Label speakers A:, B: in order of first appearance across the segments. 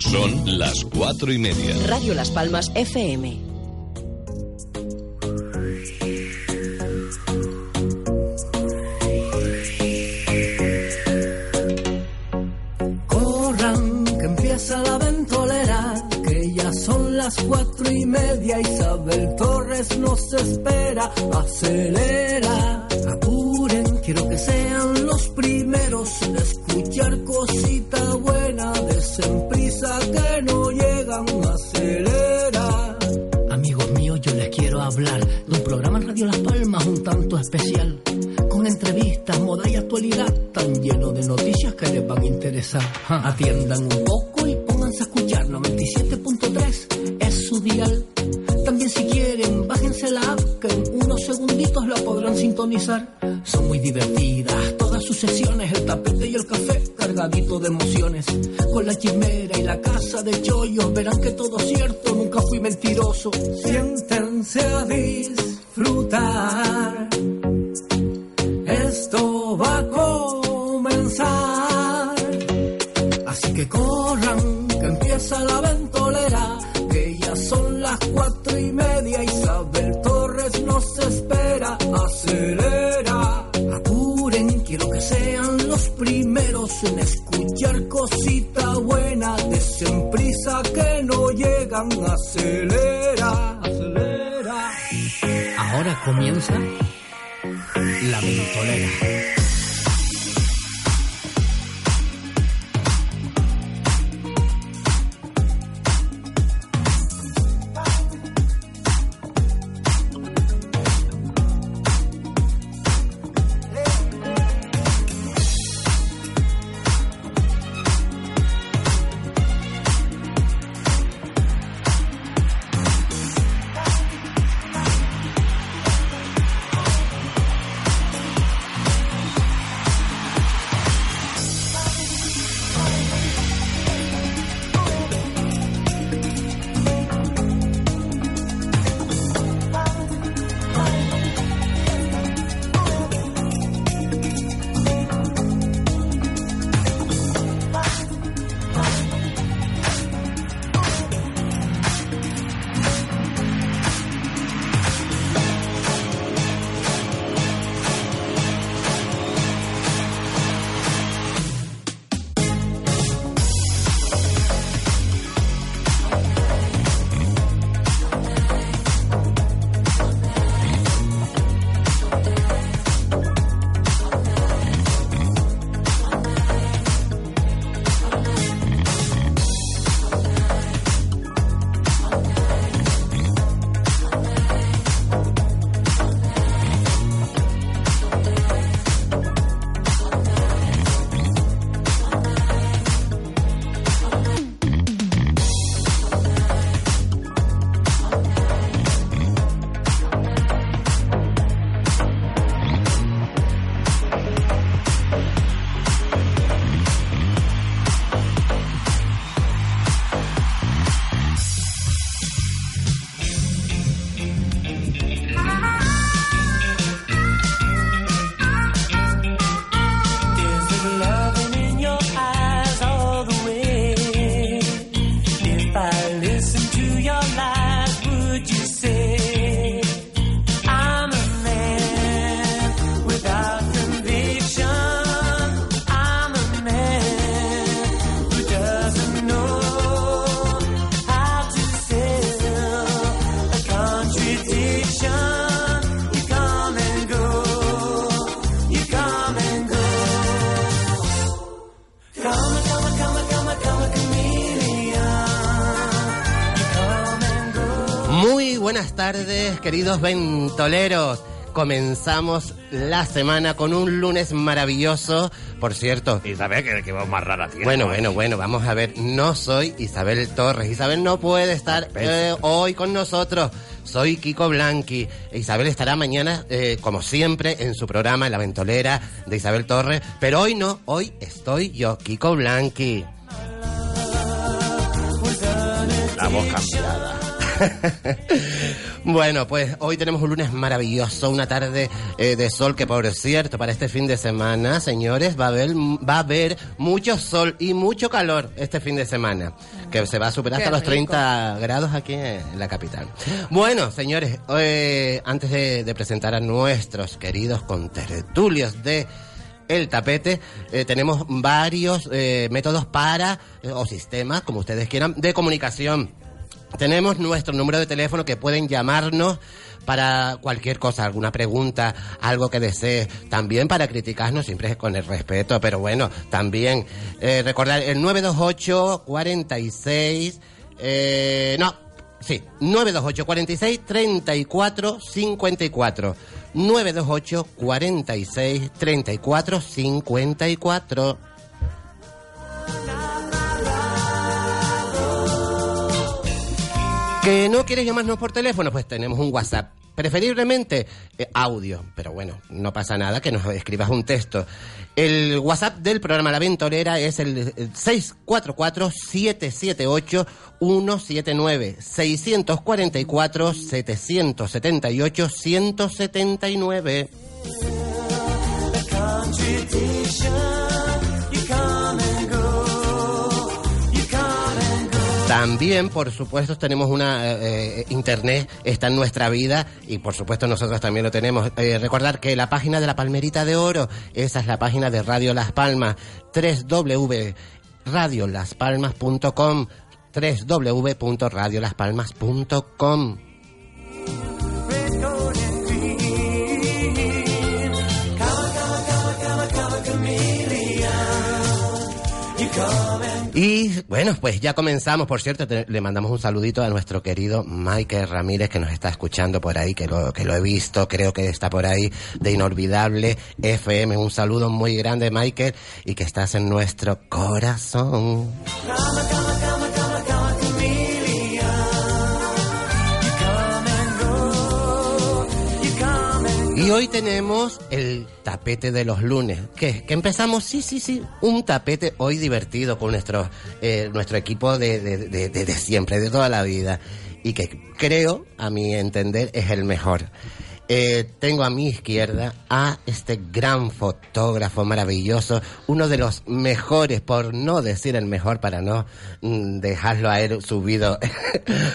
A: Son las cuatro y media.
B: Radio Las Palmas FM.
C: Corran, que empieza la ventolera, que ya son las cuatro y media. Isabel Torres nos espera, acelera, apuren. Quiero que sean los primeros en escuchar cosita buena. Desen prisa que no llegan, acelera. Amigos míos, yo les quiero hablar de un programa en Radio Las Palmas un tanto especial. Con entrevistas, moda y actualidad tan lleno de noticias que les van a interesar. Atiendan un poco y pónganse a escuchar. 97.3 es su dial. También si quieren, bájense la app que en unos segunditos la podrán sintonizar. Son muy divertidas todas sus sesiones, el tapete y el café cargadito de emociones. Con la chimera y la casa de chollos verán que todo es cierto, nunca fui mentiroso. Siéntense a disfrutar. Esto va a comenzar. Así que corran, que empieza la ventolera, que ya son las cuatro y media. Isabel Torres nos espera, acelera. Apuren, quiero que sean los primeros en escuchar cosita buena. Desen prisa que no llegan, acelera, acelera. Ahora comienza la ventolera.
D: There's the loving in your eyes all the way. If I listen to your lies, would you say I'm a man without conviction? I'm a man who doesn't know how to sell a contradiction. You come and go. You come and go. Come, come, come, come, come, chameleon. You come and go.
E: Muy buenas tardes, queridos ventoleros. Comenzamos la semana con un lunes maravilloso, por cierto.
F: Isabel, que, que voz más rara tiene.
E: Bueno, bueno, bueno, vamos a ver. No soy Isabel Torres. Isabel no puede estar eh, hoy con nosotros. Soy Kiko Blanqui. Isabel estará mañana, eh, como siempre, en su programa La Ventolera de Isabel Torres. Pero hoy no, hoy estoy yo, Kiko Blanqui.
F: La voz cambiada.
E: bueno, pues hoy tenemos un lunes maravilloso, una tarde eh, de sol que por cierto, para este fin de semana, señores, va a haber va a haber mucho sol y mucho calor este fin de semana, que se va a superar
G: Qué
E: hasta los
G: rico.
E: 30 grados aquí en la capital. Bueno, señores, eh, antes de, de presentar a nuestros queridos contertulios de el tapete, eh, tenemos varios eh, métodos para, eh, o sistemas, como ustedes quieran, de comunicación. Tenemos nuestro número de teléfono que pueden llamarnos para cualquier cosa, alguna pregunta, algo que desee. También para criticarnos, siempre es con el respeto, pero bueno, también eh, recordar el 928 46... Eh, no, sí, 928 46 34 54. 928 46 34 54. ¿Que no quieres llamarnos por teléfono? Pues tenemos un WhatsApp. Preferiblemente eh, audio, pero bueno, no pasa nada que nos escribas un texto. El WhatsApp del programa La Ventolera es el eh, 644-778-179. 644-778-179. También, por supuesto, tenemos una eh, eh, internet, está en nuestra vida y por supuesto nosotros también lo tenemos. Eh, recordar que la página de la Palmerita de Oro, esa es la página de Radio Las Palmas, www.radiolaspalmas.com, www.radiolaspalmas.com. Y bueno, pues ya comenzamos. Por cierto, te- le mandamos un saludito a nuestro querido Mike Ramírez que nos está escuchando por ahí, que lo, que lo he visto, creo que está por ahí, de Inolvidable FM. Un saludo muy grande, Michael, y que estás en nuestro corazón. Y hoy tenemos el tapete de los lunes, que, que empezamos, sí, sí, sí, un tapete hoy divertido con nuestro, eh, nuestro equipo de, de- de- de- de siempre, de toda la vida, y que creo, a mi entender, es el mejor. Eh, tengo a mi izquierda a este gran fotógrafo maravilloso, uno de los mejores, por no decir el mejor, para no mm, dejarlo a él subido,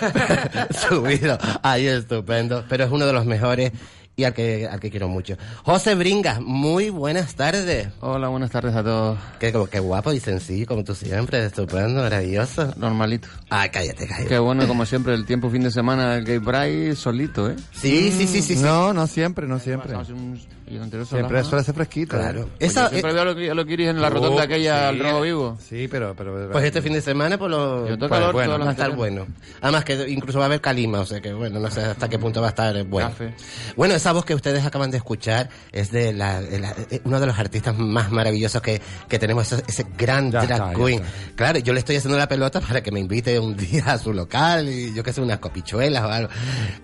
E: subido, ahí estupendo, pero es uno de los mejores y al que, al que quiero mucho. José Bringas, muy buenas tardes.
H: Hola, buenas tardes a todos.
E: Qué, qué guapo y sencillo, como tú siempre, estupendo, maravilloso.
H: Normalito.
E: Ah, cállate, cállate.
H: Qué bueno, como siempre, el tiempo fin de semana, el Gay Pride solito, ¿eh?
E: Sí, sí, sí, sí, sí.
I: No, no siempre, no siempre.
H: Pasamos un- y el anterior
I: Siempre
H: solapa.
I: eso hace fresquito.
E: Claro.
H: Oye,
E: Esa-
H: siempre
E: eh,
H: veo a los, a los kiris en la rotonda aquella al robo vivo.
I: Sí, pero, pero
E: Oh, pues este fin de semana, por lo.
H: Yo toco
E: pues,
H: calor
E: bueno,
H: todas las
E: va a estar bueno.
H: anteriores.
E: Además, que incluso va a haber calima, o sea que bueno, no sé hasta qué punto va a estar eh, bueno.
H: Café.
E: Bueno, esa voz que ustedes acaban de escuchar es de, la, de la- eh, uno de los artistas más maravillosos que, que tenemos, ese, ese gran
I: Ya
E: drag
I: está, ya
E: queen.
I: está.
E: Claro, yo le estoy haciendo la pelota para que me invite un día a su local y yo que sé, unas copichuelas o algo.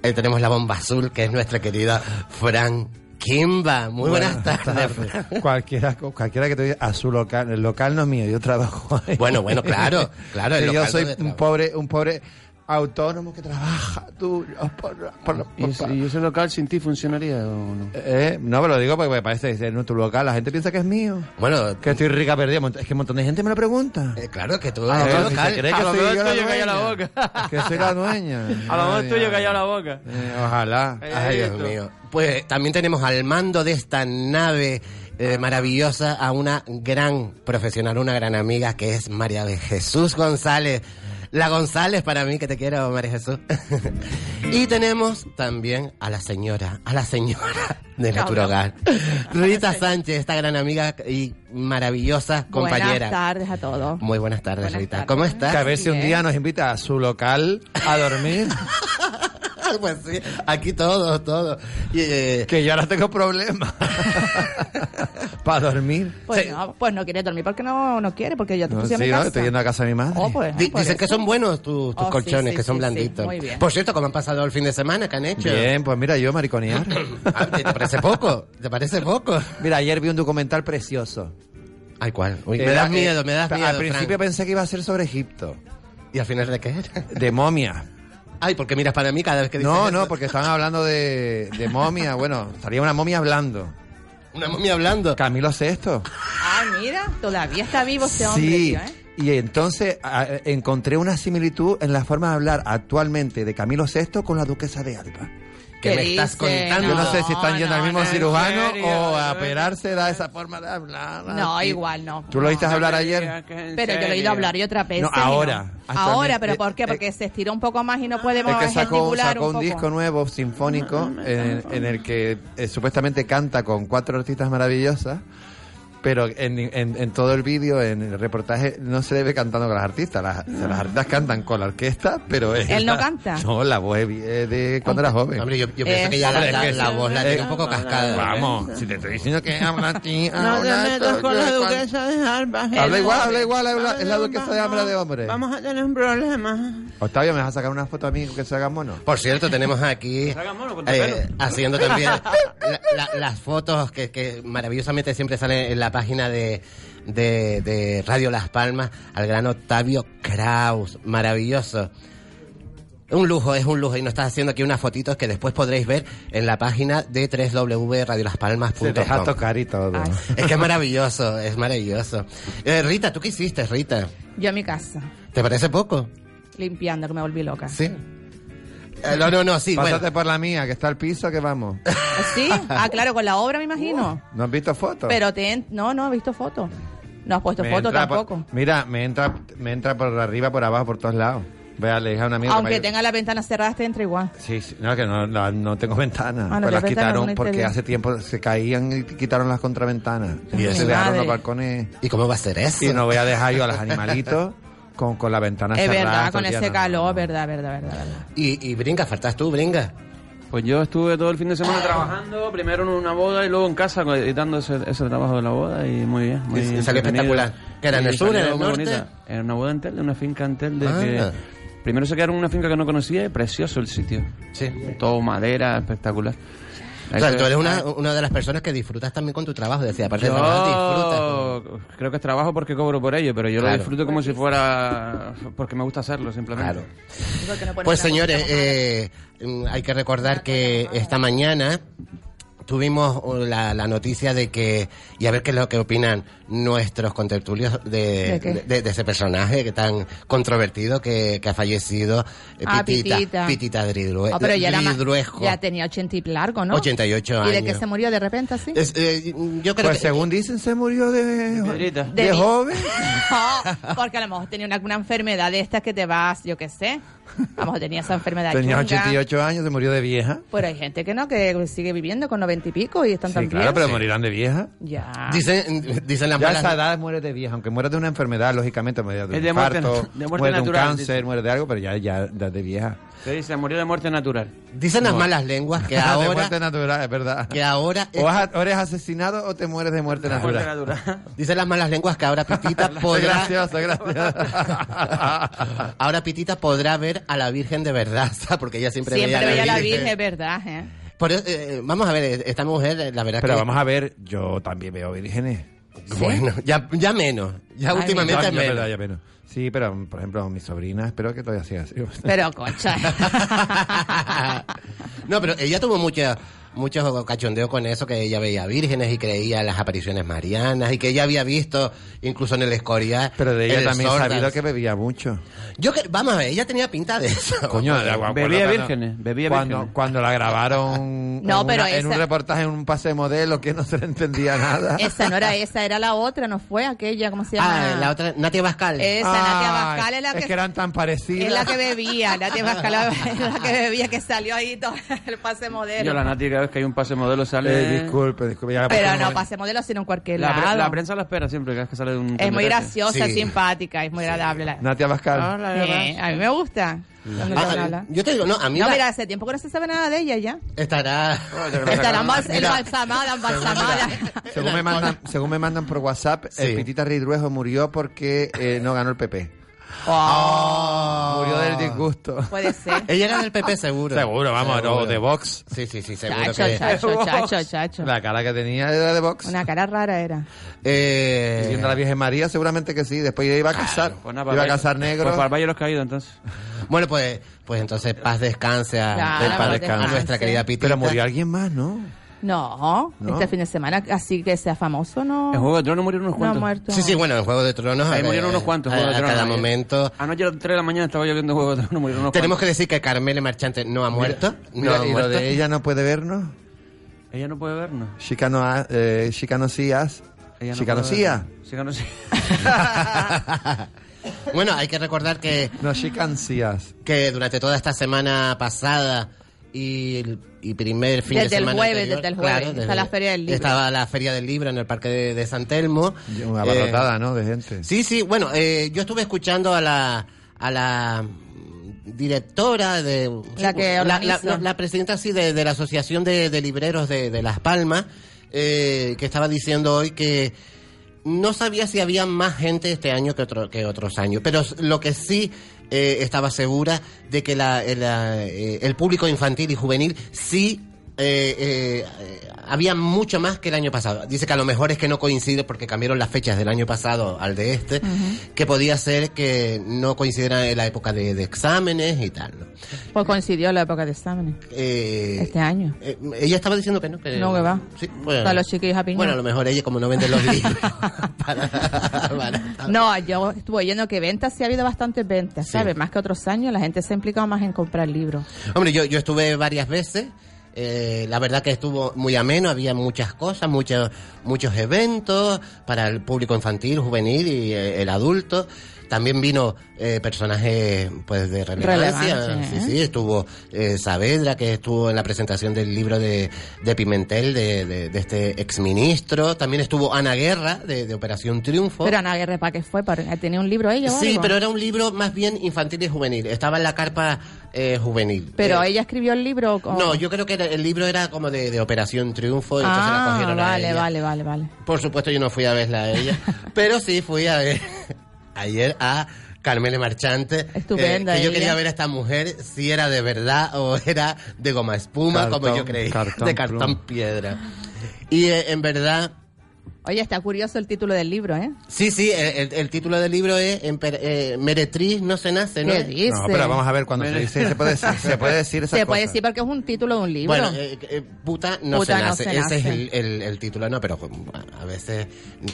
E: Eh, tenemos la bomba azul, que es nuestra querida Fran Kimba. Muy buenas, tardes. Fran.
I: cualquiera, cualquiera que te diga a su local, el local no es mío, yo trabajo ahí.
E: Bueno, bueno, claro, claro, el
I: Que yo
E: local
I: soy
E: donde
I: un
E: trabajo.
I: pobre, un pobre autónomo que trabaja tú por, por-
H: ¿Y ese,
I: por-
H: y ese local sin ti funcionaría o no?
I: Eh, no, pero lo digo porque me parece que en tu local la gente piensa que es mío.
E: Bueno,
I: Que estoy rica perdida. Mont- Es que un montón de gente me lo pregunta.
E: eh, claro que tú...
I: Ah,
E: tu
I: bueno, si
E: local.
I: se cree
H: A
I: que
H: lo
I: soy
H: mejor
I: yo la
H: tuyo calla la
I: dueña.
H: boca.
I: Que soy la dueña.
H: A lo mejor
I: Ay,
H: tuyo
I: eh, ay.
H: callado la boca.
I: Eh, ojalá.
E: Ay, Dios
H: Esto.
E: mío. Pues también tenemos al mando de esta nave eh, maravillosa a una gran profesional, una gran amiga que es María de Jesús González. La González para mí, que te quiero, María Jesús. y tenemos también a la señora, a la señora de Naturogal, Rita Sánchez, esta gran amiga y maravillosa
G: Buenas
E: compañera.
G: tardes a todos.
E: Muy buenas tardes,
G: Buenas
E: Rita.
G: tardes.
E: ¿Cómo
I: Que a
E: estás?
I: ver si un
G: Bien.
I: día nos invita a su local a dormir.
E: pues sí, aquí todos, todos. Y, eh,
I: que yo ahora tengo problemas. Para dormir.
G: Pues,
E: Sí.
G: no, pues no quiere dormir porque no, no quiere, porque ya te
I: No,
G: puse a
I: sí,
G: mi
I: no,
G: casa.
I: estoy yendo a casa de mi madre.
G: Oh, pues,
E: Di-
G: por
E: dicen que
G: eso.
E: son buenos tus, tus
G: Oh, sí,
E: colchones,
G: sí,
E: que son
G: sí, sí,
E: blanditos.
G: muy bien.
E: Por cierto, ¿cómo han pasado el fin de semana que han hecho?
I: Bien, pues mira, yo mariconear.
E: Ah, ¿Te te parece poco? ¿Te parece poco?
I: mira, ayer vi un documental precioso.
E: Ay, ¿cuál? Uy, me
I: Era,
E: das
I: eh,
E: miedo, me das miedo.
I: Al principio
E: Fran.
I: pensé que iba a ser sobre Egipto,
E: ¿Y al final de qué era?
I: de momia.
E: Ay, porque miras para mí cada vez que dices
I: No,
E: eso?
I: no, porque estaban hablando de, de momia. Bueno, estaría una momia hablando.
E: Una momia hablando.
I: Camilo Sexto.
G: Ah, mira, todavía está vivo ese hombre,
I: Sí.
G: tío, ¿eh?
I: Y entonces a- encontré una similitud en la forma de hablar actualmente de Camilo VI con la duquesa de Alba.
E: ¿Qué
G: ¿Qué
E: me estás
G: dice?
E: contando?
I: Yo no sé si están yendo al
G: no,
I: mismo
G: no, en
I: cirujano o a operarse da esa forma de hablar.
G: No,
I: Sí.
G: igual no.
I: ¿Tú lo oíste hablar ayer?
G: Pero yo lo he oído hablar y otra vez. ¿eh?
I: No, ahora. Actualmente.
G: Ahora, pero ¿por
I: Eh,
G: qué? Porque se estiró un poco más y no puede
I: Es que
G: mover
I: sacó,
G: gesticular
I: sacó un,
G: poco.
I: disco nuevo, sinfónico, en, en el que eh, supuestamente canta con cuatro artistas maravillosas, pero en, en- en todo el vídeo, en el reportaje, no se le ve cantando con las artistas. Las, las artistas cantan con la orquesta, pero él,
G: Él no canta.
I: No, la voz es vi- eh, de cuando era joven.
E: Hombre, yo, yo pienso
G: Eh,
E: que ya la,
G: hombre,
E: la-
G: es que-
E: la voz la tiene
I: eh,
E: un poco cascada.
I: Vamos, si te estoy diciendo que habla a ti,
J: No
I: habla
J: te metas
I: todo,
J: con la
I: cual-
J: duquesa de Alba.
I: Habla igual, habla igual, habla-
J: Vamos,
I: es la duquesa de Alba de hombre.
J: Vamos a tener un problema.
I: Octavio, ¿me vas a sacar una foto a mí que se haga mono?
E: Por cierto, tenemos aquí eh, haciendo también la- la- las fotos que, que maravillosamente siempre salen en la página de, de, de Radio Las Palmas al gran Octavio Kraus. Maravilloso. Un lujo, es un lujo. Y nos estás haciendo aquí unas fotitos que después podréis ver en la página de
I: Se deja
E: www.radiolaspalmas.com.
I: tocar y todo.
G: Ay,
E: Es que es maravilloso, es maravilloso. Eh, Rita, ¿tú qué hiciste, Rita?
G: yo en mi casa,
E: ¿Te parece poco?
G: limpiando, que me volví loca.
E: Sí. Eh, no, no, no, sí,
I: Pásate
E: bueno.
I: por la mía, que está al piso, que vamos.
G: ¿Sí? Ah, claro, con la obra me imagino.
I: ¿No has visto fotos?
G: Pero te en- no, no he visto fotos. No has puesto
I: Me
G: fotos
I: entra por-
G: tampoco.
I: Mira, me entra, me entra por arriba, por abajo, por todos lados. Vea, le dije a una amiga. que
G: Aunque
I: me-
G: tenga las ventanas cerradas, te entra igual.
I: Sí, sí, no, que no, no, no tengo ventanas.
G: Ah, no,
I: pues
G: ya
I: las
G: ventanas,
I: quitaron
G: bonita
I: porque
G: idea.
I: hace tiempo se caían y quitaron las contraventanas.
E: Y
I: Y
E: eso.
I: se dejaron los
G: Madre.
I: balcones.
E: ¿Y cómo va a ser eso?
I: Y no voy a dejar yo a los animalitos con, con la ventana
G: Es
I: cerrada.
G: verdad,
I: todo
G: con
I: el día,
G: ese
I: no,
G: calor,
I: no.
G: verdad, verdad, verdad, verdad.
E: Y, y brinca, faltas tú, brinca.
K: Pues yo estuve todo el fin de semana trabajando, primero en una boda y luego en casa editando ese, ese trabajo de la boda y muy bien. Muy
E: Y salió
K: entretenido.
E: espectacular. ¿Que era en
K: Y
E: el sur,
K: salió
E: en el
K: muy
E: norte?
K: Era una boda en Telde, una finca en Telde
E: Ah.
K: que... Primero se quedaron en una finca que no conocía y precioso el sitio.
E: Sí.
K: Todo madera, espectacular.
E: O sea, tú eres una, una de las personas que disfrutas también con tu trabajo. Decía, aparte de trabajar, disfrutas.
K: Yo creo que es trabajo porque cobro por ello, pero yo
E: Claro.
K: lo disfruto como si fuera porque me gusta hacerlo simplemente.
E: Claro.
G: ¿Por qué no pones
E: Pues
G: una
E: señores,
G: música más
E: eh, mm, hay que recordar que esta mañana tuvimos uh, la, la noticia de que, y a ver qué es lo que opinan nuestros contertulios de,
G: ¿De qué?
E: de- de ese personaje que tan controvertido que, que ha fallecido, eh,
G: Ah,
E: Pitita,
G: Pitita.
E: Pitita Dridrue-
G: Ah, pero ya era más-
E: Dridruejo.
G: ya tenía 80 y largo, ¿no?
E: 88
G: ¿Y de que
E: años.
G: se murió de repente así?
E: Es, eh, yo creo
I: Pues
E: que...
I: según dicen, se murió de,
K: Piedrita.
I: de,
G: De-
I: joven.
G: No, porque a lo mejor tenía una, una enfermedad de estas que te vas, yo qué sé. A lo mejor tenía esa enfermedad
I: Tenía
G: chunga.
I: 88 años, se murió de vieja.
G: Pero hay gente que no, que sigue viviendo con 90 y pico y están
I: Sí,
G: tan
I: claro, pero
G: bien.
I: morirán de vieja.
G: Ya.
E: Dicen, dicen las
I: Ya a
E: malas
I: esa edad mueres de vieja, aunque mueras de una enfermedad, lógicamente, mueres de un
K: Es de muerte-
I: infarto,
K: de muerte
I: mueres de un
K: natural,
I: cáncer,
K: dice.
I: mueres de algo, pero ya, ya de de vieja.
K: Se dice, murió de muerte natural.
E: Dicen las malas lenguas que
I: de muerte
E: ahora.
I: natural, es verdad.
E: que ahora
I: O, has- o eres asesinado o te mueres de muerte
K: Muerte
I: natural.
K: natural.
E: dicen las malas lenguas que ahora Pitita podrá.
I: Gracioso, gracioso.
E: ahora Pitita podrá ver a la Virgen de verdad, ¿sabes? porque ella siempre,
G: Siempre veía a la
E: Virgen.
G: Virgen, ¿verdad? eh?
E: Por eso, eh, vamos a ver, eh, esta mujer, eh, la verdad
I: pero
E: que.
I: vamos a ver, yo también veo vírgenes.
E: Bueno, ya, ya menos. Ya
G: Ay,
E: últimamente
I: Ya, ya,
E: menos.
I: verdad, ya menos. Sí, pero mm, por ejemplo, mi sobrina, espero que todavía siga así.
G: Pero, concha.
E: Ah, no, pero ella tuvo mucha mucho cachondeo con eso, que ella veía vírgenes y creía en las apariciones marianas y que ella había visto incluso en el Escorial.
I: Pero de ella
E: el
I: también he
E: Sordas.
I: sabido que bebía mucho.
E: Yo que- vamos a ver, ella tenía pinta de eso.
I: Coño, la-
K: Bebía
I: acuérdate, ¿no?
K: vírgenes, bebía
I: cuando,
K: vírgenes.
I: Cuando la grabaron
G: No,
I: en,
G: pero
I: una- en un
G: esa-
I: reportaje, en un pase de modelo, que no se le entendía nada.
G: esa no era esa, era la otra, no fue aquella, ¿cómo se llama?
E: Ah, la otra, Natia Bascal.
G: Esa, Natia Bascal es la
I: es
G: que,
I: que eran tan parecidas.
G: es la que bebía, Natia Bascal es la que bebía, que salió ahí todo el pase modelo.
K: Yo la Nati cada vez que hay un pase modelo sale...
I: Eh, disculpe, disculpe. ya la
G: Pero
I: pasamos.
G: no pase modelo, sino en cualquier
K: La, pre-
G: lado.
K: la prensa la espera siempre, cada vez que sale de un...
G: es muy
K: tenderete.
G: graciosa,
E: Sí.
G: es simpática, es muy agradable. la-
I: Natia Bascal.
G: Sí, a mí me gusta. cuando
E: Ah,
G: habla. No,
E: yo te digo, no, a mí la-
G: mira, hace tiempo que no se sabe nada de ella ya.
E: estará.
G: Estará más
E: Mira,
G: embalsamada, embalsamada.
I: Según me, mandan, según me mandan por WhatsApp,
E: Sí.
I: el Pitita Ridruejo murió porque eh, no ganó el PP. Ah. Murió del disgusto.
G: Ah. Puede ser.
E: Ella era del PP seguro. Seguro.
I: Vox.
E: Sí, sí, sí, seguro
G: Chacho,
E: que.
G: chacho, chacho, chacho.
I: La cara que tenía era de Vox.
G: Una cara rara era.
E: Eh,
I: Siendo la Virgen María, seguramente que sí. Después iba a casar.
K: Pues nada, para
I: iba a
K: el-
I: casar negro.
K: Pues para el Valle de los Caídos, entonces.
E: Bueno, pues, pues entonces paz descanse a,
G: Claro,
E: del padre-
G: paz descanse.
E: a nuestra querida Pitita.
I: Pero murió alguien más, ¿no?
G: No,
E: No.
G: este fin de semana, así que sea famoso, no.
K: En Juego de Tronos murieron unos
G: No ha
K: cuantos.
G: muerto.
E: Sí, sí, bueno, en Juego de Tronos. a
K: Ahí
E: ver,
K: murieron unos cuantos.
E: a-
K: Juego de
E: a
K: Tronos,
E: cada
K: ayer.
E: momento.
K: Anoche a las 3 de la mañana estaba yo viendo Juego de Tronos, murieron unos
E: Tenemos
K: cuantos.
E: que decir que Carmele Marchante no ha muerto.
I: Mira,
E: no ha
I: y lo
E: muerto.
I: de ella no puede vernos.
K: Ella no puede vernos.
I: Chicano, eh, chicanocías.
K: Ella no
I: Chicanocía.
K: puede vernos. Chicanocía.
E: Bueno, hay que recordar que,
I: No, chicancías.
E: que durante toda esta semana pasada y, el- y primer fin
G: Desde
E: de
G: el
E: semana.
G: jueves,
E: anterior,
G: desde el jueves,
E: claro,
G: está la Feria del Libro.
E: Estaba la Feria del Libro en el Parque de, de San Telmo.
I: Una
E: Eh,
I: abarrotada, ¿no? De gente.
E: Sí, sí, bueno, eh, yo estuve escuchando a la, a la mm, directora de...
G: La que
E: la,
G: organiza.
E: la- la presidenta, sí, de, de la Asociación de, de Libreros de, de Las Palmas, eh, que estaba diciendo hoy que no sabía si había más gente este año que, otro- que otros años, pero s- lo que sí eh, estaba segura de que la- eh, la, eh, el público infantil y juvenil sí eh, eh, eh, había mucho más que el año pasado. Dice que a lo mejor es que no coincide porque cambiaron las fechas del año pasado al de este,
G: Mm.
E: que podía ser que no coincidieran en la época de, de exámenes y tal. ¿no?
G: Pues coincidió la época de exámenes.
E: Eh,
G: Este año.
E: eh, ella estaba diciendo que no. Que,
G: No, que va.
E: Sí, bueno.
G: Para los chiquillos a piñón.
E: Bueno, a lo mejor ella, como no vende los libros. para- para-
G: No, yo estuve oyendo que ventas, sí ha habido bastantes ventas,
E: Ah, Sí.
G: ¿sabes? Más que otros años, la gente se ha implicado más en comprar libros.
E: Hombre, yo, yo estuve varias veces. eh, la verdad que estuvo muy ameno, había muchas cosas, muchos, muchos eventos para el público infantil, juvenil y eh, el adulto. También vino eh, personajes pues de relevancia.
G: Relevancia,
E: Sí,
G: ¿eh?
E: sí, estuvo eh, Saavedra, que estuvo en la presentación del libro de, de Pimentel, de, de, de este exministro. También estuvo Ana Guerra, de, de Operación Triunfo.
G: Pero Ana Guerra, ¿para qué fue? ¿Para- ¿Tenía un libro ella o
E: Oh. Sí,
G: algo?
E: pero era un libro más bien infantil y juvenil. Estaba en la carpa eh, juvenil.
G: ¿Pero
E: Eh,
G: ella escribió el libro? o-
E: no, yo creo que era- el libro era como de, de Operación Triunfo, entonces la
G: Ah,
E: cogieron a
G: vale,
E: ella.
G: vale, vale, vale.
E: Por supuesto yo no fui a verla a ella, pero sí fui a ver ayer a Carmele Marchante. eh,
G: Estupenda
E: que yo
G: ella.
E: quería ver a esta mujer si era de verdad o era de goma espuma, como
I: Cartón-
E: yo creía,
I: cartón
E: de cartón
I: pluma.
E: piedra. Y eh, en verdad...
G: Oye, está curioso el título del libro, ¿eh?
E: Sí, sí, el, el- el título del libro es Emper- eh, Meretriz no se nace, ¿no?
G: ¿Qué dice?
I: No, pero vamos a ver cuando se dice. Se puede decir, se puede decir esas
G: Se puede
I: cosas.
G: decir porque es un título de un libro.
E: Bueno, eh, eh, puta no
G: Puta
E: se
G: no
E: nace.
G: se
E: Ese
G: nace.
E: es el, el- el título, no, pero bueno, a veces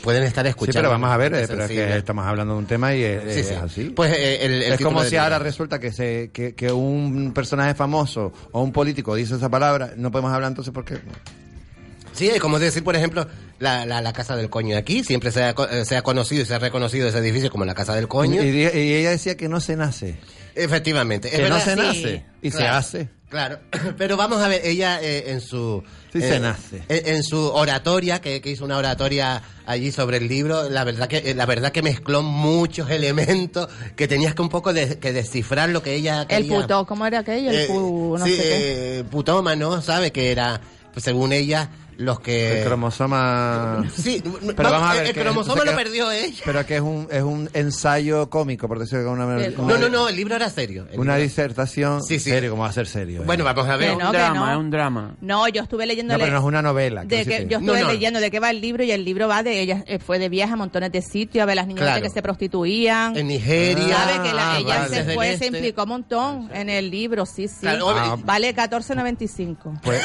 E: pueden estar
I: Sí,
E: escuchando.
I: pero vamos a ver, eh,
E: gente
I: pero es que
E: sensible.
I: estamos hablando de un tema y es,
E: Sí,
I: es
E: sí.
I: así.
E: Pues eh, el, el
I: es
E: título
I: como
E: del
I: si ahora
E: libro.
I: resulta que, se, que, que un personaje famoso o un político dice esa palabra, no podemos hablar entonces porque...
E: Sí, es como decir, por ejemplo, la, la, la casa del coño de aquí, siempre se ha, co- eh, se ha conocido y se ha reconocido ese edificio como la casa del
I: Y,
E: coño.
I: y- y ella decía que no se nace.
E: Efectivamente. es
I: que no
E: verdad,
I: se
E: sí.
I: nace. Y se
E: Claro,
I: hace.
E: Claro, pero vamos a ver, ella eh, en su...
I: Sí,
E: eh,
I: se nace.
E: En, en su oratoria, que, que hizo una oratoria allí sobre el libro, la verdad que eh, la verdad que mezcló muchos elementos que tenías que un poco de- que descifrar lo que ella
G: el
E: quería.
G: puto, ¿cómo era aquello? El
E: Eh,
G: pu, no
E: sí,
G: sé qué.
E: eh, putómano, ¿sabe? Que era, pues, según ella, los que...
I: el cromosoma...
E: Sí,
I: Pero vamos a ver
E: el
I: que-
E: cromosoma
I: entonces
E: lo
I: que-
E: perdió ella.
I: Pero que es un, es un ensayo cómico, por decirlo de alguna manera.
G: Del-
E: No, no, no, el libro era serio. El
I: Una
E: libro-
I: disertación
E: Sí, sí.
I: serio, como va a ser serio. eh?
E: Bueno, vamos a ver.
G: Que
K: Es
G: no,
K: un
G: que
K: drama,
G: no.
K: es un drama.
G: No, yo estuve leyendo
I: No, pero no es una novela.
G: de
I: quiero
G: que
I: decirte.
G: yo estuve
E: No, no.
G: leyendo de qué va el libro y el libro va de ella eh, fue de viaje a montones de sitios a ver las niñas
E: Claro.
G: que se prostituían
E: En Nigeria.
G: sabe que la-
E: Ah,
G: ella
E: vale.
G: se
E: Desde
G: fue
E: el
G: se
E: este.
G: implicó un montón en el libro sí sí
E: Claro, hombre, y-
G: vale 14.95
I: Pues,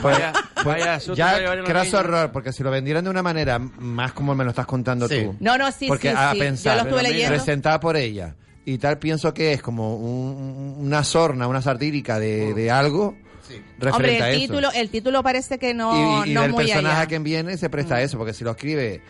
I: pues-
K: Vaya, vaya susto que
I: ya,
K: llevaron los
I: craso
K: niños.
I: error, porque si lo vendieran de una manera más como me lo estás contando
E: Sí.
I: tú.
G: No, no, sí,
I: porque
G: sí,
I: a
G: sí.
I: Pensar,
G: Yo lo estuve leyendo.
I: Presentada por ella. Y tal, pienso que es como un- una sorna, una satírica de, de algo referente
G: hombre
I: a
G: el
I: eso.
G: título el título parece que no
I: y, y- y
G: no
I: del
G: muy
I: personaje
G: allá. Mm.
I: a quien viene se presta a eso, porque si lo escribe,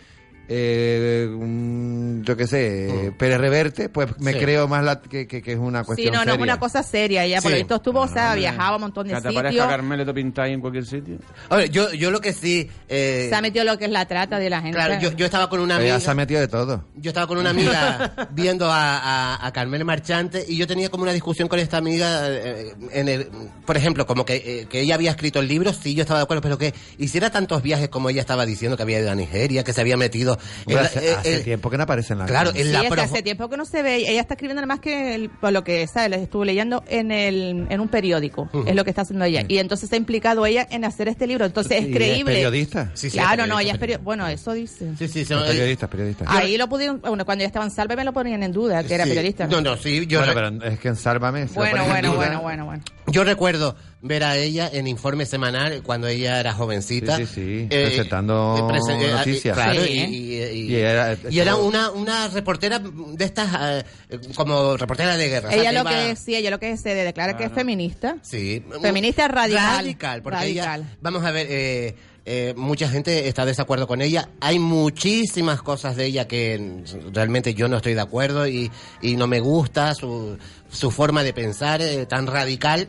I: eh, un- yo qué sé, Pérez Reverte, pues me
E: Sí.
I: creo más la, que, que- que es una
G: sí
I: cuestión
G: no no es
I: seria.
G: una cosa seria ella
E: Sí.
G: por lo visto estuvo o sea viajaba a un montón de
K: Que te aparezca
G: sitios
K: Carmeleto Pintay en cualquier sitio.
E: Ahora, yo, yo lo que sí. eh,
G: se ha metido lo que es la trata de la gente
E: claro, yo, yo estaba con una
I: Ella
E: amiga.
I: se ha metido de todo.
E: Yo estaba con una amiga viendo a, a, a Carmen Marchante y yo tenía como una discusión con esta amiga. eh, en el, por ejemplo, como que, eh, que ella había escrito el libro, sí, yo estaba de acuerdo, pero que hiciera tantos viajes como ella estaba diciendo, que había ido a Nigeria, que se había metido
I: Hombre,
E: Pero en la-
I: hace,
E: eh,
I: hace
E: eh,
I: tiempo que no aparece en la
E: claro,
I: cama.
E: en la
G: sí, es que
E: profu-
G: hace tiempo que no se ve. Ella está escribiendo nada más que el- por lo que sabe, les estuvo leyendo en el en un periódico.
E: Ujú.
G: Es lo que está haciendo ella. Y entonces está implicado ella en hacer este libro. Entonces
I: ¿Y
G: es
I: es
G: creíble.
I: periodista? Sí, sí,
G: claro,
I: es
G: no,
I: periodista,
G: ella es periodista. Bueno, eso dice.
E: Sí, sí, se-
I: Es periodista, es periodista.
G: Ahí lo pudieron, bueno, cuando ya estaban salve me lo ponían en duda, que era
E: Sí.
G: periodista.
E: No, no, sí, yo,
I: Bueno,
E: re-
I: pero eh, es que en Sálvame. se lo
G: Bueno,
I: ponen en
G: bueno,
I: duda.
G: bueno, bueno, bueno.
E: yo recuerdo ver a ella en Informe Semanal cuando ella era jovencita.
I: Sí, sí, sí, presentando
E: eh,
I: noticias.
E: claro,
G: Sí.
E: y, eh, y- y-
I: Y era-
E: y era una, una reportera de estas, eh, como reportera de guerra. o sea,
G: Ella lo
E: iba-
G: que es, sí, ella lo que es, se declara que es feminista.
E: Sí.
G: Feminista radical.
E: Radical, porque
G: Radical.
E: ella- vamos a ver, eh, eh, mucha gente está de desacuerdo con ella. Hay muchísimas cosas de ella que mm, realmente yo no estoy de acuerdo y, y no me gusta su, su forma de pensar eh, tan radical.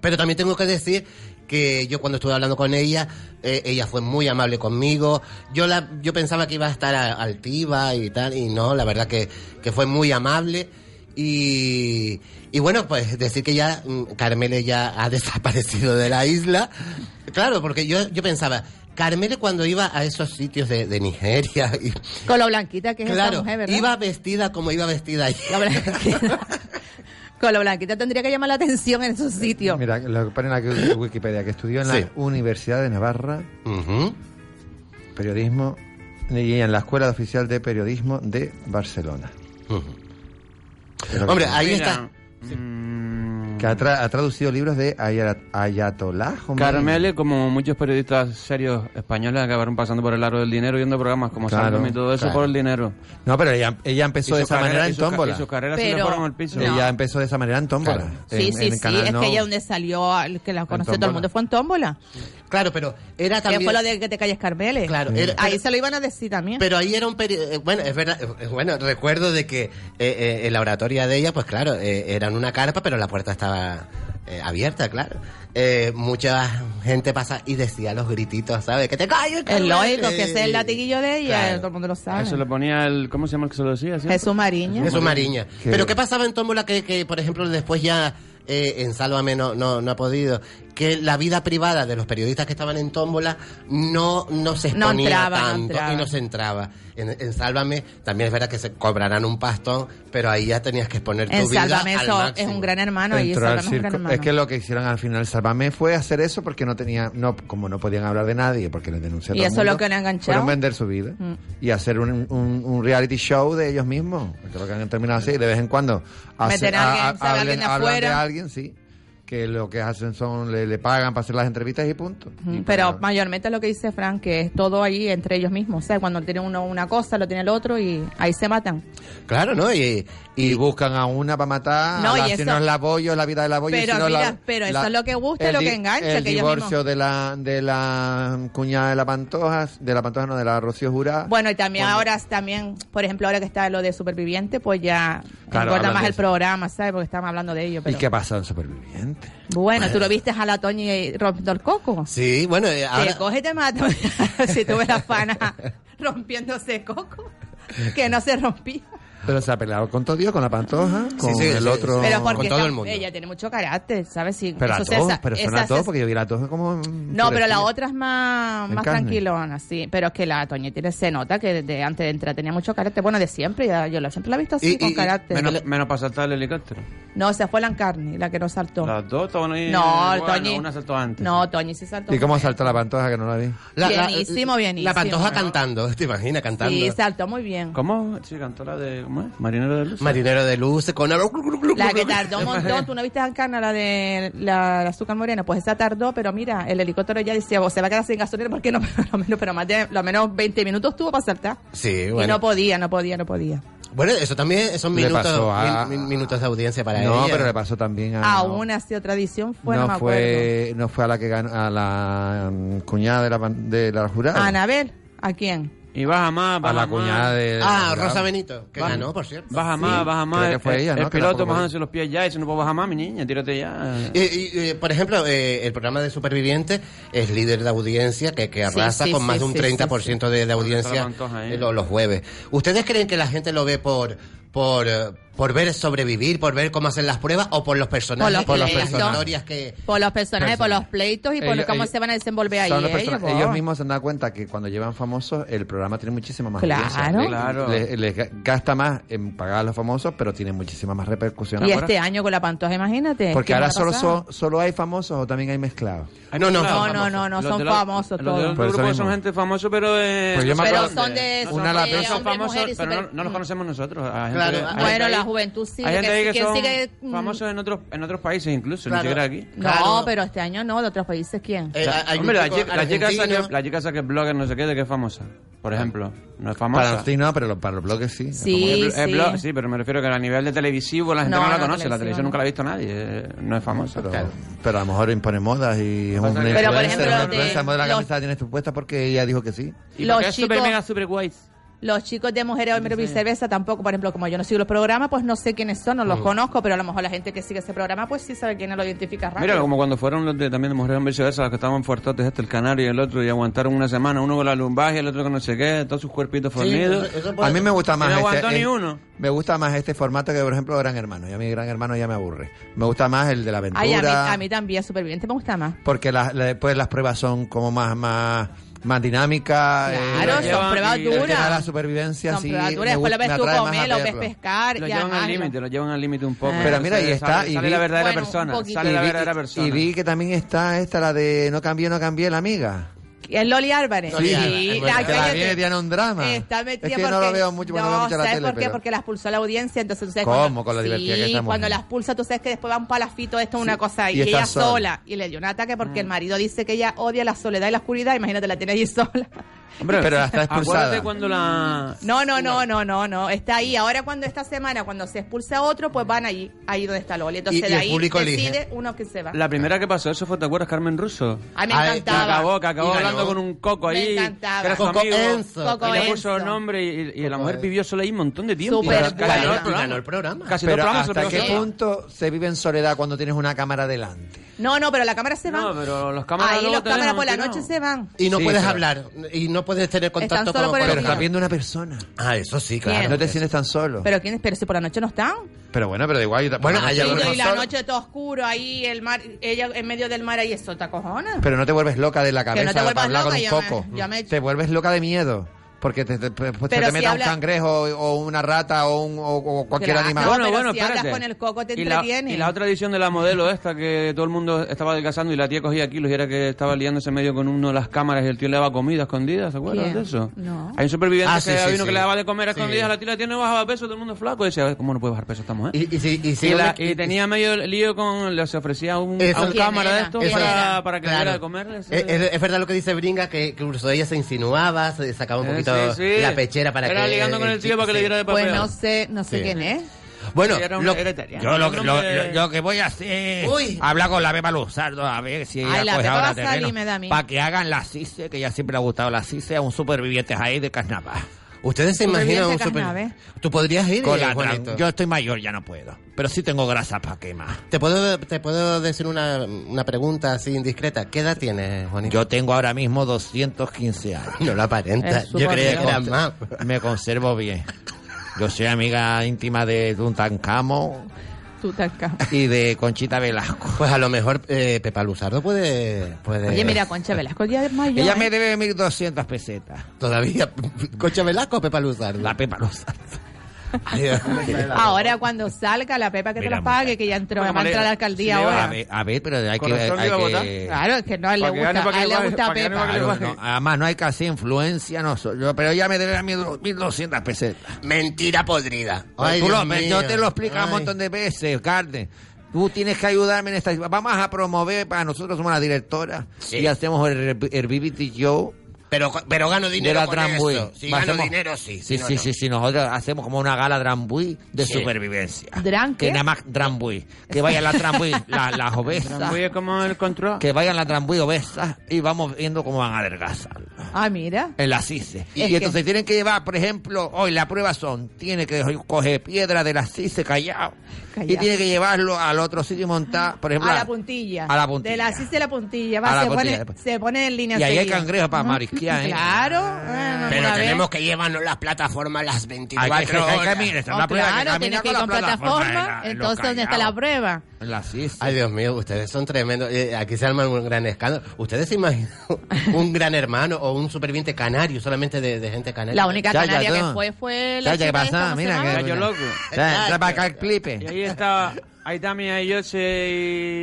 E: Pero también tengo que decir que yo cuando estuve hablando con ella, eh, ella fue muy amable conmigo. Yo la, yo pensaba que iba a estar a- altiva y tal, y no, la verdad que, que fue muy amable. Y, y bueno, pues decir que ya mm, Carmele ya ha desaparecido de la isla. Claro, porque yo, yo pensaba, Carmele cuando iba a esos sitios de, de Nigeria, y,
G: Con lo blanquita que es esta
E: claro,
G: mujer, ¿verdad?
E: iba vestida como iba vestida ahí.
G: La blanquita. Con lo blanquita tendría que llamar la atención en esos sitios.
I: Mira, lo que pone en la Wikipedia, que estudió en la
E: Sí.
I: Universidad de Navarra,
E: Ujú.
I: periodismo, y en la Escuela Oficial de Periodismo de Barcelona. Es lo que
E: Hombre,
I: pone.
E: ahí
J: Mira,
E: está.
K: mm,
I: que ha, tra- ha traducido libros de Ayala- Ayatollah. Khomeini.
K: Carmele, como muchos periodistas serios españoles, acabaron pasando por el aro del dinero, viendo programas como
I: Claro,
K: Sálvame y todo eso
I: claro.
K: por el dinero.
I: No, pero ella, ella
K: Y
I: empezó
K: sus
I: de esa
K: carreras-
I: manera
K: y
I: en
K: sus ca-
I: tómbola.
K: Y sus carreras se
G: Pero-
K: le fueron al piso.
G: No.
I: Ella empezó de esa manera en tómbola.
E: Claro.
I: en-
G: Sí, sí,
I: en el
G: sí.
I: canal
G: Es
I: No.
G: que ella donde salió, al que la conoció todo el
I: Tómbola.
G: mundo fue en Tómbola.
E: Claro, pero era
G: Que
E: también...
G: fue lo de que te calles Carmele.
I: Mm.
E: Claro, era-
G: Ahí se lo iban a decir también.
E: Pero ahí era un peri- eh, Bueno, es verdad. eh, Bueno, recuerdo de que eh, eh, en la oratoria de ella, pues claro, eh, era en una carpa, pero la puerta estaba eh, abierta, claro. Eh, mucha gente pasa y decía los grititos, ¿sabes? Que te calles,
G: es
E: Carmen!
G: lógico
E: Eh,
G: que ese es el latiguillo de ella,
E: claro.
G: todo el mundo lo sabe.
K: Eso le ponía el. ¿Cómo se llama el que se lo decía? ¿cierto?
G: Jesús Mariño.
E: Eso es Mariña.
I: Que-
E: Pero ¿qué pasaba en Tómbola que, que, por ejemplo, después ya eh, en Sálvame no, no, no ha podido? Que la vida privada de los periodistas que estaban en Tómbola no, no se
G: No
E: exponía
G: entraba, no
E: tanto
G: entraba.
E: y no se entraba. En, en Sálvame también es verdad que se cobrarán un pastón, pero ahí ya tenías que exponer tu
G: En
E: vida
G: Sálvame
E: al
G: eso es
E: máximo.
G: un gran hermano y
I: Entró al
G: Sálvame es un gran
I: circo.
G: hermano.
I: Es que lo que hicieron al final Salvame fue hacer eso porque no tenía, no, como no podían hablar de nadie, porque les denunciaron.
G: Y eso es lo que han enganchado. Mm.
I: Fueron vender su vida y hacer un, un- un reality show de ellos mismos. Porque lo que han terminado así, de vez en cuando
G: Meter a alguien, sacar a alguien de
I: hablan de
G: afuera.
I: alguien, sí. Que lo que hacen son, le, le pagan para hacer las entrevistas y punto.
G: Mm,
I: Y
G: Pero
I: para-
G: mayormente lo que dice Frank, que es todo ahí entre ellos mismos. O sea, cuando tiene uno una cosa, lo tiene el otro y ahí se matan.
E: Claro, ¿no? Y,
I: y
E: y-
I: buscan a una para matar,
G: No,
I: a
G: y
I: la-
G: eso-
I: si no es la bollo, es la vida de la bollo. y
G: Pero
I: si no
G: mira,
I: la-
G: pero eso
I: la-
G: es lo que gusta y
I: el
G: lo que
I: di-
G: engancha,
I: El
G: que ellos
I: divorcio
G: mismos-
I: de la, de la cuñada de la Pantoja, de la Pantoja no, de la Rocío Jurá.
G: Bueno, y también
I: Cuando-
G: ahora, también, por ejemplo, ahora que está lo de Superviviente, pues ya
I: Claro,
G: engorda
I: hablan
G: más
I: de
G: el
I: eso.
G: programa, ¿sabes? Porque estamos hablando de ello.
I: ¿Y
G: Pero...
I: qué Pues pasa en Superviviente?
G: Bueno, tú lo viste a la Toñi y rompiendo el coco.
E: sí, bueno, eh,
G: Te
E: ahora...
G: coge y te mata. si tuve la fana rompiéndose el coco, que no se rompía.
I: Pero se ha peleado con todo Dios, con la Pantoja, con
E: sí,
I: el
E: sí,
I: otro.
E: sí.
G: Pero porque
E: con todo
G: esa-
E: el mundo.
G: ella tiene mucho carácter, ¿sabes? Sí,
I: Pero a
G: eso se-
I: todos,
G: esa-
I: pero son
G: esa
I: a todos,
G: se-
I: porque yo vi a la todos como.
G: No, pero la
I: enfurecida.
G: otra es más,
I: En
G: más
I: carne.
G: tranquilona, sí. Pero es que la Toñi tiene, se nota que desde antes de entrar tenía mucho carácter. Bueno, de siempre, ya, yo la, siempre la he visto así,
E: Y-
G: con
E: y- y-
G: carácter.
K: Menos, menos para saltar el helicóptero.
G: No, se fue la Encarni, la que no saltó.
K: Las dos estaban ahí.
G: No,
K: bueno,
G: Toñi.
K: Una saltó antes.
G: No, Toñi sí saltó.
I: ¿Y cómo saltó la Pantoja que no la vi?
G: Bienísimo, bienísimo.
E: Ah, La pantoja cantando, ¿te imaginas cantando?
G: Sí, saltó muy bien.
K: ¿Cómo? Sí, cantó la de. ¿Cómo es? Marinero de Luz.
E: Marinero de luz con...
G: La que tardó un montón, tú no viste a Encarna, la de la, la azúcar morena, pues esa tardó, pero mira, el helicóptero ya decía, o se va a quedar sin gasolina porque no, lo menos, pero más de, lo menos 20 minutos tuvo para saltar.
E: Sí,
G: Y
E: bueno.
G: no podía, no podía, no podía.
E: Bueno, eso también son
I: Le
E: minutos,
I: pasó a-
E: min- min- minutos de audiencia para
I: no,
E: ella.
I: pero le pasó también a.
G: Aún así, otra edición fue, no,
I: no,
G: me acuerdo.
I: fue, no fue a la que ganó, a la mm, cuñada de la, pan- de la jurada.
G: ¿A Anabel? ¿A quién?
K: Y baja más,
I: a
K: baja
I: la
K: más.
I: cuñada de.
E: Ah,
I: de la-
E: Rosa Benito, que
K: Va-
E: ganó, por cierto.
K: Baja más, baja más.
I: creo que fue
K: el,
I: ella,
K: el
I: ¿no? Que
K: piloto
I: tampoco-
K: bajándose los pies ya. Y si no puedo bajar más, mi niña, tírate ya.
E: Y, y, eh, por ejemplo, eh, el programa de Supervivientes es líder de audiencia que, que
G: Sí,
E: arrasa
G: sí,
E: con
G: sí,
E: más de un
G: sí,
E: 30% de, de
K: Con
E: audiencia
K: toda la pantoja, ¿eh?
E: eh, lo- los jueves. ¿Ustedes creen que la gente lo ve por por eh, por ver sobrevivir, por ver cómo hacen las pruebas o por los personajes,
G: Por los
E: por las
G: peleas, ¿no?
E: historias que
G: Por los personajes, por los
I: Personajes.
G: pleitos y por
I: Ellos-
G: cómo
I: ellos-
G: se van a desenvolver ahí. ¿eh?
I: Son los
G: ellos,
I: personajes.
G: po.
I: ellos, mismos se han dado cuenta que cuando llevan famosos el programa tiene muchísima más
G: Claro.
I: audiencia. Le-
G: Claro.
I: le- les ga- gasta más en pagar a los famosos pero tiene muchísima más repercusión
G: Y
I: ahora.
G: este año con la pantoja, imagínate.
I: porque
G: ¿qué
I: ahora
G: va a
I: solo,
G: pasar?
I: son- solo hay famosos o también hay mezclados
G: No, no, no, no, no, no, son famosos
K: Los de
G: todos.
K: los
I: Por eso
K: grupos son
I: mismo.
K: gente famosa, pero de.
I: Pues yo me
G: Pero
I: acuerdo-
G: son de,
K: no
G: son
K: son
G: de
K: famosos,
G: hombres,
K: son famosos,
G: mujeres,
K: pero
G: super-
K: no, no los conocemos nosotros. Hay
G: Claro,
K: gente- hay
G: bueno,
K: gente ahí-
G: la juventud sí,
K: Hay gente
G: que-
K: ahí que,
G: que
K: son
G: sigue, mm.
K: famosos en otros, en otros países incluso,
G: Claro. Eh,
K: ni siquiera aquí.
G: No, pero este año no, de otros países, ¿quién?
K: O sea, hombre, la, chica, la chica esa que, la chica esa que es blogger no sé qué, de que es famosa, por ejemplo. No es famosa.
I: para los no pero lo- para los bloques sí
K: Es
G: Sí,
K: blo- es
G: sí.
K: blog- sí, pero me refiero que a nivel de televisivo la gente
G: No,
K: no, la
G: no,
K: conoce, la
G: televisivo
K: televisión
G: no.
K: nunca la ha visto nadie, eh, no es famosa.
I: pero, pero a lo mejor impone modas y es un
K: que- Pero, por ejemplo,
I: una
K: de-
I: influencer, el modelo de la
K: los-
I: camiseta tienes tu puesta porque ella dijo que sí
K: ¿Y
G: Los
K: por qué es super
G: chicos-
K: mega super guays?
G: Los chicos de Mujeres Hombre y Cerveza tampoco, por ejemplo, como yo no sigo los programas, pues no sé quiénes son, no los
K: Mm.
G: conozco, pero a lo mejor la gente que sigue ese programa, pues sí sabe quién lo identifica rápido.
K: Mira, como cuando fueron los de también de mujeres en viceversa, los que estaban fuertotes, este el canario y el otro, y aguantaron una semana, uno con la lumbagia, el otro con no sé qué, todos sus cuerpitos fornidos.
I: a mí me gusta más
K: No
I: este,
K: aguantó ni
I: eh,
K: uno.
I: me gusta más este formato que por ejemplo Gran Hermano ya mi Gran Hermano ya me aburre me gusta más el de la aventura
G: Ay, a mí, a mí también, superviviente, me gusta más.
I: porque las la- pues las pruebas son como más más más dinámicas eh,
G: Claro, son pruebas
I: el
G: duras.
I: tema de la supervivencia
G: Son
I: sí
G: pruebas duras,
I: me
G: después lo
I: gusta-
G: ves
I: me
G: tú
I: atrae más
G: comer,
I: a
G: lo ves
I: verlo.
G: pescar.
K: Lo
G: y
K: llevan
G: además-
K: al límite, lo llevan al límite un poco.
I: Pero mira, y
K: Entonces,
I: está-
K: Sale,
I: y
K: sale
I: vi-
K: la verdadera
G: Bueno, un
K: persona.
G: poquito.
K: Sale la
I: Y vi-
K: verdadera persona.
I: y vi que también está esta la de no cambié no cambié la amiga
G: ¿Es Loli Álvarez?
I: Sí,
G: Sí,
I: la, que la
G: cállate.
I: viene Diana un drama.
G: Está metida
I: es que
G: porque,
I: no lo veo mucho, porque no, veo mucho la
G: ¿sabes
I: tele.
G: por qué?
I: pero-
G: Porque las pulsó la audiencia, entonces tú sabes
I: ¿Cómo?
G: cuando-
I: Con lo divertida que
G: Sí,
I: estamos.
G: cuando las pulsa, tú sabes que después va un palafito, esto es una cosa, y,
I: Y
G: que
I: está
G: ella
I: sola. Mm.
G: sola. y le dio un ataque porque el marido dice que ella odia la soledad y la oscuridad, imagínate, la tiene allí sola.
I: Hombre, pero la está
K: Acuérdate
I: expulsada.
K: cuando la...
G: No, no, no, no, no, no, está ahí. Ahora cuando esta semana, cuando se expulsa otro, pues van ahí, ahí donde está Loli. Entonces
K: Y- y
G: de
K: el
G: ahí
K: público
G: decide
K: elige.
G: uno que se va.
K: La primera que pasó eso fue, ¿te acuerdas? Carmen Russo.
G: Ay, me
K: Ah,
G: encantaba.
K: Que acabó, que acabó
G: Y ganó.
K: hablando con un coco
G: Me
K: ahí.
G: encantaba.
K: Que era su
G: Coco
K: amigo.
G: Enzo. Coco
K: y le
G: Enzo.
K: puso el nombre y, y la mujer vivió sola ahí un montón de tiempo.
E: Súper
K: Casi
E: guay.
K: todo el
E: Ganó-
K: programa.
E: ganó el programa.
K: Casi todo el
I: pero
K: programa se
I: ¿hasta
K: lo pasó
I: qué
K: sola.
I: punto se vive en soledad cuando tienes una cámara delante?
G: No, no, pero la cámara se va.
K: No, pero los
G: ahí los cámaras por la noche se van.
E: Y no
I: Sí,
E: puedes
I: pero-
E: hablar, y no puedes tener
G: Están
E: contacto
G: solo
E: con
G: por el
I: Pero
E: con-
I: estás viendo una persona.
E: Ah, eso sí, claro.
G: Bien.
I: No te sientes tan solo.
G: Pero quién es, pero si por la noche no están.
I: Pero bueno, pero igual. yo-
E: Bueno,
I: por la noche
E: allá
I: duermo
G: y la
I: solo.
G: noche todo oscuro, ahí el mar, ella en medio del mar ahí eso está cojona.
I: Pero no te vuelves loca de la
G: no
I: cabeza
G: te vuelvas
I: para hablar
G: loca, ya
I: con
G: me-
I: un coco.
G: ya me-
I: Te vuelves loca de miedo. Porque te, te, pues te
G: Pero si
I: meta
G: habla-
I: un cangrejo o una rata o, un, o- o cualquier
G: Claro,
I: animal.
G: Bueno, pero bueno, si hablas con el coco te
K: y la,
G: entretiene.
K: y la otra edición de la modelo esta que todo el mundo estaba adelgazando y la tía cogía kilos y era que estaba liándose medio con uno de las cámaras y el tío le daba comida escondida, ¿se acuerdan
G: ¿Quién?
K: de eso?
G: No.
K: Hay un superviviente
E: Ah,
K: que
E: sí,
K: había
E: sí,
K: uno que
E: sí.
K: le daba de comer a
E: Sí.
K: escondidas, la tía la tía no bajaba peso, todo el mundo flaco, y decía, ¿cómo no puede bajar peso esta mujer?
E: Y, y si, y si
K: Y,
E: la-
K: la- y tenía medio lío con. Le se ofrecía un,
E: Eso-
K: a un
E: ¿Quién
K: cámara de
E: era?
K: esto
E: Eso-
K: para, para que
E: claro.
K: diera de comerles.
E: Eh, Es, es verdad lo que dice Bringa, que que incluso ella se insinuaba, se sacaba un
K: Eh,
E: poquito
K: sí, sí.
E: la pechera para
K: Era
E: que...
K: ligando con el tío para que le diera de papel.
G: Pues no sé, no sé
E: Sí.
G: quién es.
E: Bueno,
K: Era un-
E: lo-
K: era italiano.
L: Yo lo,
K: Un
L: lo-
K: hombre-
L: lo- yo que voy a hacer
K: Uy.
L: hablar con la Pepa Luzardo a ver si
G: Ay, la
L: ella coge
G: Pepa va
L: ahora
G: a salir, me da a
L: terreno
G: mí.
L: para que hagan la CICE, que ya siempre le ha gustado la CICE, a un superviviente ahí de carnaval.
E: Ustedes se imaginan un super... Tú podrías ir,
L: Con
E: eh,
L: la
E: Juanito.
L: tran- Yo estoy mayor, ya no puedo. Pero sí tengo grasa para quemar.
E: ¿Te puedo, te puedo decir una, una pregunta así indiscreta. ¿Qué edad tienes, Juanito?
L: Yo tengo ahora mismo 215 años.
E: No lo aparenta.
L: Es
E: Yo creía
L: superviviente.
E: que era más.
L: Me conservo bien. Yo soy amiga íntima de Tuntancamo
G: Tú te acá.
L: y de Conchita Velasco.
E: Pues a lo mejor eh, Pepa Luzardo puede... puede...
G: Oye, mira, Concha Velasco ya es mayor.
L: Ella
G: ¿eh?
L: me debe 1.200 pesetas.
E: Todavía, Concha Velasco o Pepa Luzardo. La
L: Pepa Luzardo.
G: Ahora cuando salga la Pepa que te
L: Mira,
G: la pague, que ya entró,
L: Bueno,
G: va a entrar a la
L: vale,
G: alcaldía
L: sí,
G: ahora.
L: A ver, a ver, pero hay que...
E: Pues
K: Corazón
L: hay
K: iba a votar.
L: que-
G: Claro, es que no, a él le
K: Pa' que
G: gusta,
K: gane, pa' que
G: a él le
K: baje,
G: gusta
K: pa' que gane,
G: Pepa.
K: pa' que
L: Claro, Ah,
E: eh.
L: no, además no hay casi influencia, no soy yo, pero ella me debe a mí 1.200 pesetas.
E: Mentira podrida.
L: Pero
E: Ay,
L: tú
E: Dios
L: lo-
E: mío.
L: yo te lo explico un
E: Ay.
L: montón de veces, Carden. Tú tienes que ayudarme en esta. Vamos a promover para nosotros somos la directora y hacemos el, el BBT Show
E: Pero, pero gano
L: de
E: dinero
L: la
E: con
L: Drambuí.
E: esto. Si
L: Va,
E: gano
L: hacemos-
E: dinero, sí.
L: Sí,
E: si no,
L: sí,
E: no.
L: sí, sí, Nosotros hacemos como una gala Drambuí de
E: Sí.
L: supervivencia.
G: ¿Dran
L: Que
G: qué?
L: nada más Drambuí. Que vayan las Drambuí, la- las obesas.
K: Voy a como el control.
L: Que vayan las Drambuí obesas y vamos viendo cómo van a adelgazar
G: Ah, mira.
L: en la CICE. Y,
G: Es que-
L: entonces tienen que llevar, por ejemplo, hoy la prueba son, tiene que coger piedra de la CICE callado,
G: Callao.
L: y tiene que llevarlo al otro sitio y montar, por ejemplo,
G: A
L: a-
G: la puntilla.
L: a la puntilla.
G: De la así de la puntilla.
L: A
G: Va,
L: la
G: se,
L: puntilla.
G: Pone, se pone en línea
L: y ahí hay
G: enseguida.
L: cangrejo para
G: Ujú.
L: Turquía, ¿eh?
G: Claro.
E: Pero tenemos que llevarnos las plataformas las 24
L: Hay que- hay que
E: horas.
L: caminar, está
G: Oh,
L: la prueba,
G: claro,
L: camina
G: tienes que
L: con
G: ir
L: la
G: con
L: plataforma
G: plataforma,
L: en la- en los
G: entonces ¿dónde está la prueba?
E: Ay, Dios mío, ustedes son tremendos. Eh, aquí se arman un gran escándalo. ¿Ustedes se imaginan un gran hermano o un superviviente canario solamente de, de gente canaria?
G: La única canaria que fue fue la
E: Chacha,
G: chica
E: ¿qué
G: esta,
E: pasa?
G: ¿cómo se
E: Mira
G: llama?
E: que-
K: Yo loco.
E: Ya, entra para
L: acá el clipe.
K: Y ahí estaba, ahí está mi Ayose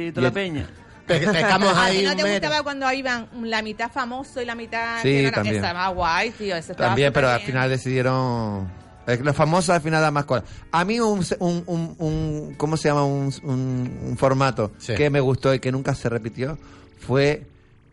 K: y toda la peña.
E: Pescamos
G: Ah, ¿No te gustaba cuando iban la mitad famoso y la mitad
I: Sí,
G: que no era-
I: también.
G: Esa, más guay, tío. ese estaba
I: También, pero al
G: superbién.
I: final decidieron. eh, Los famosos al final dan más cosas. A mí un, un, un, un- ¿cómo se llama? Un, un- un formato que me gustó y que nunca se repitió fue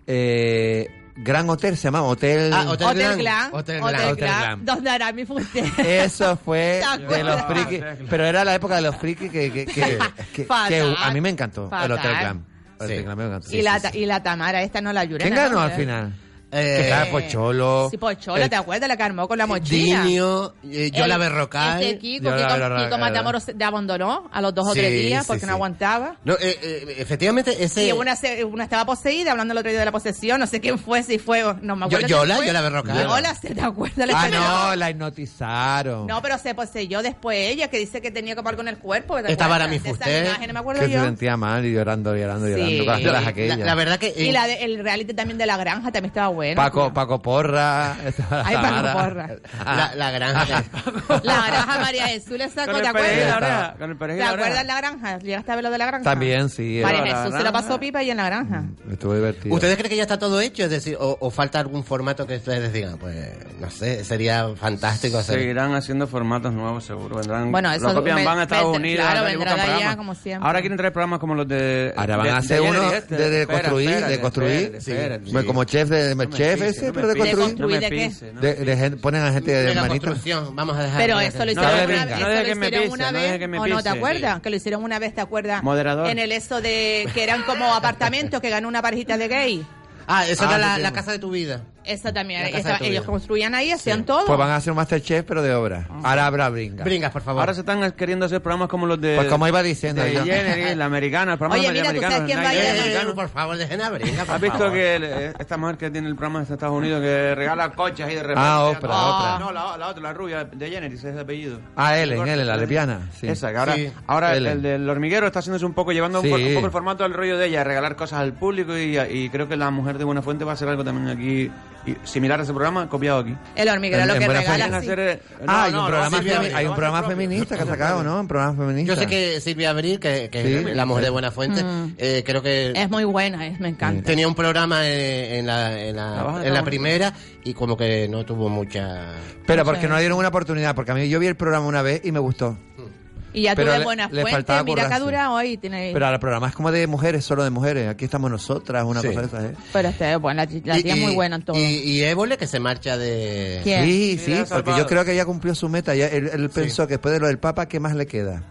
I: eh, Gran Hotel, se llama Hotel...
G: Ah, Hotel, Glam. Hotel Glam.
I: Hotel Glam.
G: Donde hará mi fuente.
I: Eso fue
G: ¿Te
I: de los
G: acuerdas?
I: frikis. Pero era la época de los frikis que, que, que- que- que-
G: Fatal.
I: a mí me encantó el Hotel
G: Fatal.
I: Glam. El Hotel Glam me encantó.
G: y, la, y la Tamara, esta no Eh, la lloré.
I: ¿Quién ganó al final? que estaba Pocholo. Eh,
G: Sí, Pochola,
I: el-
G: ¿te acuerdas? La que armó con la mochila.
E: Niño, eh, Yola
G: El-
E: Berrocal.
G: Este Kiko,
E: Yola
G: Kiko,
E: Berrocal.
G: Kiko Matamoros se- la abandonó a los dos o
E: Sí,
G: tres días
E: sí,
G: porque no
E: sí.
G: aguantaba.
E: No, eh, eh, efectivamente, ese...
G: Y una, se- una estaba poseída, hablando el otro día de la posesión, no sé quién fue, si fue, no me acuerdo.
I: Yo- Yola,
G: quién fue.
I: Yola Berrocal.
G: Yola, ¿se te acuerdas? La
I: Ah,
G: historia?
I: no, la hipnotizaron.
G: No, pero se poseyó después ella, que dice que tenía que parar con el cuerpo. ¿te
I: Estaba
G: acuerdas?
I: Aramis
G: De esa
I: Fuster,
G: imagen, no me acuerdo
I: que se
G: yo.
I: sentía mal y llorando, llorando, llorando. Con las telas aquellas.
G: Y la de- el reality también de La Granja también estaba bueno.
I: Paco, Paco Porra.
G: Ay, Paco Porra.
I: Ah.
E: La, la granja.
G: La Granja María Jesús le sacó, ¿te acuerdas?
K: Con el
G: ¿Te acuerdas La Granja? ¿Llegaste a ver lo de La Granja?
I: También, sí. era- Mm.
G: María Jesús se lo pasó pipa y en La Granja.
I: Estuvo divertido.
E: ¿Ustedes creen que ya está todo hecho? Es decir, o, o falta algún formato que ustedes digan, pues, no sé, sería fantástico hacer.
K: Seguirán haciendo formatos nuevos, seguro. Vendrán,
E: Bueno,
K: los
E: eso
K: copian,
E: me-
K: van a Estados
E: vendrá-
K: Unidos.
E: claro,
K: ahora y
E: vendrá
K: buscan
E: de allá,
K: programas.
E: como siempre.
K: Ahora quieren traer programas como los de.
I: Ahora van a hacer uno de,
K: este.
I: de
K: Espera,
I: construir,
K: espérate,
I: de construir.
K: espérate, espérate.
I: Bueno, Como chef de
K: No me
I: chef
K: pise,
I: ese,
K: no
I: pero
K: me
I: de
K: pise,
I: construir.
K: no me ¿De construir de pise, qué? no
I: De- de gente- ponen a gente de
E: Mega
I: hermanito.
E: construcción, vamos a dejar.
G: Pero
E: mira,
G: eso lo
E: que-
G: hicieron
I: deje
G: una
I: que-
G: vez,
I: no
G: eso
I: deje
G: lo
I: que me
G: hicieron
I: pise,
G: una
I: no
G: vez,
I: deje que me
G: o no te
I: pise.
G: acuerdas, que lo hicieron una vez, ¿te acuerdas?
K: Moderador.
G: En el eso de que eran como apartamentos que ganó una parejita de gay.
E: Ah, esa
I: Ah,
E: era
I: sí,
E: la,
I: sí.
E: la casa de tu vida.
G: Esa también,
E: La casa
G: esa-
E: de tu
G: ellos
E: vida.
G: construían ahí, hacían todo.
I: Pues van a hacer un Masterchef, pero de obra. Ahora habrá bringas.
E: Bringas, por favor.
K: Ahora se están queriendo hacer programas como los de.
I: Pues como iba diciendo,
K: de
I: yo.
K: Jenner, la americana, el programa
E: Oye,
K: de
E: mira, tú
K: americanos,
E: sabes quién
K: el
E: va a
K: Nike
E: ir a-
K: americano.
E: Por favor, dejen a brinca, por
K: ¿Has visto
E: favor.
K: que el- eh, esta mujer que tiene el programa de Estados Unidos que regala coches ahí de repente?
I: Ah, Oprah,
K: No,
I: Oprah.
K: No, la, la otra, la rubia de Jenner, ese es el apellido.
I: Ah, Ellen, Ellen, la lesbiana. Sí.
K: Esa, que ahora, ahora el del hormiguero está haciéndose un poco, llevando un
I: Sí.
K: po- un poco el formato del rollo de ella, regalar cosas al público y, y creo que la mujer de Buena Fuente va a hacer algo también aquí y- similar a ese programa, copiado aquí.
G: El hormiguero
K: En-
G: lo
K: en
G: que
K: Buena
G: regala.
K: Fuente.
G: sí.
K: Hacer, eh, no,
I: Ah, hay
K: no,
I: un
K: no,
I: programa,
K: sí,
I: femi-
K: no,
I: hay
K: no,
I: un programa feminista que ha sacado, ¿no? Un programa feminista.
E: Yo sé que Silvia Abril, que, que
I: Sí.
E: es la mujer de Buena Fuente,
G: Mm.
E: eh, creo que
G: Es muy buena, es, me encanta.
E: tenía un programa eh, en la, en la,
I: La baja
E: en
I: está
E: la
I: bonita.
E: primera y como que no tuvo mucha...
I: Pero porque no le dieron una oportunidad, porque a mí yo vi el programa una vez y me gustó.
G: Y ya
I: Pero
G: tuve
I: le-
G: buenas
I: le
G: fuentes,
I: faltaba
G: mira que ha
I: currarse.
G: durado ahí. Tiene,
I: Pero ahora el programa es como de mujeres, solo de mujeres. Aquí estamos nosotras, una
E: Sí.
I: cosa de esas, ¿eh?
G: pero este es buena, la, chi- la tía es muy buena en todo.
E: Y, y Évole que se marcha de...
I: Sí, sí, porque yo creo que ella cumplió su meta. Ya él, él pensó que después de lo del Papa, ¿qué más le queda?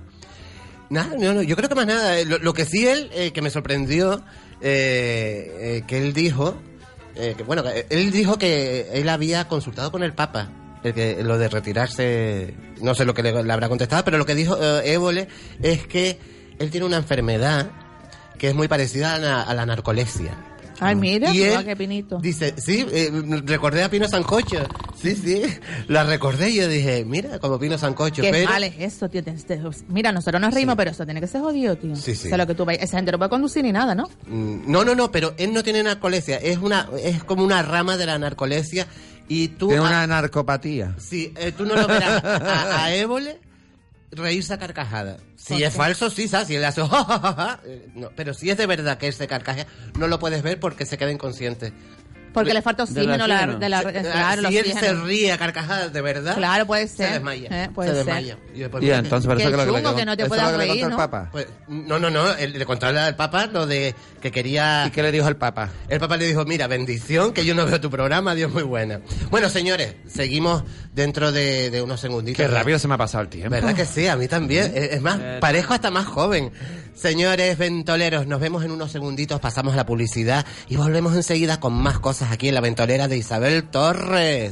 E: Nada, no, no, yo creo que más nada. eh, Lo, lo que sí él, eh, que me sorprendió, eh, eh, que él dijo, eh, que bueno, que él dijo que él había consultado con el Papa. el que- lo de retirarse, no sé lo que le, le habrá contestado, pero lo que dijo eh, Évole es que él tiene una enfermedad que es muy parecida a la, a la narcolepsia.
G: Ay, mira,
E: Y él-
G: ah, qué pinito.
E: Dice, sí, eh, recordé a Pino Sancocho. Sí, sí, la recordé y yo dije, mira, como Pino Sancocho.
G: Qué
E: pero...
G: mal es eso, tío. te- te- Mira, nosotros nos reímos, pero eso tiene que ser jodido, tío.
E: Sí, sí.
G: O sea, lo que tú veis. Esa gente no puede conducir ni nada, ¿no?
E: Mm, No, no, no, pero él no tiene narcolepsia, es una es como una rama de la narcolepsia y tú
I: Tiene
E: a-
I: una narcopatía.
E: sí, eh, tú no lo verás a, a Évole reírse a carcajada. Si es falso, sí, ¿sabes? Si él hace eh, no, pero si es de verdad que él se carcajea, no lo puedes ver porque se queda inconsciente.
G: Porque le falta oxígeno. la- de la, eh,
E: Se-
G: claro,
E: ah, si
G: el
E: él se
G: oxígeno.
E: ríe a carcajadas de verdad.
G: Claro, puede
E: Se
G: ser,
E: desmaya.
G: eh, puede
E: se
G: ser.
E: desmaya. después-
I: Y entonces parece
G: Qué
I: que lo que le
G: chungo
I: con-
G: que no te
I: eso es
G: puedas
I: lo que le
G: reír,
I: contó el
G: ¿no?
I: Papa.
E: Pues, no, no, no, él le contó al Papa lo de que quería... ¿Y
I: qué le dijo el Papa?
E: El Papa le dijo, mira, bendición, que yo no veo tu programa, Dios muy buena. Bueno, señores, seguimos dentro de, de unos segunditos.
I: Qué rápido se me ha pasado el tiempo.
E: ¿Verdad que sí? A mí también. Es es más, parejo hasta más joven. Señores ventoleros, nos vemos en unos segunditos, pasamos a la publicidad y volvemos enseguida con más cosas aquí en la ventolera de Isabel Torres.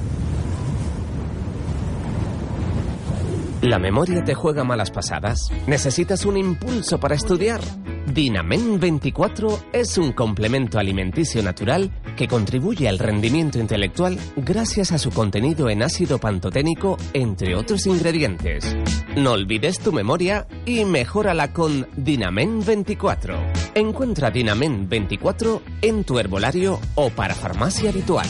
M: ¿La memoria te juega malas pasadas? ¿Necesitas un impulso para estudiar? Dinamen 24 es un complemento alimenticio natural que contribuye al rendimiento intelectual gracias a su contenido en ácido pantoténico, entre otros ingredientes. No olvides tu memoria y mejórala con Dinamen 24. Encuentra Dinamen 24 en tu herbolario o para farmacia habitual.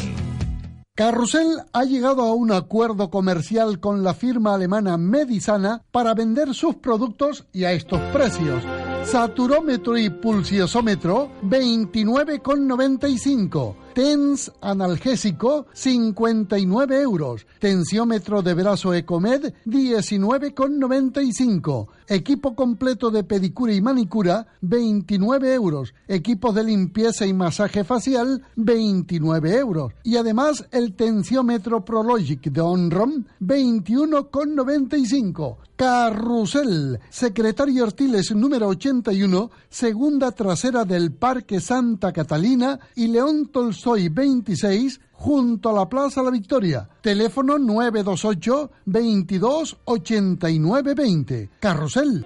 N: Carrusel ha llegado a un acuerdo comercial con la firma alemana Medisana para vender sus productos y a estos precios. Saturómetro y pulsiosómetro 29,95. TENS analgésico 59 euros. Tensiómetro de brazo Ecomed 19,95. Equipo completo de pedicura y manicura 29 euros. Equipos de limpieza y masaje facial 29 euros. Y además el tensiómetro Prologic de Onrom 21,95. Carrusel, Secretario Ortiles número 81, segunda trasera del Parque Santa Catalina y León Tolstoy soy 26 junto a la Plaza La Victoria. Teléfono 928 22 89 20. Carrusel.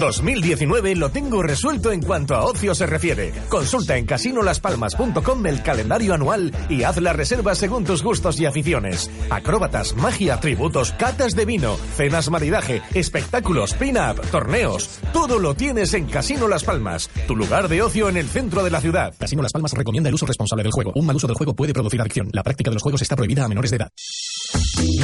O: 2019 lo tengo resuelto en cuanto a ocio se refiere. Consulta en casinolaspalmas.com el calendario anual y haz la reserva según tus gustos y aficiones. Acróbatas, magia, tributos, catas de vino, cenas maridaje, espectáculos, pin-up, torneos. Todo lo tienes en Casino Las Palmas, tu lugar de ocio en el centro de la ciudad.
P: Casino Las Palmas recomienda el uso responsable del juego. Un mal uso del juego puede producir adicción. La práctica de los juegos está prohibida a menores de edad.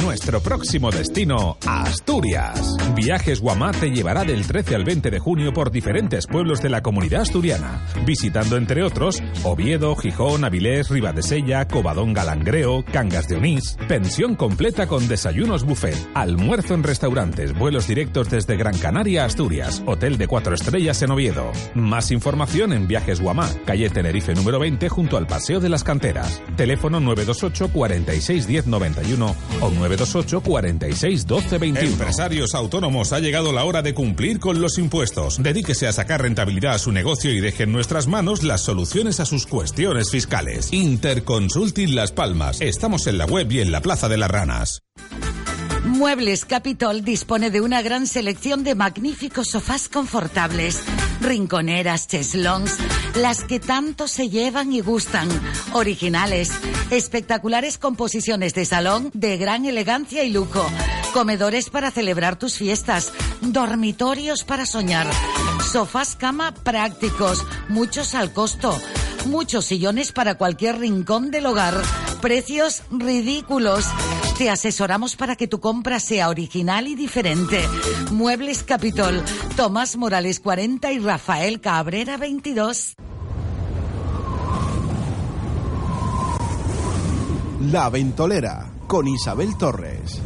Q: Nuestro próximo destino, Asturias. Viajes Guamá te llevará del 13 al 20 de junio por diferentes pueblos de la comunidad asturiana, visitando entre otros Oviedo, Gijón, Avilés, Ribadesella, Covadonga, Galangreo, Cangas de Onís. Pensión completa con desayunos buffet, almuerzo en restaurantes, vuelos directos desde Gran Canaria a Asturias, hotel de cuatro estrellas en Oviedo. Más información en Viajes Guamá, calle Tenerife número 20 junto al Paseo de las Canteras. Teléfono 928 46 10 91 o 928 46 12 21. Empresarios autónomos, ha llegado la hora de cumplir con los impuestos. Dedíquese a sacar rentabilidad a su negocio y deje en nuestras manos las soluciones a sus cuestiones fiscales. Interconsulting Las Palmas. Estamos en la web y en la Plaza de las Ranas.
R: Muebles Capitol dispone de una gran selección de magníficos sofás confortables, rinconeras, cheslons, las que tanto se llevan y gustan, originales, espectaculares composiciones de salón de gran elegancia y lujo, comedores para celebrar tus fiestas, dormitorios para soñar, sofás cama prácticos, muchos al costo, muchos sillones para cualquier rincón del hogar, precios ridículos. Te asesoramos para que tu compra sea original y diferente. Muebles Capitol, Tomás Morales 40 y Rafael Cabrera 22.
S: La Ventolera con Isabel Torres.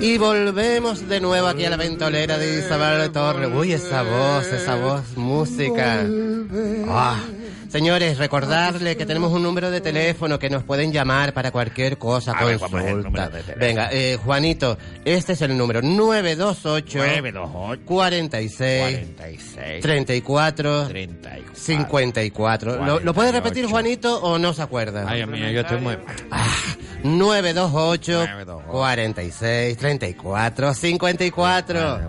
E: Y volvemos de nuevo aquí a la ventolera de Isabel Torres. Uy, esa voz, esa voz, música. Ah. Señores, recordarle que tenemos un número de teléfono que nos pueden llamar para cualquier cosa,
F: A ver, ¿cuál es el número
E: consulta.
F: de teléfono?
E: Venga, eh, Juanito, este es el número 928 46 34 54. ¿Lo, lo puede repetir
L: 48.
E: Juanito o no se acuerda?
L: Ay, amigo, yo estoy muy...
E: 928 46 34 54.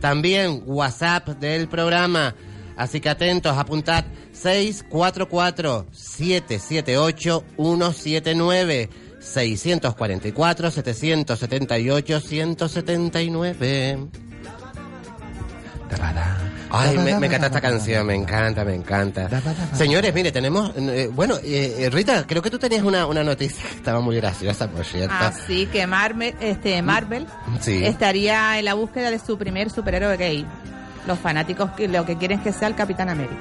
E: También WhatsApp del programa Así que atentos, apuntad 644 778 179 644 778 179. Ay, me, me encanta esta canción, me encanta, me encanta. Señores, mire, tenemos. eh, bueno, eh, eh, Rita, creo que tú tenías una, una noticia que estaba muy graciosa, por cierto.
G: Así que Marvel, este, Marvel
E: Sí.
G: estaría en la búsqueda de su primer superhéroe gay. Los fanáticos que- lo que quieren es que sea el Capitán América.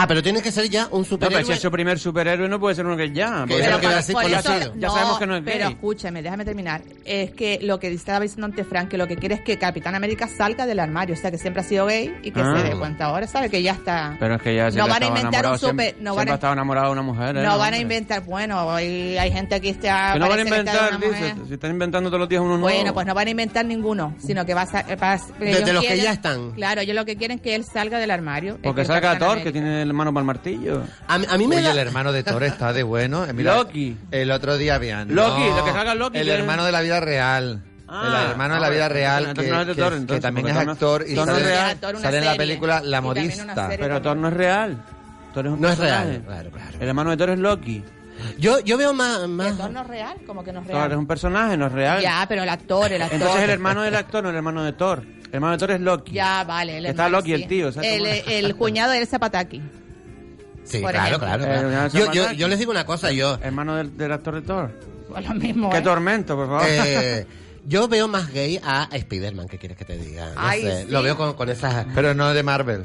E: Ah, pero tiene que ser ya un
K: No, pero si es su primer superhéroe no puede ser uno que ya.
E: Que
K: porque
E: es lo
K: ya-
E: que iba a decir,
K: ya
E: por
K: sa-
E: eso-
K: ya
G: No,
K: sabemos que no es gay.
G: Pero escúchame, déjame terminar. Es que lo que estaba diciendo antes Frank, que lo que quiere es que Capitán América salga del armario, o sea, que siempre ha sido gay y que
K: Ah.
G: se dé cuenta ahora, sabe que ya está.
K: Pero es que ya se
G: No
K: le
G: van a
K: estaba
G: inventar un
K: enamorado,
G: super-
K: siempre-
G: no van
K: siempre
G: a-
K: ha estado enamorado de una mujer. eh,
G: no van a
K: hombre.
G: inventar, bueno, hay, hay gente aquí está,
K: Que no van a
G: parece que está de
K: inventar,
G: una mujer.
K: dice. Si están inventando todos los días uno nuevo.
G: Bueno, pues no van a inventar ninguno, sino que va a sa- eh, va a-
K: De- de los que ya están.
G: Claro, ellos lo que quieren es que él salga del armario. es
K: Porque
G: que
K: salga
G: Capitán
K: Thor,
G: América-
K: que tiene el mano para el martillo.
E: A, mí me
I: Oye,
K: da-
I: el hermano de Thor está de bueno. Eh, mira,
K: Loki.
I: El otro día habían.
K: Loki, lo que salga Loki,
I: El
K: que-
I: hermano de la vida real.
K: Ah,
I: el hermano de
K: ah,
I: la vida
K: bueno,
I: real
K: entonces
I: que,
K: no es de
I: que-
K: Thor,
I: que
K: entonces,
I: también
K: porque
I: es
K: Thor no-
I: actor y
K: Thor no
I: sale,
K: es real. Thor, una
I: sale en la
K: serie.
I: película La
K: Y también una
I: modista.
K: serie Pero Thor no es real. Thor es un
E: No es
K: personaje.
E: real, claro, claro.
K: El hermano de Thor es Loki.
E: Yo, yo veo más. más...
G: Thor no es real, como que no es
K: Thor es
G: real.
K: un personaje, no es real.
G: Ya, pero el actor, el actor.
K: Entonces el hermano del actor no es el hermano de Thor. El hermano de Thor es Loki.
G: Ya, vale. El
K: Está
G: hermano,
K: Loki, el tío, ¿sabes
G: El,
K: cómo?
G: el cuñado de Elsa Pataki.
E: Sí,
G: Por
E: claro,
G: ejemplo.
E: claro,
K: Eh,
E: claro.
K: una
E: Yo, yo,
K: semana-
E: yo les digo una cosa, yo.
K: Hermano del, del actor de Thor.
G: Lo mismo,
K: Qué
G: ¿eh?
K: tormento, por favor.
E: Eh, yo veo más gay a Spider-Man, ¿qué quieres que te diga? No
K: Ay,
E: sé,
K: sí.
E: Lo veo con, con esas.
I: Pero no de Marvel.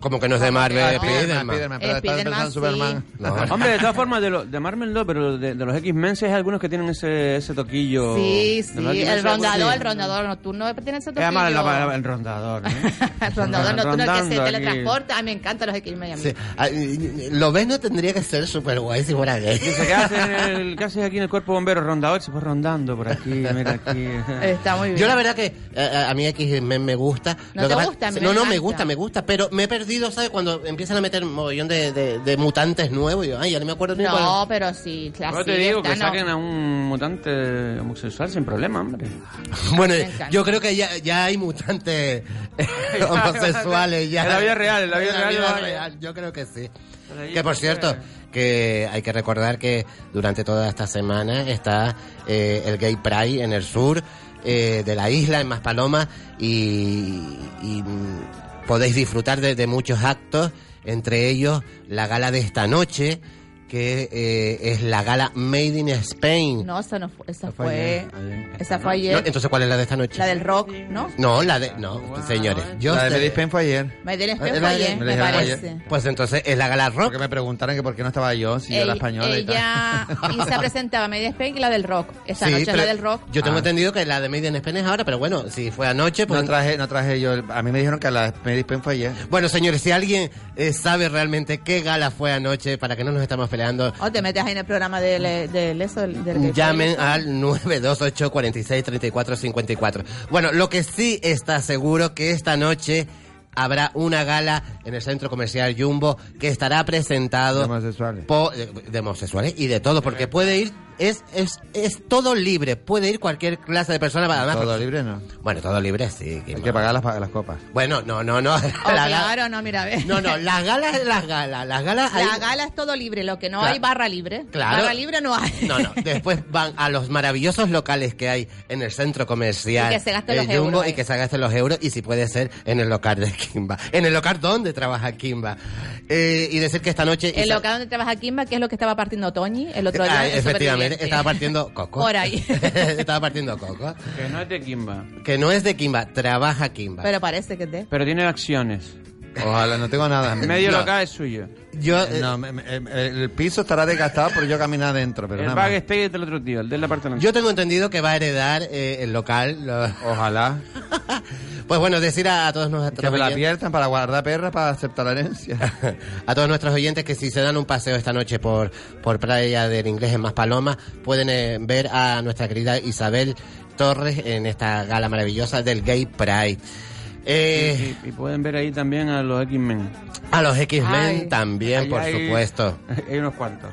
E: Como que no es de Marvel,
I: Ah,
E: Spider-Man.
I: Spider-Man, pero estaba pensando en Superman.
E: No.
K: Hombre, de todas formas, de, lo- de Marvel no, pero de, de los X-Men sí hay algunos que tienen ese, ese toquillo.
G: Sí,
K: De los
G: sí.
K: X-Men
G: El
K: sí, algunos
G: rondador,
K: sí.
G: el rondador nocturno pertenece a tu
K: Se llama la- la- la-
G: El
K: el rondador. ¿no?
G: rondador nocturno el que se
E: Rondando aquí.
G: teletransporta. Ay, me encantan los X-Men. a mí.
E: Sí. Ah, y- y- Lo ves, no tendría que ser súper guay si fuera gay.
K: Dice, ¿qué haces, en el- qué haces aquí en el cuerpo bombero? Rondador se fue rondando por aquí, mira aquí.
G: Está muy bien.
E: Yo la verdad que eh, a, a mí X-Men me gusta.
G: ¿No
E: Lo
G: te
E: que pasa-
G: gusta? A mí
E: No,
G: me
E: no, me
G: encanta.
E: gusta, me gusta. Pero me he perdido, ¿sabes? Cuando empiezan a meter mogollón de, de- de mutantes nuevos. Yo, ay, ya no me acuerdo ni
G: No,
E: cuál.
G: pero sí. Claro,
K: Yo te digo que saquen a un mutante homosexual sin problema, hombre.
E: Bueno,
K: Me encanta.
E: yo creo que ya, ya hay mutantes homosexuales. Ya.
K: En la vida real, en la vida real lo hay.
E: real, Yo creo que sí. Que por cierto, que hay que recordar que durante toda esta semana está eh, el Gay Pride en el sur eh, de la isla, en Maspalomas, y, y, mm, podéis disfrutar de, de muchos actos, entre ellos la gala de esta noche, que eh, es la gala Made in Spain.
G: No, esa no fue. Esa
E: fue
G: fue. Esa fue
E: No,
G: ayer.
E: entonces, ¿cuál es la de esta noche?
G: La del rock, ¿no?
E: No, la de... No, señores. Yo
I: La de
E: sé-
I: Mary Spain fue ayer.
G: Me del
E: Eh,
G: espejo
E: la-
G: ayer,
I: me
G: me
I: dijeron
G: parece.
E: Pues entonces es la gala rock.
I: Porque me preguntaron que por qué no estaba yo, si yo era
G: Ell-
I: española y tal.
G: ella y se presentaba Media Spain y la del rock. Esa
E: Sí,
G: noche es
E: pero
G: la del rock.
E: Yo tengo
I: Ah.
E: entendido que la de Made in Spain es ahora, pero bueno, si fue anoche, pues...
I: No traje, no traje yo. el- A mí me dijeron que la Mary Spain fue ayer.
E: Bueno, señores, si alguien eh, sabe realmente qué gala fue anoche, para que no nos estamos peleando,
G: O Oh, te metes ahí en el programa del, eh, del eso, del, del que-
E: llamen al 928-46-34-54. Bueno, lo que sí está seguro que esta noche habrá una gala en el Centro Comercial Jumbo que estará presentado...
I: homosexuales.
E: de homosexuales y de todo, porque puede ir... Es, es, es todo libre, puede ir cualquier clase de persona para además,
I: Todo
E: porque-
I: libre, ¿no?
E: Bueno, todo libre sí. Hay
I: que pagar las, las copas.
E: Bueno, no, no, no.
G: Oh, claro, no, mira, a ver.
E: No, no, las galas es las galas. Las galas hay-
G: La gala es todo libre, lo que no
E: Claro.
G: hay barra libre.
E: Claro.
G: Barra libre no hay.
E: No, no. Después van a los maravillosos locales que hay en el centro comercial.
G: Y que se gasten
E: eh,
G: los euros,
E: Jumbo,
G: eh.
E: Y que se gasten los euros. Y si puede ser en el local de Kimba. En el local donde trabaja Kimba. Eh, y decir que esta noche.
G: El local donde trabaja Kimba, que es lo que estaba partiendo Toñi el otro día.
E: Ah,
G: en
E: efectivamente,
G: Superviviente.
E: estaba partiendo coco.
G: Por ahí.
E: estaba partiendo coco.
K: Que no es de Kimba.
E: Que no es de Kimba, trabaja Kimba.
G: Pero parece que es de.
K: Pero tiene acciones.
I: Ojalá, no tengo nada.
K: Medio
I: No.
K: local es suyo.
E: Yo,
I: Eh, no, me- me- me- el piso estará desgastado, pero yo caminé adentro. Pero
K: El
I: nada más.
K: backstage es del otro tío, el del apartamento.
E: Yo tengo entendido que va a heredar eh, el local.
I: Ojalá.
E: pues bueno, decir a, a todos
I: Que
E: nuestros
I: me la
E: oyentes,
I: pierdan para guardar perras para aceptar la herencia.
E: a todos nuestros oyentes que si se dan un paseo esta noche por por Playa del Inglés en Maspalomas pueden eh, ver a nuestra querida Isabel Torres en esta gala maravillosa del Gay Pride. Eh,
K: Y, y pueden ver ahí también a los X-Men.
E: A los X-Men
K: Ay.
E: también,
K: Ahí
E: por
K: hay-
E: supuesto.
K: Hay unos cuantos.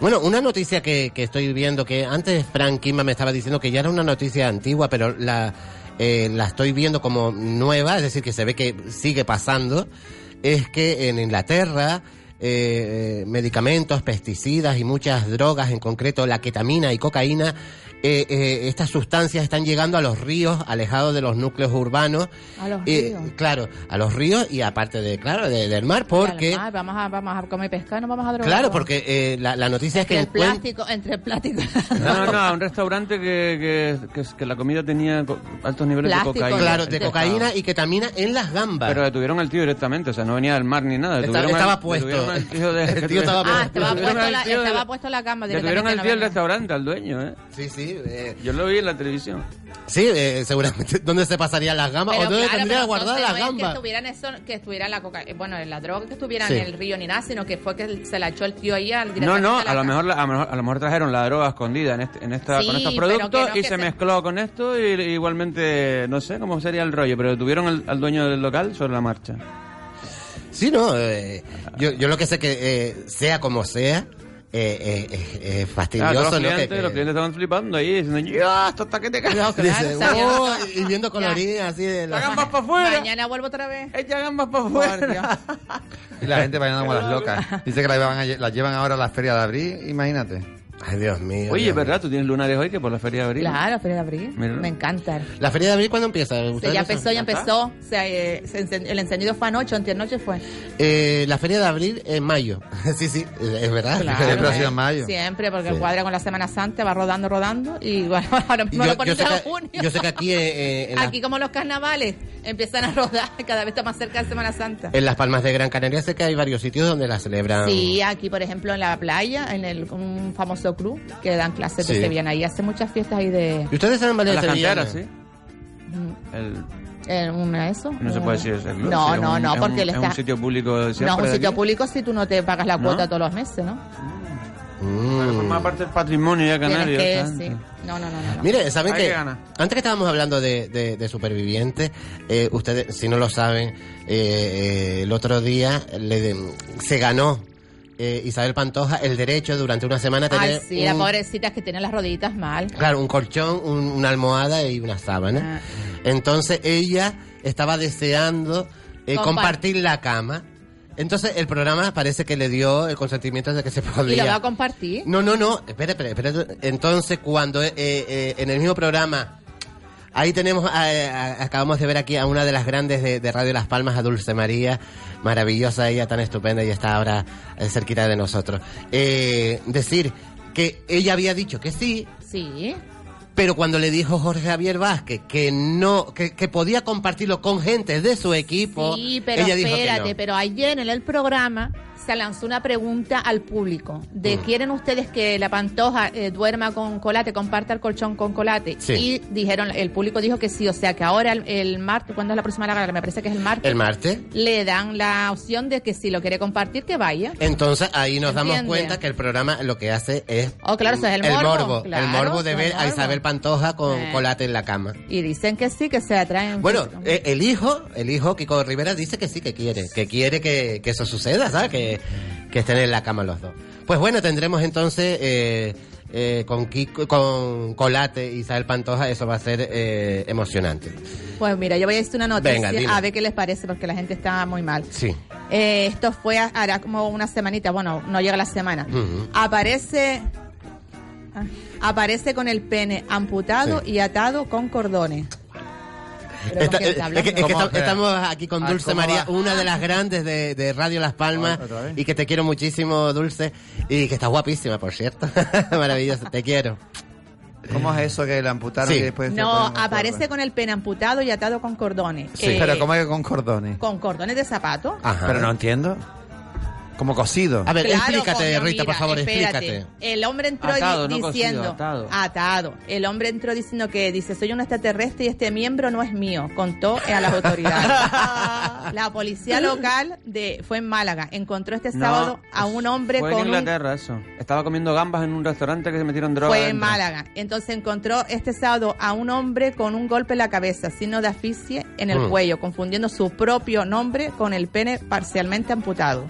E: Bueno, una noticia que, que estoy viendo, que antes Frank Kimba me estaba diciendo que ya era una noticia antigua, pero la, eh, la estoy viendo como nueva, es decir, que se ve que sigue pasando, es que en Inglaterra eh, medicamentos, pesticidas y muchas drogas, en concreto la ketamina y cocaína, eh, eh, estas sustancias están llegando a los ríos, alejados de los núcleos urbanos.
G: A los
E: Eh,
G: ríos.
E: Claro, a los ríos y aparte de, claro, de- del mar, porque...
G: Calma, vamos, a, vamos a comer pescado, no vamos a drogar.
E: Claro, porque eh, la, la noticia es que
G: Entre el
E: encuent-
G: plástico, entre el plástico.
K: No, no, no, un restaurante que, que, que- que la comida tenía co- altos niveles
G: Plástico,
K: de cocaína.
E: Claro, de cocaína y ketamina en las gambas.
K: Pero detuvieron al tío directamente, o sea, no venía del mar ni nada.
E: Esta-
K: detuvieron al-
E: estaba puesto.
K: detuvieron al tío de-
E: El tío estaba
G: Ah, estaba
K: detuvieron
G: puesto
K: al
G: la,
K: tío de-
G: estaba puesto la gamba
K: Detuvieron al
G: directamente.
K: tío
G: no
K: del restaurante, al dueño, ¿eh?
E: Sí, sí.
K: Yo lo vi en la televisión.
E: Sí, eh, seguramente. ¿Dónde se pasarían las gambas? ¿O
G: Pero
E: dónde
G: claro,
E: tendría
G: pero
E: guardadas las
G: entonces no es
E: gambas?
G: Que estuvieran, eso, que estuvieran la coca, eh, bueno, la droga que estuvieran
K: Sí.
G: en el río ni nada, sino que fue que se la echó el tío ahí al
K: No,
G: directamente
K: no,
G: a la
K: a lo,
G: ca-
K: mejor, la- a, lo mejor, a lo mejor trajeron la droga escondida en este, en esta,
G: Sí,
K: con estos
G: pero que
K: productos
G: no,
K: y
G: que
K: se,
G: se-
K: mezcló con esto y igualmente, no sé cómo sería el rollo, pero detuvieron al, al dueño del local sobre la marcha.
E: Sí, no. eh, yo, yo lo que sé que eh, sea como sea, eh, eh, eh, eh,
K: Ah, todos
E: fastidioso,
K: los,
E: ¿no?
K: clientes,
E: Que-
K: los clientes estaban flipando ahí, diciendo, ¡ya, esto está que te cagas!
E: Dice, "Oh", y viendo coloridas así de la-
K: gambas para afuera!
G: Mañana vuelvo otra vez.
K: Echa gambas para afuera.
I: Y la gente bailando como las locas. Dice que la llevan, a lle- la llevan ahora a la feria de abril, imagínate.
E: Ay, Dios mío.
K: Oye, ¿verdad? Tú tienes lunares hoy que por la feria de abril.
G: Claro, Feria de Abril.
K: Mira.
G: Me encanta.
E: ¿La feria de abril cuándo empieza?
G: Sí,
E: ¿Ustedes
G: ya
E: no saben?
G: empezó, ya empezó. O sea, eh, se encen- el encendido fue anoche, antes noche fue.
E: Eh, la feria de abril en mayo. sí, sí, eh, es verdad.
G: Claro, eh, Siempre, porque
E: Ah, Sí.
G: cuadra con la Semana Santa, va rodando, rodando. Y bueno, ahora mismo
E: Yo,
G: lo ponen
E: yo sé
G: en junio.
E: que, yo sé que aquí eh, eh, en, las-
G: Aquí como los carnavales empiezan a rodar, cada vez está más cerca de Semana Santa.
E: en las Palmas de Gran Canaria sé que hay varios sitios donde la celebran.
G: Sí, aquí por ejemplo en la playa, en el, un famoso club que dan clases
E: Sí.
G: de sevillana. Ahí hace muchas fiestas ahí de...
E: ¿Y ustedes saben valer
K: Las
E: sevillana?
K: canteras, sí. El-
G: eh, ¿Una de eso?
K: no se puede decir ese club,
G: No,
K: sí, es
G: no,
K: un-
G: no,
K: es
G: porque
K: un,
G: él
K: Es
G: está...
K: un sitio público siempre.
G: No, es un
K: de
G: sitio
K: aquí.
G: público si tú no te pagas la
K: ¿No?
G: cuota todos los meses, ¿no?
K: Bueno, Forma parte del patrimonio ya
G: Tienes
K: canario.
G: que-
K: está.
G: sí. No, no, no, no, no.
E: Mire, ¿saben
K: Hay
E: qué?
K: que ganar.
E: Antes que estábamos hablando de, de- de supervivientes, eh, ustedes, si no lo saben, eh, eh, el otro día le de- se ganó eh, Isabel Pantoja el derecho durante una semana a
G: Ay,
E: tener
G: sí, las
E: un-
G: pobrecitas que tienen las rodillitas mal. Ah,
E: Claro, un colchón, un- una almohada y una sábana. Entonces ella estaba deseando eh,
G: Compa-
E: compartir la cama. Entonces el programa parece que le dio el consentimiento de que se
G: Y lo va a
E: podía.
G: compartir.
E: No, no, no. Espera, espera, espera. Entonces cuando eh, eh, en el mismo programa ahí tenemos a- a- acabamos de ver aquí a una de las grandes de, de Radio Las Palmas, a Dulce María, maravillosa ella, tan estupenda y está ahora eh, cerquita de nosotros. Eh, decir que ella había dicho que sí,
G: Sí.
E: pero cuando le dijo Jorge Javier Vázquez que no, que, que podía compartirlo con gente de su equipo,
G: Sí, pero
E: ella dijo que
G: espérate,
E: no.
G: pero ayer en el programa se lanzó una pregunta al público de
E: Mm.
G: ¿quieren ustedes que la pantoja eh, duerma con colate, comparta el colchón con colate?
E: Sí.
G: Y dijeron, el público dijo que sí, o sea que ahora el, el martes, ¿cuándo es la próxima la gala? Me parece que es el martes.
E: El martes.
G: Le dan la opción de que si lo quiere compartir, que vaya.
E: Entonces ahí nos damos
G: Entiende.
E: cuenta que el programa lo que hace es
G: Oh, claro, eso es el morbo,
E: morbo,
G: claro,
E: el morbo de
G: eso
E: ver
G: es el
E: a
G: morbo.
E: Isabel Pantoja con
G: Eh.
E: colate en la cama.
G: Y dicen que sí, que se atraen.
E: Bueno, eh, el hijo, el hijo Kiko Rivera dice que sí que quiere, que quiere que, que eso suceda, ¿sabes? Que, que estén en la cama los dos. Pues bueno, tendremos entonces eh, eh, con Kiko, con Colate y Isabel Pantoja, eso va a ser eh, emocionante.
G: Pues mira, yo voy a decir una noticia
E: Venga, dime.
G: a ver qué les parece, porque la gente está muy mal.
E: Sí.
G: Eh, esto fue hará como una semanita, bueno, no llega la semana.
E: Ujú.
G: Aparece ah, aparece con el pene amputado y atado con cordones. Pero
E: Esta-
G: ¿con quién
E: eh,
G: está
E: es que, es que
G: hablando?
E: esta- estamos aquí con
I: Ah,
G: Ay,
E: Dulce
G: ¿cómo
E: María,
G: va?
E: una de las grandes de, de Radio Las Palmas, y que te quiero muchísimo, Dulce, y que estás guapísima, por cierto. Maravillosa, te quiero.
I: ¿Cómo es eso que la amputaron
E: Sí.
I: y después se
G: No,
I: ponen a
G: aparece
I: correr?
G: con el pene amputado y atado con cordones.
I: Sí,
G: Eh,
I: pero ¿cómo es que con cordones?
G: Con cordones de zapato.
I: Pero no entiendo. Como cosido.
E: A ver,
G: Claro,
E: explícate,
G: coño,
E: Rita, por
G: mira,
E: favor,
G: espérate.
E: explícate.
G: El hombre entró di-
E: Atado, no
G: diciendo.
E: cosido, atado.
G: atado. El hombre entró diciendo que dice: Soy un extraterrestre y este miembro no es mío. Contó a las autoridades. la policía local de fue en Málaga. Encontró este
K: No,
G: sábado a un hombre
K: Fue
G: con
K: en
G: un-
K: Inglaterra eso. Estaba comiendo gambas en un restaurante que se metieron droga.
G: Fue en
K: dentro.
G: Málaga. Entonces encontró este sábado a un hombre con un golpe en la cabeza, signo de asfixia en el
K: Mm.
G: cuello, confundiendo su propio nombre con el pene parcialmente amputado.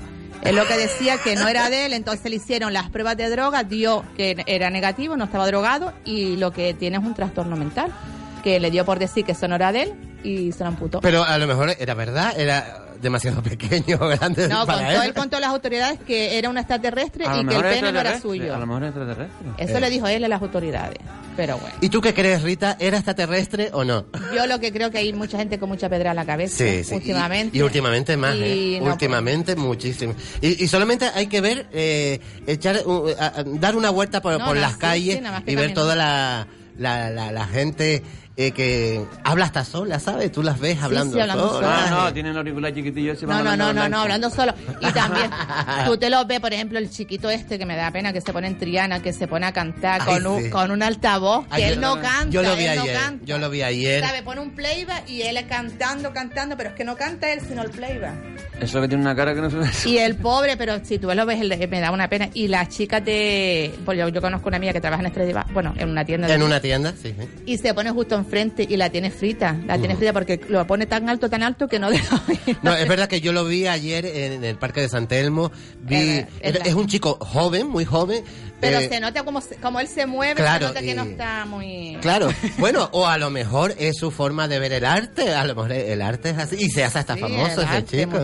G: Es lo que decía que no era de él, entonces le hicieron las pruebas de droga, dio que era negativo, no estaba drogado y lo que tiene es un trastorno mental, que le dio por decir que eso no era de él y se lo amputó.
E: eh, Pero a lo mejor era verdad, era demasiado pequeño, grande
G: No,
E: para
G: contó,
E: él.
G: él contó a las autoridades que era un extraterrestre
E: A lo
G: y que el
E: mejor
G: pene no era
E: extraterrestre,
G: suyo.
E: a lo
K: mejor extraterrestre.
G: Eso
E: Eh.
G: le dijo él a las autoridades. Pero bueno.
E: ¿Y tú qué crees, Rita? ¿Era extraterrestre o no?
G: Yo lo que creo que hay mucha gente con mucha pedra en la cabeza
E: Sí, sí.
G: Este, últimamente.
E: Y, y últimamente más,
G: Y
E: ¿eh?
G: no, pues.
E: últimamente muchísimo. Y, y solamente hay que ver, eh, echar, uh, a- a- dar una vuelta por,
G: No,
E: por
G: no,
E: las
G: sí,
E: calles
G: sí, nada más que
E: y ver
G: caminar.
E: toda la, la, la, la gente eh, que habla hasta sola, ¿sabes? Tú las ves hablando,
G: sí, hablando
E: solas.
K: No, no, tienen el auricular chiquitillo ese.
G: No, no, no, no, no, hablando solo. Y también, tú te lo ves, por ejemplo, el chiquito este que me da pena, que se pone en Triana, que se pone a cantar
E: Ay,
G: con, un,
E: sí.
G: con un altavoz, que
E: Ayer-
G: él no canta.
E: Yo lo vi
G: él no
E: ayer,
G: canta.
E: yo lo vi ayer.
G: ¿Sabe? Pone un playback y él cantando, cantando, pero es que no canta él, sino el playback.
K: Eso que tiene una cara que no se ve.
G: Y el pobre, pero si tú lo ves, él- me da una pena. Y las chicas de. Pues yo, yo conozco una amiga que trabaja en Estrella, bueno, en una tienda. de-
E: En una tienda, sí. sí.
G: Y se pone justo enfrente y la tiene frita. La tiene
E: Mm.
G: frita porque lo pone tan alto, tan alto que no.
E: No, es verdad que yo lo vi ayer en el parque de San Telmo. Vi,
G: Es
E: es,
G: verdad, es verdad.
E: es un chico joven, muy joven.
G: Pero
E: eh,
G: se nota como, se- como él se mueve,
E: claro,
G: se nota que
E: y-
G: no está muy.
E: Claro, bueno, o a lo mejor es su forma de ver el arte, a lo mejor el arte es así, y se hace hasta
G: Sí,
E: famoso
G: el
E: ese
G: arte,
E: chico.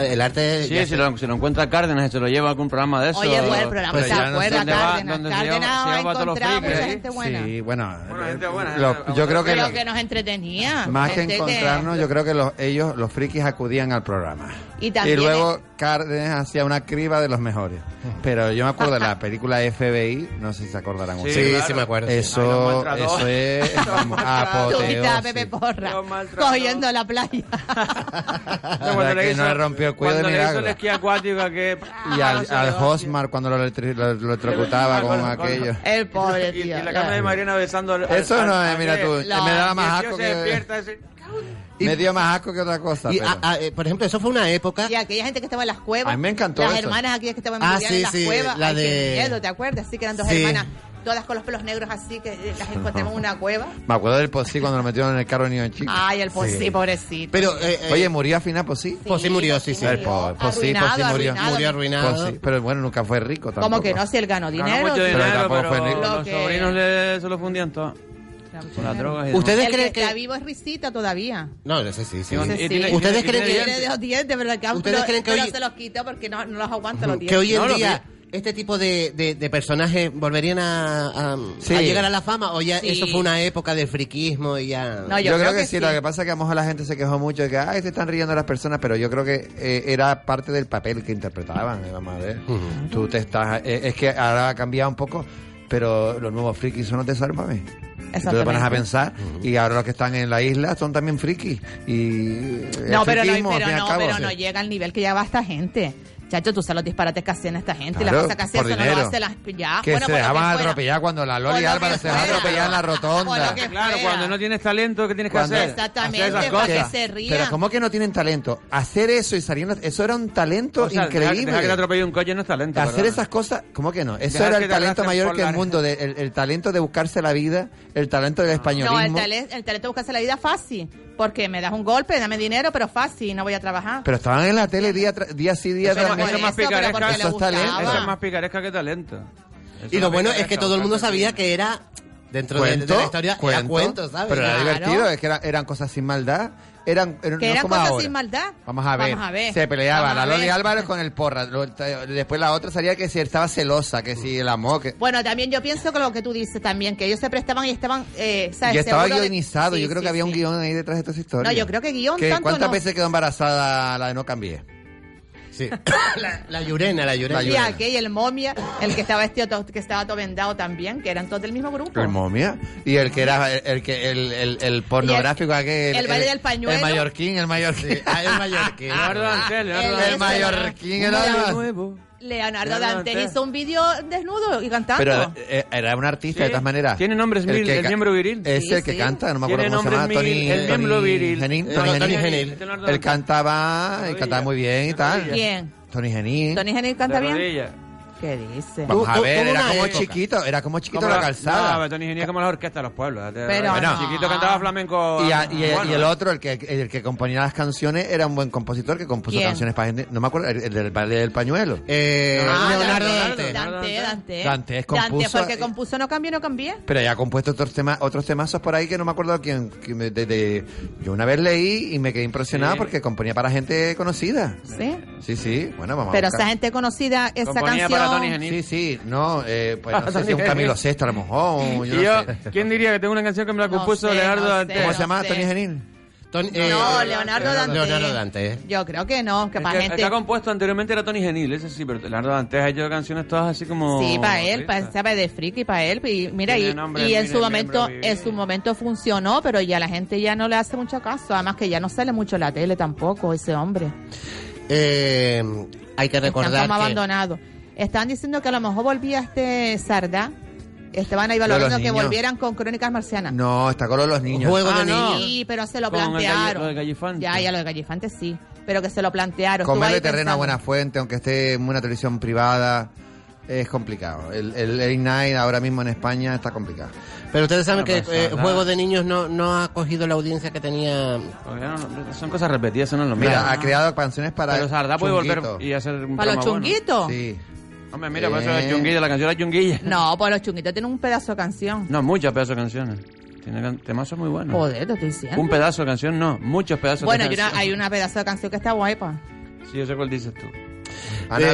E: El arte... ya
K: Sí,
E: se-
K: si lo, si lo encuentra Cárdenas, se lo lleva a algún programa de eso.
G: Oye, bueno, el programa
K: Pero
G: está
K: ya no
G: fuera,
K: sé dónde va-
G: Cárdenas.
K: dónde se lleva-
G: Cárdenas
K: se
G: ha
K: lleva a todos los
G: encontrado
K: frikis,
G: mucha
K: ¿eh?
G: gente buena.
I: Sí, bueno, eh,
K: Lo-
I: yo creo que,
G: Pero que nos entretenía.
I: más que
G: gente
I: encontrarnos, yo creo que los, ellos, los frikis, acudían al programa.
G: Y
I: Y
G: también.
I: luego Cárdenas hacía una criba de los mejores. Pero yo me acuerdo de la película FBI, no sé si se acordarán
E: Sí,
I: ustedes.
E: claro. sí me acuerdo, sí. Ay,
I: Eso,
E: los maltrató.
I: eso es
E: Los maltrató.
G: Tú viste a
I: apoteosis.
G: Pepe Porra cogiendo la playa.
I: Para que no rompió el cuello de
K: cuando le hizo el
I: milagro.
K: esquí acuático que... Ah,
I: Y al, al Hosmar cuando lo, electri- lo- lo electrocutaba con aquello.
G: El pobre tío.
K: Y, la cámara de Mariana besando... al-
I: Eso
K: al-
I: no
K: al-
I: es, mira
K: al-
I: tú,
K: al-
I: me daba
K: al-
I: más
K: el tío
I: asco
K: se
I: que-
K: despierta, ese-
I: Me dio más asco que otra cosa.
E: y,
I: pero-
E: ah, ah, eh, por ejemplo, eso fue una época...
G: Y aquella gente que estaba en las cuevas.
I: A mí me encantó
G: Las
I: eso.
G: hermanas aquellas que estaban
E: Ah,
G: vivían
E: sí,
G: en las
E: sí,
G: cuevas.
E: la
G: Ay, qué
E: de-
G: miedo, ¿te acuerdas? Así que eran dos
I: Sí.
G: hermanas, todas con los pelos negros así, que eh, las encontramos en una cueva.
I: Me acuerdo del Posí cuando lo metieron en el carro de niño chico.
G: Ay, el Posí, pobrecito.
I: Oye, ¿murió al final Posí?
E: Posí murió, sí, sí.
I: eh, El po- Posí,
G: Arruinado,
I: Posí murió.
G: arruinado. Murió arruinado.
I: Posí, Pero bueno, nunca fue rico tampoco.
G: Como que no, si él ganó
K: Ganó
G: dinero.
K: mucho
G: sí.
K: dinero,
I: tampoco
K: pero,
I: fue ni-
K: los
G: Lo que-
K: sobrinos le, se lo fundían todo. Con las drogas y demás.
G: el que está vivo es risita todavía.
E: No, no sé, sí, sí.
K: Ese sí.
E: ¿Ustedes
K: Y
E: creen
K: tiene
E: que...
G: Tiene dos dientes, pero, el que-
E: ¿Ustedes
G: pero-
E: creen que
G: pero
E: hoy-
G: se los quitó porque no, no los aguanta los dientes.
E: que hoy en
G: No, los
E: día este tipo de, de, de personajes volverían a, a-
I: Sí.
E: a llegar a la fama o ya
G: Sí.
E: eso fue una época de friquismo y ya...
G: No,
I: yo, creo, que, sí, lo que pasa es que a lo mejor la gente se quejó mucho de que, ay, se están riendo las personas, pero yo creo que eh, era parte del papel que interpretaban, eh, vamos a ver. Tú te estás, eh, es que ahora ha cambiado un poco, pero los nuevos frikis son los de Sálvame. Y Tú te pones a
G: Exactamente.
I: pensar, y ahora los que están en la isla son también frikis. Y, eh,
G: No, pero no,
I: friquismo, al
G: pero
I: fin y al
G: no,
I: cabo.
G: pero
I: Sí.
G: no llega al nivel que ya va esta gente. Chacho, tú sabes los disparates que hacían esta gente,
I: Claro,
G: las cosas que hacían,
I: por
G: eso no
I: dinero.
G: lo hace las... Ya,
I: que se
G: bueno, por lo que
I: dejaban
G: fuera.
I: atropellar cuando la
G: Por
I: Loli
G: lo que
I: Álvarez se dejaba
G: fuera.
I: atropellar en la
G: Por
I: rotonda.
G: lo que
K: Claro,
G: fuera.
K: cuando no tienes talento, ¿qué tienes que
I: Cuando-
K: hacer?
G: Exactamente,
K: Hacer esas
G: para
K: cosas.
G: que se rían.
I: Pero ¿cómo que no tienen talento? Hacer eso y salir... en la- Eso era un talento
K: O sea, dejar-
I: increíble.
K: Dejar que te atropelle un coche no es talento.
I: hacer
K: perdona.
I: esas cosas, ¿cómo que no? Eso
K: Dejar
I: era
K: que
I: el
K: te
I: talento
K: arrastren
I: mayor
K: por
I: que el
K: la-
I: mundo, de- el, el talento de buscarse la vida, el talento del españolismo.
G: No, el talento, el talento buscarse la vida fácil, porque me das un golpe, dame dinero, pero fácil, no voy a trabajar.
I: Pero estaban en la tele día, tra- día sí, día
K: Eso, es más-
I: también.
K: eso es más
G: pero porque
K: picaresca.
G: le
K: Eso es
G: gustaba.
K: talento. Eso es más picaresca que talento.
E: Y lo bueno es que todo el mundo sabía que era, dentro de, de
I: Cuento,
E: la historia, era cuento, ¿sabes?
I: Pero era
E: Claro.
I: divertido, es que era- eran cosas sin maldad. Eran, eran-
G: Que
I: no
G: eran
I: como
G: cosas
I: ahora.
G: sin maldad.
I: Vamos a ver.
G: Vamos a ver.
I: Se peleaba
G: Vamos a
I: la Loli
G: ver.
I: Álvarez con el porra. Lo- t- Después la otra salía que si estaba celosa, que si el amor. Que...
G: Bueno, también yo pienso que lo que tú dices también, que ellos se prestaban y estaban, eh, ¿sabes?
I: Y estaba
G: Seguro de-
I: guionizado.
G: Sí,
I: yo creo
G: sí,
I: que había un
G: sí.
I: guión ahí detrás de estas historias.
G: No, yo creo que guión
I: ¿Qué-
G: tanto
I: ¿Cuántas
G: no.
I: veces quedó embarazada la de No Cambié?
E: Sí. la, la Yurena, la Yurena.
G: Y aquel, el momia, el que estaba este otro- que estaba todo vendado también, que eran todos del mismo grupo.
I: El momia. Y el que era el, el que el, el, el pornográfico aquel.
G: el baile del pañuelo.
I: El mallorquín, el mallorquín.
E: ah, el mallorquín.
K: Leonardo Dantel, Leonardo
I: El
K: Dantel.
I: mallorquín era
K: Un
I: además.
K: nuevo.
G: Leonardo
K: Leonardo
G: Dante
K: Dantes.
G: hizo un vídeo desnudo y cantando.
I: Pero eh, era un artista de todas maneras.
K: Tiene nombres
I: El
K: mil,
I: que
K: el
I: ca-
K: miembro viril.
I: Es
K: Sí,
I: el que
K: sí.
I: canta, no me acuerdo
K: Tiene
I: cómo se llama.
K: nombres
I: Tony,
K: mil, el miembro
I: Tony
K: viril.
I: Genin,
K: Eh,
I: Tony
K: no, Tony
I: Genin.
K: Genin.
I: Él cantaba, él cantaba muy bien y tal.
G: ¿Quién?
I: Tony Genin.
G: Tony Henry canta
K: De
G: bien.
K: rodillas.
G: ¿Qué dice?
I: Vamos a
K: Tú-
I: ver,
K: tuvo
I: era
K: una
I: como
K: época.
I: chiquito, era como chiquito la,
K: No,
I: calzada.
K: pero Tony Genia es como las orquestas de los pueblos.
G: Pero
K: Bueno,
G: no.
K: Chiquito cantaba flamenco.
I: Y, a- y-
K: bueno,
I: y el otro, el que, el que componía las canciones, era un buen compositor que compuso
G: ¿Quién?
I: canciones para gente. No me acuerdo, el, el del Valle del Pañuelo.
K: Eh,
G: Ah,
E: Leonardo
G: Dante,
E: Dante.
G: Dante, Dante.
I: Dante es compuso-
G: porque compuso No Cambié, No Cambié.
I: Pero ya ha compuesto otros temas, otros temazos por ahí que no me acuerdo quién. quién- de- de- yo una vez leí y me quedé impresionado
G: Sí.
I: porque componía para gente conocida.
G: Sí.
I: Sí, sí. Bueno, vamos
G: Pero
I: a buscar.
G: esa gente conocida, esa canción...
I: Sí, sí. No, eh, pues
K: Para
I: no sé
K: Tony
I: si es un
K: Genil.
I: Camilo VI a lo mejor. Yo
K: y
I: no
K: yo,
I: sé.
K: ¿quién diría que tengo una canción que me la compuso
G: sé,
K: Leonardo
G: no
K: Dante?
G: sé, ¿Cómo se no llama? sé.
K: Tony Eh,
I: Genil?
G: no, Leonardo Dante.
E: Leonardo Dante.
G: Yo creo que no, que
K: El
G: para
K: que, el que
G: gente...
K: ha compuesto anteriormente era Tony Genil, ese sí, pero Leonardo Dante ha hecho canciones todas así como...
G: Sí, para él, para sabe de friki, para él. Y mira,
K: Tiene
G: y,
K: nombre,
G: y en
K: mire,
G: su
K: miembro
G: momento, en su momento funcionó, pero ya la gente ya no le hace mucho caso. Además que ya no sale mucho en la tele tampoco ese hombre.
E: Eh, hay que
G: Están
E: recordar
G: como
E: que...
G: abandonados. Estaban diciendo que a lo mejor volvía este Sardá. Estaban ahí
I: Lo de los
G: valorando que
I: niños.
G: volvieran con Crónicas Marcianas.
I: No, está con lo de los niños.
G: Ah, no. Sí, pero se lo
I: Con el galli-
G: plantearon.
I: lo de
G: Ya, ya, lo de Gallifante sí. Pero que se lo plantearon. Estuvo
I: Comerle
G: ahí
I: terreno a
G: pensando.
I: buena fuente, aunque esté en una televisión privada, es complicado. El, el late night ahora mismo en España está complicado.
E: Pero ustedes saben
I: No
E: que
I: pasa
E: eh,
I: nada.
E: Juego de Niños no, no ha cogido la audiencia que tenía...
K: Son cosas repetidas, eso no es lo mismo.
I: Mira, ha creado canciones para.
K: Pero Sardá puede
I: Chunguito.
K: volver y hacer un
G: ¿Para los
K: programa bueno.
G: chunguitos?
I: Sí.
K: Hombre, mira, por
I: Eh.
K: eso es Chunguilla, la canción era Chunguilla.
G: No, pues los chunguitos tienen un pedazo de canción.
K: No, muchas pedazos de canciones. Tiene can- temazos muy buenos.
G: Joder, te estoy diciendo.
K: Un pedazo de canción, no. Muchos pedazos
G: bueno,
K: de
G: hay una,
K: canción.
G: hay una pedazo de canción que está pues. guapa.
K: Sí, yo sé cuál dices tú.
I: Ana,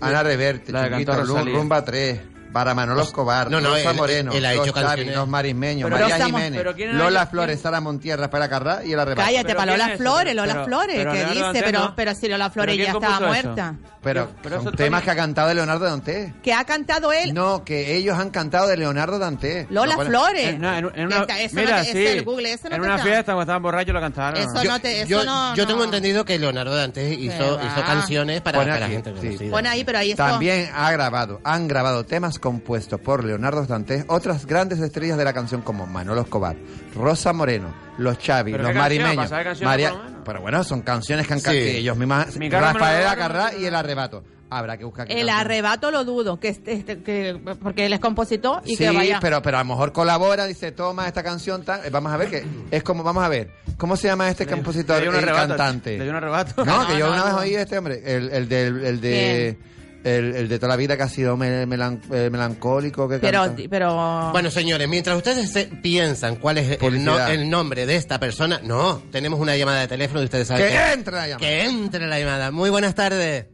I: Ana Reverte,
K: la que
I: Chunguito,
K: cantó
I: Rum-
K: Rosalía.
I: Rumba 3. Para Manolo Escobar,
E: No, no,
I: Rosa
E: él-
I: Moreno,
E: él ha
I: los
E: hecho
I: Chavis,
E: canciones.
I: los Marismeños,
E: Pero
I: María
E: Rosa Mo-
I: Jiménez,
E: pero ¿quién ha
I: Lola
E: hecho-
I: Flores, Sara Montía, Rafael Carrá y la Arrebato.
G: Cállate para Lola Flores, Lola Flores,
I: pero
G: que
I: Leonardo
G: dice,
I: Dante
G: pero,
I: no.
G: pero si Lola Flores
I: ¿Pero
G: ya
I: quién
G: estaba
I: compuso eso?
G: muerta.
I: Pero, son temas que ha cantado Leonardo Dante.
G: Que ha cantado él.
I: No, que ellos han cantado de Leonardo Dante.
G: Lola
I: No, bueno.
G: Flores.
K: En, Eh, no, Ah, en, en una,
G: Esta- eso no
K: mira,
G: te-
K: sí.
G: ese, el Google, ese no
K: en
G: te
K: una
G: está.
K: fiesta cuando estaban borrachos lo cantaron.
G: Eso no te- eso
E: yo
G: no-
E: yo
G: no.
E: tengo entendido que Leonardo Dante hizo,
G: va.
E: hizo canciones para,
I: Pone
E: para
I: aquí,
E: gente
I: sí.
E: conocida.
G: Pon ahí, pero ahí está.
I: También ha grabado, han grabado temas compuestos por Leonardo Dante, otras grandes estrellas de la canción como Manolo Escobar, Rosa Moreno, Los Chavis,
K: ¿Pero
I: Los
K: qué canción?
I: Marimeños,
K: ¿Para saber canciones por lo
I: María... Pero bueno, son canciones que han cantado
K: Sí.
I: ellos mismos,
K: Mi cara me lo
I: Rafael
K: robaron,
I: Acarrá y El Arrebato. Habrá que buscar... qué
G: El
I: canción.
G: arrebato lo dudo, que, este- este- que- porque él es compositor y
I: sí,
G: que vaya.
I: pero, pero a lo mejor colabora, dice, toma esta canción, tal. Eh, vamos a ver que es como, vamos a ver, ¿cómo se llama este compositor
K: Le
I: y
K: dio un arrebato,
I: cantante?
K: Le dio un arrebato.
I: No, que yo una vez oí a este hombre, el, el del- el de el, el de toda la vida que ha sido me- melan- eh, melancólico que
G: Pero,
I: canta.
G: pero
E: Bueno, señores, mientras ustedes se- piensan cuál es el, no-
I: Publicidad.
E: el nombre de esta persona, no, tenemos una llamada de teléfono y ustedes saben
I: ¡Que
E: que-
I: entre la llamada!
E: Que entre la llamada. Muy buenas tardes.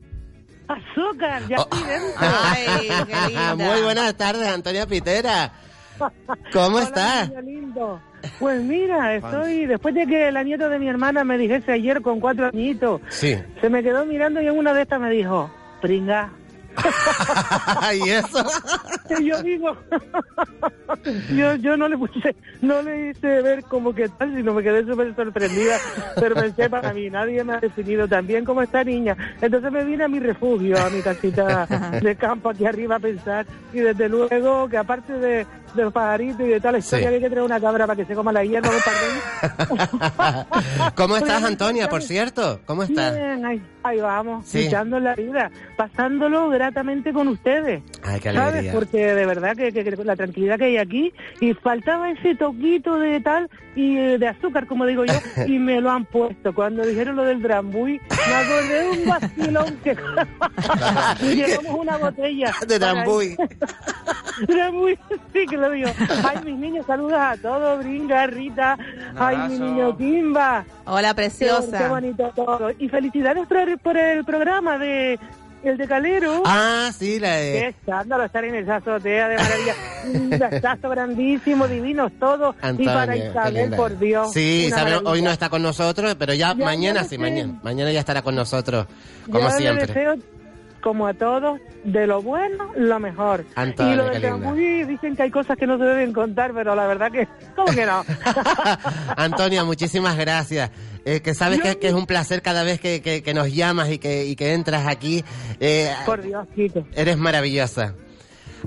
T: Azúcar,
D: Oh.
T: ya estoy dentro.
E: Muy buenas tardes, Antonia Pitera. ¿Cómo
T: Hola,
E: estás?
T: niño lindo. Pues mira, estoy, después de que la nieta de mi hermana me dijese ayer con cuatro añitos,
E: Sí.
T: se me quedó mirando y en una de estas me dijo, pringa.
E: ¿Y eso?
T: Y yo digo, yo, yo no le puse, no le hice ver como que tal, sino me quedé súper sorprendida, pero pensé para mí, nadie me ha definido tan bien como esta niña. Entonces me vine a mi refugio, a mi casita de campo aquí arriba a pensar, y desde luego que aparte de, de los pajaritos y de tal historia,
E: Sí.
T: había que traer una cabra para que se coma la hierba. un par de días.
E: ¿Cómo estás, Antonia, por cierto? ¿Cómo estás?
T: Bien, ahí, ahí vamos,
E: Sí.
T: luchando la vida, pasándolo gratamente con ustedes.
E: Ay, qué
T: ¿Sabes?
E: alegría.
T: Porque de verdad que, que- que la tranquilidad que hay aquí y faltaba ese toquito de tal y eh, de azúcar, como digo yo, y me lo han puesto. Cuando dijeron lo del drambuí, me acordé de un vacilón que llevamos una botella.
E: De
T: para
E: drambuí.
T: ahí. drambuí, sí que lo digo. Ay, mis niños, saludos a todos, Bringa, Rita, ay, mi niño Kimba.
G: Hola, preciosa.
T: Qué, qué bonito todo. Y felicidades por, por el programa de... El de Calero.
E: Ah, sí, la de-
T: Qué escándalo estar en esa azotea de maravilla. Un gastazo grandísimo, divinos todos. y para
E: Antonia, qué
T: Isabel,
E: linda.
T: por Dios.
E: Sí,
T: una
E: Isabel
T: maravilla.
E: hoy no está con nosotros, pero ya,
T: Ya,
E: mañana
T: ya lo
E: sí,
T: sé.
E: mañana. Mañana ya estará con nosotros,
T: Yo
E: como
T: le
E: siempre.
T: deseo, como a todos, de lo bueno, lo mejor.
E: Antonia,
T: y lo
E: qué
T: del
E: linda.
T: Cambuy, dicen que hay cosas que no se deben contar, pero la verdad que, ¿cómo que no?
E: Antonia, muchísimas gracias. Eh, que sabes que, que es un placer cada vez que, que- que nos llamas y que, y que entras aquí. Eh,
T: Por Dios,
E: Eres maravillosa.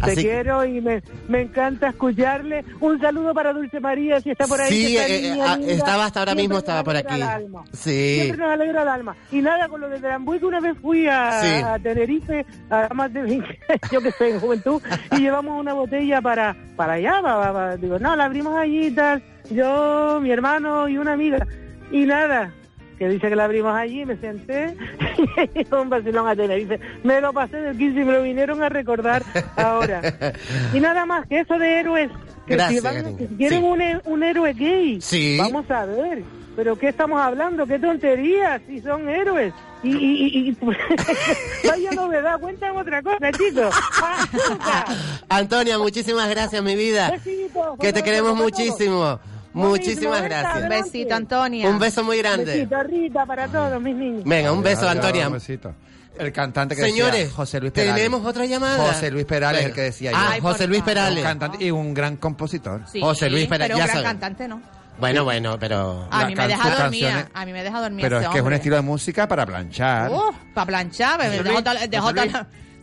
T: Te
E: Así-
T: quiero y me, me encanta escucharle. Un saludo para Dulce María, si está por ahí.
E: Sí,
T: que está
E: eh, eh,
T: niña
E: ah,
T: linda.
E: estaba hasta ahora
T: Siempre
E: mismo,
T: nos
E: estaba por
T: alegra
E: aquí.
T: el alma.
E: Sí.
T: Siempre nos alegra el alma. Y nada, con lo de Trambuy, que una vez fui a,
E: Sí.
T: a Tenerife, a más de 20, yo que sé, en juventud, y llevamos una botella para, para allá. pa- pa- digo, no, la abrimos allí y tal. Yo, mi hermano y una amiga. Y nada, que dice que la abrimos allí, me senté y un vacilón a Tenerife. Me lo pasé del 15 y me lo vinieron a recordar ahora. Y nada más que eso de héroes. Que
E: Gracias,
T: si, van-
E: cariño.
T: que si quieren
E: Sí.
T: un, he- un héroe gay,
E: Sí.
T: vamos a ver. ¿Pero qué estamos hablando? ¿Qué tonterías? Si son héroes. Y, y, y- y- vaya novedad, cuéntame otra cosa, chicos. Ah, nunca.
E: Antonia, muchísimas gracias, mi vida.
T: Pues Besitos,
E: Que te
T: buenos
E: queremos
T: besos a todos.
E: muchísimo.
T: Buenísimo,
E: Muchísimas
T: Berta,
E: gracias.
T: pues, adelante.
G: Besito, Antonia.
E: Un beso muy grande.
T: Besito, Rita, para todos mis niños.
E: Venga, un beso,
I: Adiós,
E: Antonia.
I: un besito. El cantante que
E: Señores,
I: decía José Luis Perales.
E: tenemos otra llamada.
I: José Luis Perales,
E: Venga.
I: el que decía
E: Ah,
I: yo.
E: José Luis Perales.
I: Un cantante y un gran compositor.
G: Sí,
E: José Luis Perales,
G: pero
E: ya
G: gran
E: saben.
G: cantante no.
E: Bueno, bueno, pero.
G: A mí me
I: can-
G: deja
I: sus
G: dormir,
I: canciones-
G: a mí me deja dormir
I: Pero
G: ese
I: es que es un
G: hombre. Oh,
I: estilo de música para planchar.
G: para planchar, me
I: José
G: dejó,
I: Luis,
G: to- dejó,
I: José
G: to-
I: Luis.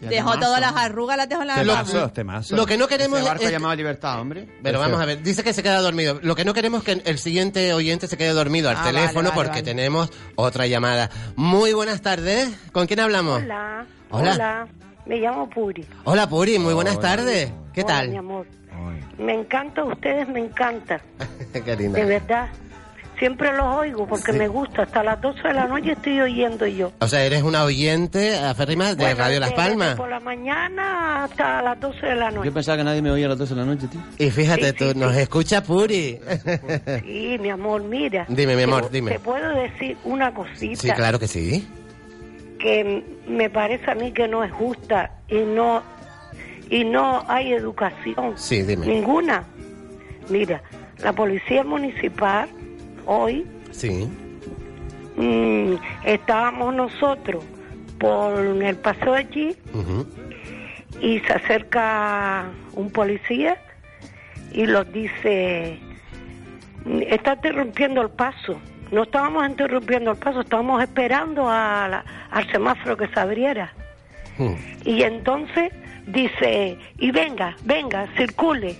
G: dejó
I: Temazo.
G: todas las arrugas, las dejó en la
I: Temazos, temazos.
E: Lo que no queremos
H: Ese barco
E: es-
H: llamado Libertad, hombre.
E: Pero vamos a ver, dice que se queda dormido. Lo que no queremos es que el siguiente oyente se quede dormido al
H: Ah, vale,
E: teléfono
H: vale,
E: porque
H: vale.
E: tenemos otra llamada. Muy buenas tardes. ¿Con quién hablamos?
U: Hola.
E: Hola.
U: Me llamo Puri.
E: Hola, Puri, muy buenas
U: Hola.
E: tardes. ¿Qué
U: Hola,
E: tal?
U: Mi amor. Me encanta, ustedes me encanta.
E: Qué linda.
U: De verdad. Siempre los oigo porque me gusta. Hasta las 12 de la noche estoy oyendo yo.
E: O sea, eres una oyente aférrima Ah, de
U: Bueno,
E: Radio Las
U: desde- desde
E: Palmas.
U: Por la mañana hasta las 12 de la noche.
K: Yo pensaba que nadie me oía a las 12 de la noche, tío.
E: Y fíjate, tú nos escucha Puri.
U: Sí, mi amor, mira.
E: Dime, mi amor,
U: Te-
E: dime.
U: Te puedo decir una cosita.
E: sí, claro que sí.
U: que me parece a mí que no es justa y no y no hay educación
E: Sí, dime.
U: ninguna mira la policía municipal hoy
E: Sí.
U: mm, estábamos nosotros por el paseo allí y se acerca un policía y los dice está interrumpiendo el paso no estábamos interrumpiendo el paso estábamos esperando a la- al semáforo que se abriera
D: Mm.
U: y entonces dice, y venga, venga, circule.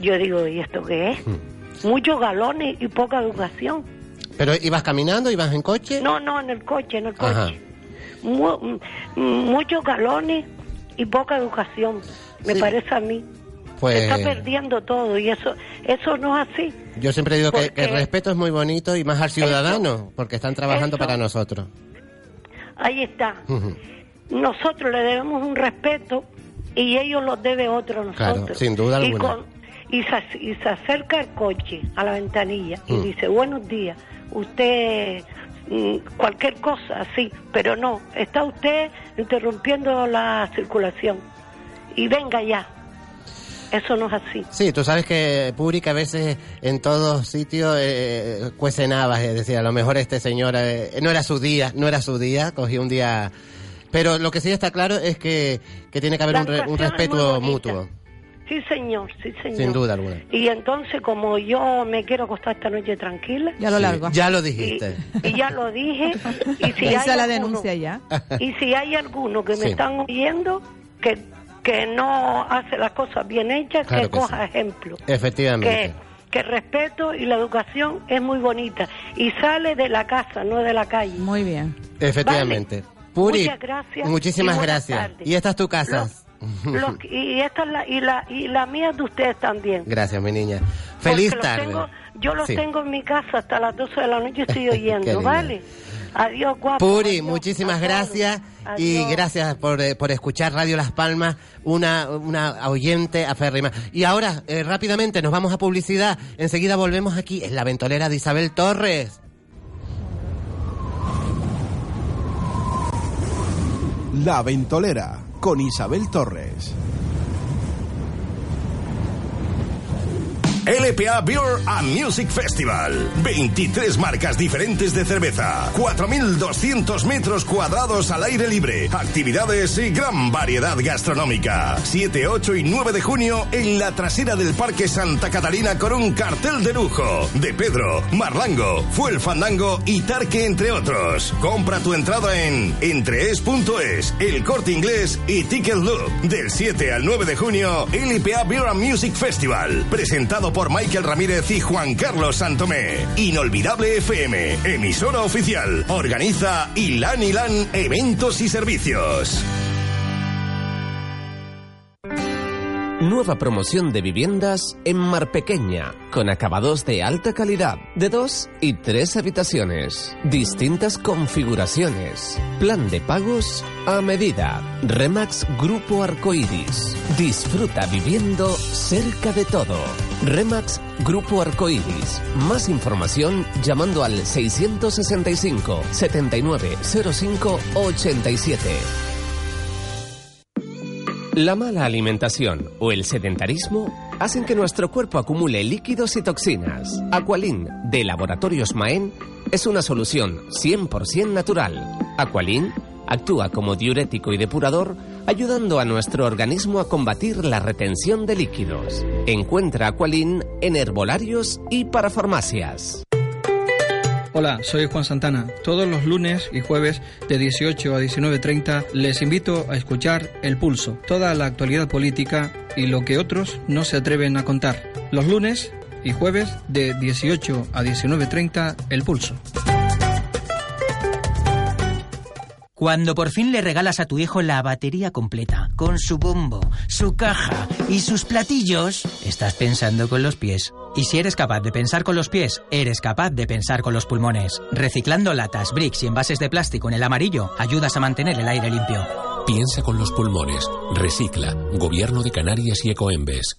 U: Yo digo, ¿y esto qué es? Muchos galones y poca educación.
E: ¿Pero ibas caminando, ibas en coche?
U: No, no, en el coche, en el coche.
E: Ajá.
U: Mu- mm, muchos galones y poca educación, me parece a mí. Se
E: Pues
U: está perdiendo todo y eso eso no es así.
E: yo siempre digo que, que el
U: Porque-
E: respeto es muy bonito y más al ciudadano, porque están trabajando
U: eso-
E: para nosotros.
U: Ahí está.
E: Ujú.
U: Nosotros le debemos un respeto y ellos los debe otro a
E: Claro,
U: nosotros.
E: sin duda
U: Y
E: alguna.
U: y, se, ac- y se acerca el coche a la ventanilla y
E: Mm.
U: dice, buenos días, usted mm, cualquier cosa así, pero no, está usted interrumpiendo la circulación y venga ya. Eso no es así.
E: Sí, tú sabes que Puri, que a veces en todos sitios eh, cuece navas, es decir, a lo mejor este señor eh, no era su día, no era su día, cogió un día... Pero lo que sí está claro es que, que tiene que haber
U: La
E: un, re- un
U: educación es
E: respeto
U: muy bonita.
E: mutuo,
U: Sí, señor, sí, señor.
E: sin duda alguna.
U: Y entonces, como yo me quiero acostar esta noche tranquila.
E: Ya lo Sí, largo. ya lo dijiste.
U: Y, y ya lo dije. Y si
G: Hizo
U: hay
G: la
U: alguno-
G: denuncia ya.
U: Y si hay alguno que me
G: Sí.
U: están oyendo que, que no hace las cosas bien hechas,
E: Claro
U: que,
E: que
U: coja ejemplo. Que,
E: Efectivamente.
U: que el respeto y la educación es muy bonita. Y sale de la casa, no de la calle.
G: Muy bien.
E: Efectivamente. Puri,
U: Muchas gracias y
E: muchísimas
U: buenas
E: gracias.
U: tardes.
E: Y esta es tu casa.
U: Los- y esta es la, y la, y la mía es de ustedes también.
E: Gracias, mi niña. Feliz
U: Porque los
E: tarde.
U: tengo- yo los
E: Sí.
U: tengo en mi casa hasta las 12 de la noche y estoy
E: Qué
U: oyendo,
E: linda.
U: ¿vale? Adiós, guapo.
E: Puri,
U: adiós.
E: muchísimas gracias y gracias por, eh, por escuchar Radio Las Palmas, una, una oyente aférrima. Y ahora, eh, rápidamente, nos vamos a publicidad. Enseguida volvemos aquí en la ventolera de Isabel Torres.
S: La Ventolera con Isabel Torres.
A: LPA Beer and Music Festival. 23 marcas diferentes de cerveza. 4.200 metros cuadrados al aire libre. Actividades y gran variedad gastronómica. 7, 8 y 9 de junio en la trasera del Parque Santa Catarina con un cartel de lujo. De Pedro, Marlango, Fue el Fandango y Tarque, entre otros. Compra tu entrada en entrees.es, el corte inglés y Ticket Loop. Del 7 al 9 de junio, LPA Beer and Music Festival. Presentado por Michael Ramírez y Juan Carlos Santomé. Inolvidable FM, emisora oficial. Organiza Ilan Ilan Eventos y Servicios.
M: Nueva promoción de viviendas en Mar Pequeña, con acabados de alta calidad, de dos y tres habitaciones, distintas configuraciones, plan de pagos a medida, Remax Grupo Arcoiris. Disfruta viviendo cerca de todo. Remax Grupo Arcoiris. Más información llamando al 665 7905 87. La mala alimentación o el sedentarismo hacen que nuestro cuerpo acumule líquidos y toxinas. Aqualin de Laboratorios Maen es una solución 100% natural. Aqualin actúa como diurético y depurador, ayudando a nuestro organismo a combatir la retención de líquidos. Encuentra Aqualin en herbolarios y para farmacias.
V: Hola, soy Juan Santana. Todos los lunes y jueves de 18 a 19.30 les invito a escuchar El Pulso, toda la actualidad política y lo que otros no se atreven a contar. Los lunes y jueves de 18 a 19.30 El Pulso.
W: Cuando por fin le regalas a tu hijo la batería completa, con su bombo, su caja y sus platillos, estás pensando con los pies. Y si eres capaz de pensar con los pies, eres capaz de pensar con los pulmones. Reciclando latas, bricks y envases de plástico en el amarillo, ayudas a mantener el aire limpio.
X: Piensa con los pulmones. Recicla. Gobierno de Canarias y Ecoembes.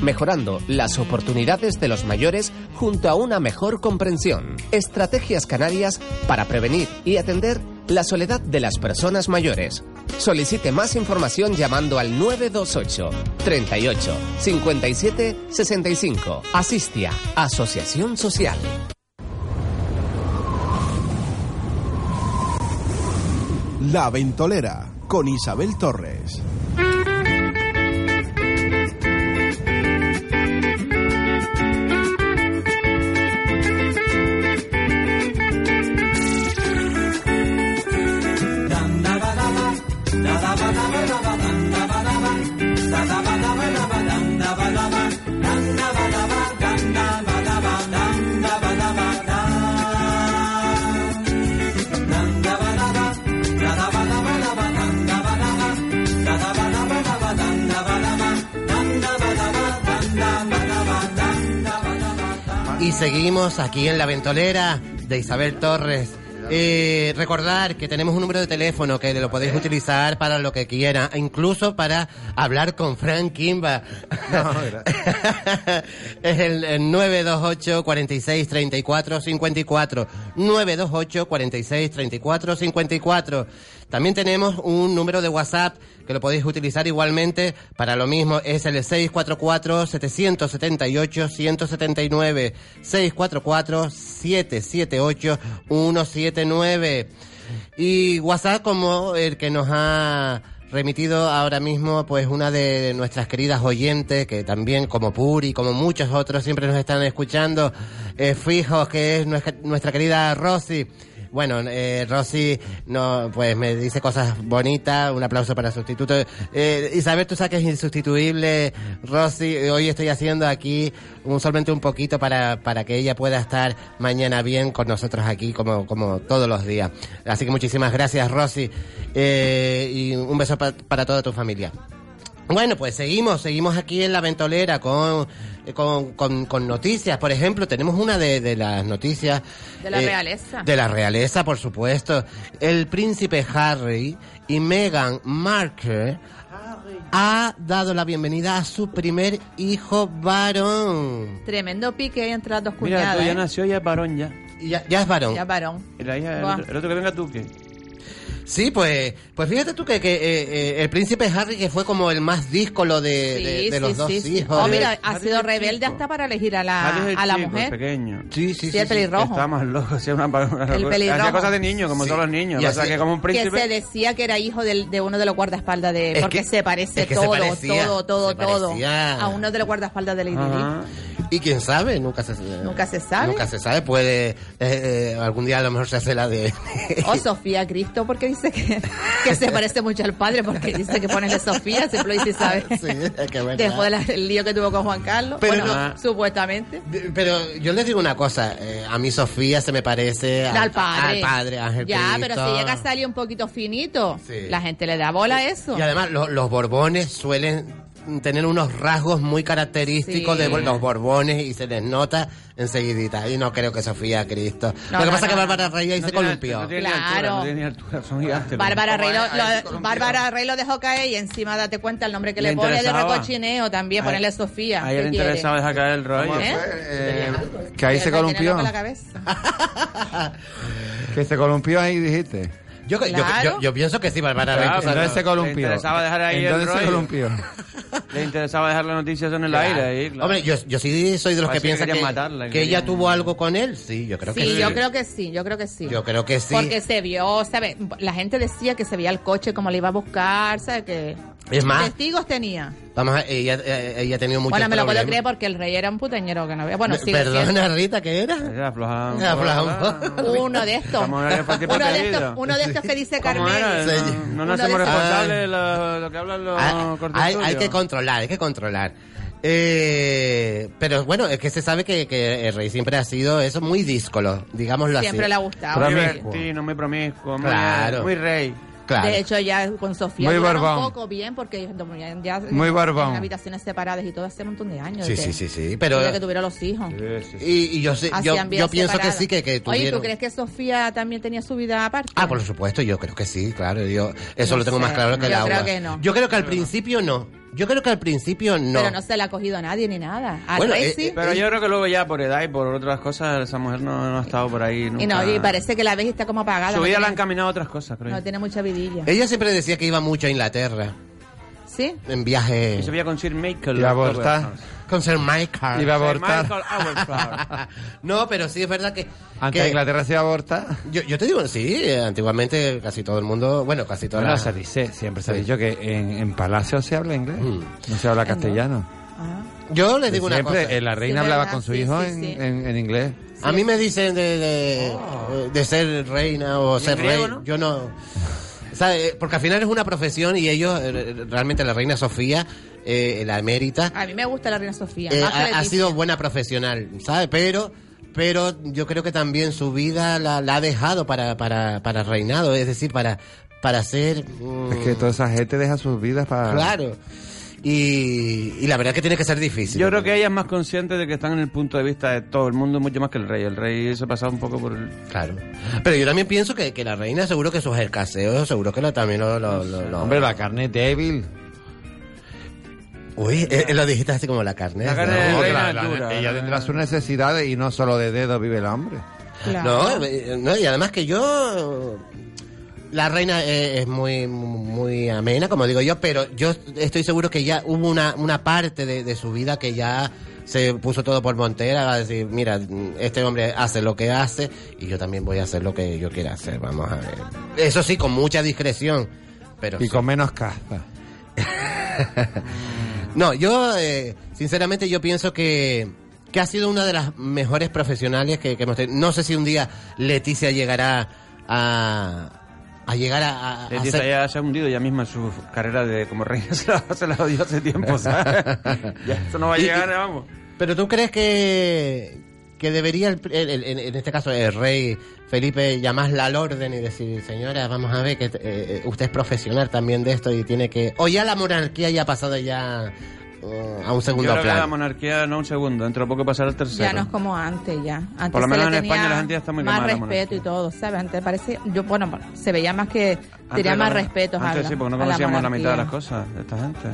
M: mejorando las oportunidades de los mayores junto a una mejor comprensión. Estrategias canarias para prevenir y atender la soledad de las personas mayores. Solicite más información llamando al 928 38 57 65. Asistia, Asociación Social.
S: La Ventolera con Isabel Torres.
E: Y seguimos aquí en la ventolera de Isabel Torres. Eh, recordar que tenemos un número de teléfono que lo podéis utilizar para lo que quiera, incluso para hablar con Frank Kimba. es el eh, 928 46 34 54. 928 46 34 54. También tenemos un número de WhatsApp que lo podéis utilizar igualmente para lo mismo. Es el 644-778-179. 644-778-179. Y WhatsApp como el que nos ha remitido ahora mismo pues una de nuestras queridas oyentes que también como Puri como muchos otros siempre nos están escuchando eh, fijos que es nuestra, nuestra querida Rosy bueno, eh, Rosy no, pues me dice cosas bonitas, un aplauso para sustituto. Eh, Isabel, tú sabes que es insustituible, Rosy, eh, hoy estoy haciendo aquí un solamente un poquito para, para que ella pueda estar mañana bien con nosotros aquí como, como todos los días. Así que muchísimas gracias, Rosy, eh, y un beso pa- para toda tu familia. Bueno, pues seguimos, seguimos aquí en la ventolera con eh, con, con- con noticias. Por ejemplo, tenemos una de, de las noticias.
G: De la
E: eh,
G: realeza.
E: De la realeza, por supuesto. El príncipe Harry y Meghan Markle ha dado la bienvenida a su primer hijo varón.
G: Tremendo pique ahí entre las dos
K: Mira, tú
G: cuñadas.
K: ya
G: ¿eh?
K: nació, ya es varón ya.
E: Ya, ya es varón.
G: Ya varón.
K: Y la hija-
G: Buah.
K: el, otro, el otro que venga tú, ¿qué?
E: Sí, pues, pues fíjate tú que, que, eh, eh, el príncipe Harry que fue como el más díscolo de,
G: Sí,
E: de- de
G: sí,
E: los dos
G: sí, sí.
E: hijos.
G: Oh, mira, ha sido rebelde hasta para elegir a
K: Harry es
G: la,
K: el
G: a la
K: chico, el
G: mujer.
K: pequeño. Sí, sí,
G: Sí, el pelirrojo.
K: Está más loco, hacía una, una-
G: El pelirrojo.
K: Hacía cosas de niño, como
E: Sí.
K: todos los niños.
E: Y
K: O sea,
E: así-
K: que como un
G: Que
K: príncipe.
G: se decía que era hijo del- de uno de los guardaespaldas de...
E: Es
G: porque
E: que-
G: se parece
E: es que se
G: todo,
E: parecía,
G: todo, todo,
E: se
G: todo.
E: parecía.
G: A uno de los guardaespaldas de Lady Di.
E: Ajá. Y quién sabe, nunca se
G: Nunca se sabe.
E: Nunca se sabe, puede eh, eh, algún día a lo mejor se hace la de
G: O Sofía Cristo, porque dice que, que se parece mucho al padre, porque dice que pones de Sofía, se lo dice, ¿sabes? Después del lío que tuvo con Juan Carlos.
E: Pero
G: bueno,
E: no-
G: supuestamente.
E: eh, Pero yo les digo una cosa, eh, a mí Sofía se me parece a-
G: al padre.
E: al padre, a Ángel
G: Ya,
E: Cristo.
G: pero si llega a salir un poquito finito, la gente le da bola a eso.
E: Y además lo- los borbones suelen tener unos rasgos muy característicos
G: Sí.
E: de los borbones y se les nota enseguidita. Y no creo que Sofía Cristo. lo
G: No,
E: que
G: no,
E: pasa es que
G: no, no.
E: Bárbara Rey ahí
K: No
E: se
K: tiene-
E: columpió.
K: No tiene ni
G: Claro.
K: altura, no tiene ni altura, son gigantes.
G: Bárbara
K: Como
G: Rey, lo,
K: a- a
G: lo-
K: ese colombiano.
G: Bárbara Rey lo dejó caer y encima date cuenta el nombre que
K: Le
G: le, pone de
K: interesaba.
G: recochineo también,
K: A él-
G: ponerle Sofía.
K: A ella
G: ¿qué
K: le
G: quiere?
K: interesaba dejar caer el rollo.
G: ¿Eh?
E: pues,
I: que ahí se
G: Tenerlo
I: columpió.
G: con la cabeza.
I: Que se columpió ahí, dijiste.
E: Yo, yo-
G: Claro.
E: yo- yo pienso que sí, Bárbara
K: Claro,
E: Rey.
K: pero
I: Entonces se columpió.
K: Le interesaba dejar ahí el
I: Entonces se
K: rollo.
I: columpió.
K: Le interesaba dejar las noticias en el
E: Claro.
K: aire. ahí, claro.
E: Hombre, yo, yo sí soy de los que
K: Parece que
E: piensan que,
K: querían matarla,
E: que
K: querían-
E: ella tuvo algo con él. Sí, yo creo que
G: Sí,
E: sí.
G: yo creo que sí, yo creo que sí.
E: Yo creo que sí.
G: Porque se vio, ¿sabes? La gente decía que se veía el coche, cómo le iba a buscar, ¿sabes? Que
E: Es más-
G: testigos tenía.
E: Vamos, a- ella, eh, ella ha tenido muchos
G: bueno, me lo puedo
E: problemas.
G: creer porque el rey era un puteñero que no había. Bueno,
E: Me-
G: sí.
E: Perdona, Rita, ¿qué era?
K: Era aflojado.
E: Era aflojado.
G: Uno de estos.
K: Estamos en el partido
G: Uno de
K: protegido.
G: estos, uno de estos que dice
K: ¿Cómo era?
G: Carmen.
K: No, no nos hacemos
E: de esos-
K: responsables de lo, lo que hablan los
E: Ah, hay,
K: cortistudios.
E: hay que controlar, hay que controlar. Eh, pero bueno, es que se sabe que, que el rey siempre ha sido eso muy díscolo, digámoslo
G: Siempre
E: así.
G: le ha gustado.
K: Muy
E: Promiscuo.
K: libertino, muy promiscuo, muy,
E: Claro.
K: muy rey.
E: Claro.
G: De hecho, ya con Sofía
K: Muy
G: duraron
K: barbón.
G: un poco bien porque ya, ya-
E: Muy barbón.
G: en habitaciones separadas y todo hace un montón de años.
E: Sí,
G: desde-
E: sí, sí, sí, pero-
G: desde que tuvieron los hijos.
E: Y, y yo, sé- yo,
G: Hacían vidas
E: yo pienso que
G: separadas.
E: sí, que, que
G: Oye, ¿tú
E: tuvieron-
G: crees que Sofía también tenía su vida aparte?
E: Ah, por supuesto, yo creo que sí, claro. Yo, eso
G: No
E: lo tengo
G: sé,
E: más claro que
G: yo
E: el agua.
G: creo que no.
E: Yo creo que al principio no. Yo creo que al principio no.
G: Pero no se la ha cogido a nadie ni nada. A
K: Bueno,
G: Rey
K: eh,
G: sí.
K: pero yo creo que luego ya por edad y por otras cosas esa mujer no, no ha estado por ahí nunca.
G: y, no, y parece que la vez está como apagada.
K: Su vida
G: no,
K: la han
G: tiene,
K: caminado a otras cosas, creo.
G: no tiene mucha vidilla.
E: Ella siempre decía que iba mucho a Inglaterra.
G: ¿Sí?
E: En viaje.
K: Y se veía con Sir Michael. pues,
E: Iba a
K: Los
E: abortar.
K: Roberts.
E: Con Sir Michael.
I: Iba a abortar.
K: Sir Michael Auerbach.
E: No, pero sí es verdad que.
I: Antes
E: que-
I: de Inglaterra se aborta.
E: Yo, yo te digo, sí, eh, antiguamente casi todo el mundo. Bueno, casi toda
I: Bueno,
E: la-
I: se dice, siempre se ha dicho que en, en Palacio se habla inglés, no se habla castellano.
E: Mm.
D: Ah,
E: Yo les digo una
I: siempre,
E: cosa.
I: eh, la reina
E: Sí,
I: hablaba
E: ¿verdad?
I: con su
E: Sí,
I: hijo
E: sí,
I: en,
E: sí.
I: en- en inglés.
E: A mí me dicen de, de, de ser reina o ser
I: griego,
E: rey. Yo no. ¿Sabe? Porque al final es una profesión y ellos, eh, realmente la reina Sofía, eh, la emérita,
G: A mí me gusta la reina Sofía.
E: eh,
G: Más que
E: ha, ha
G: Leticia.
E: sido buena profesional, ¿sabes? Pero pero yo creo que también su vida la, la ha dejado para, para, para reinado, es decir, para, para ser... mm,
I: Es que toda esa gente deja sus vidas para...
E: Claro. Y, y la verdad es que tiene que ser difícil.
K: Yo creo que ella es más consciente de que están en el punto de vista de todo el mundo mucho más que el rey. El rey se ha pasado un poco por el...
E: Claro. Pero yo también pienso que, que la reina seguro que sus escaseos, seguro que lo, también lo, lo, lo- lo-
I: Hombre, la carne es débil.
E: Uy, eh, eh, lo dijiste así como la carne.
I: La carne
E: ¿no?
I: de
E: Porque
I: reina
E: la- la-
I: dura. Ella tendrá sus necesidades y no solo de dedo vive el hambre.
E: No, eh, no, y además que yo... La reina eh, es muy muy amena, como digo yo, pero yo estoy seguro que ya hubo una, una parte de, de su vida que ya se puso todo por montera, a decir, mira, este hombre hace lo que hace y yo también voy a hacer lo que yo quiera hacer, vamos a ver. Eso sí, con mucha discreción, pero...
I: y
E: sí.
I: con menos caza.
E: No, yo, eh, sinceramente, yo pienso que, que ha sido una de las mejores profesionales que, que hemos tenido. No sé si un día Leticia llegará a, a llegar a- a, a
K: Leticia
E: ser-
K: ya se ha hundido ya misma su carrera de como reina. Se la, se la odió hace tiempo, ¿sabes? ya, esto no va a
E: Y- y-
K: llegar, vamos.
E: Pero tú crees que, que debería, el- el- el- en- en este caso, el rey Felipe llamarla al orden y decir, señora, vamos a ver que eh, eh, usted es profesional también de esto y tiene que... O ya la monarquía ya ha pasado ya eh, a un segundo
K: Yo creo que la
E: plano.
K: monarquía no un segundo, dentro de poco pasará al tercero.
G: Ya no es como antes, ya. Antes
K: Por lo
G: se
K: menos
G: le
K: en
G: tenía
K: España la gente ya está muy
G: Más
K: quemada, la
G: respeto y todo, ¿sabes? Antes parece. Yo, bueno, se veía más que. Tenía
K: Antes
G: más
K: no-
G: respeto a
K: Antes
G: la-
K: sí, porque no
G: a la
K: conocíamos la,
G: monarquía.
K: mitad de las cosas de esta gente.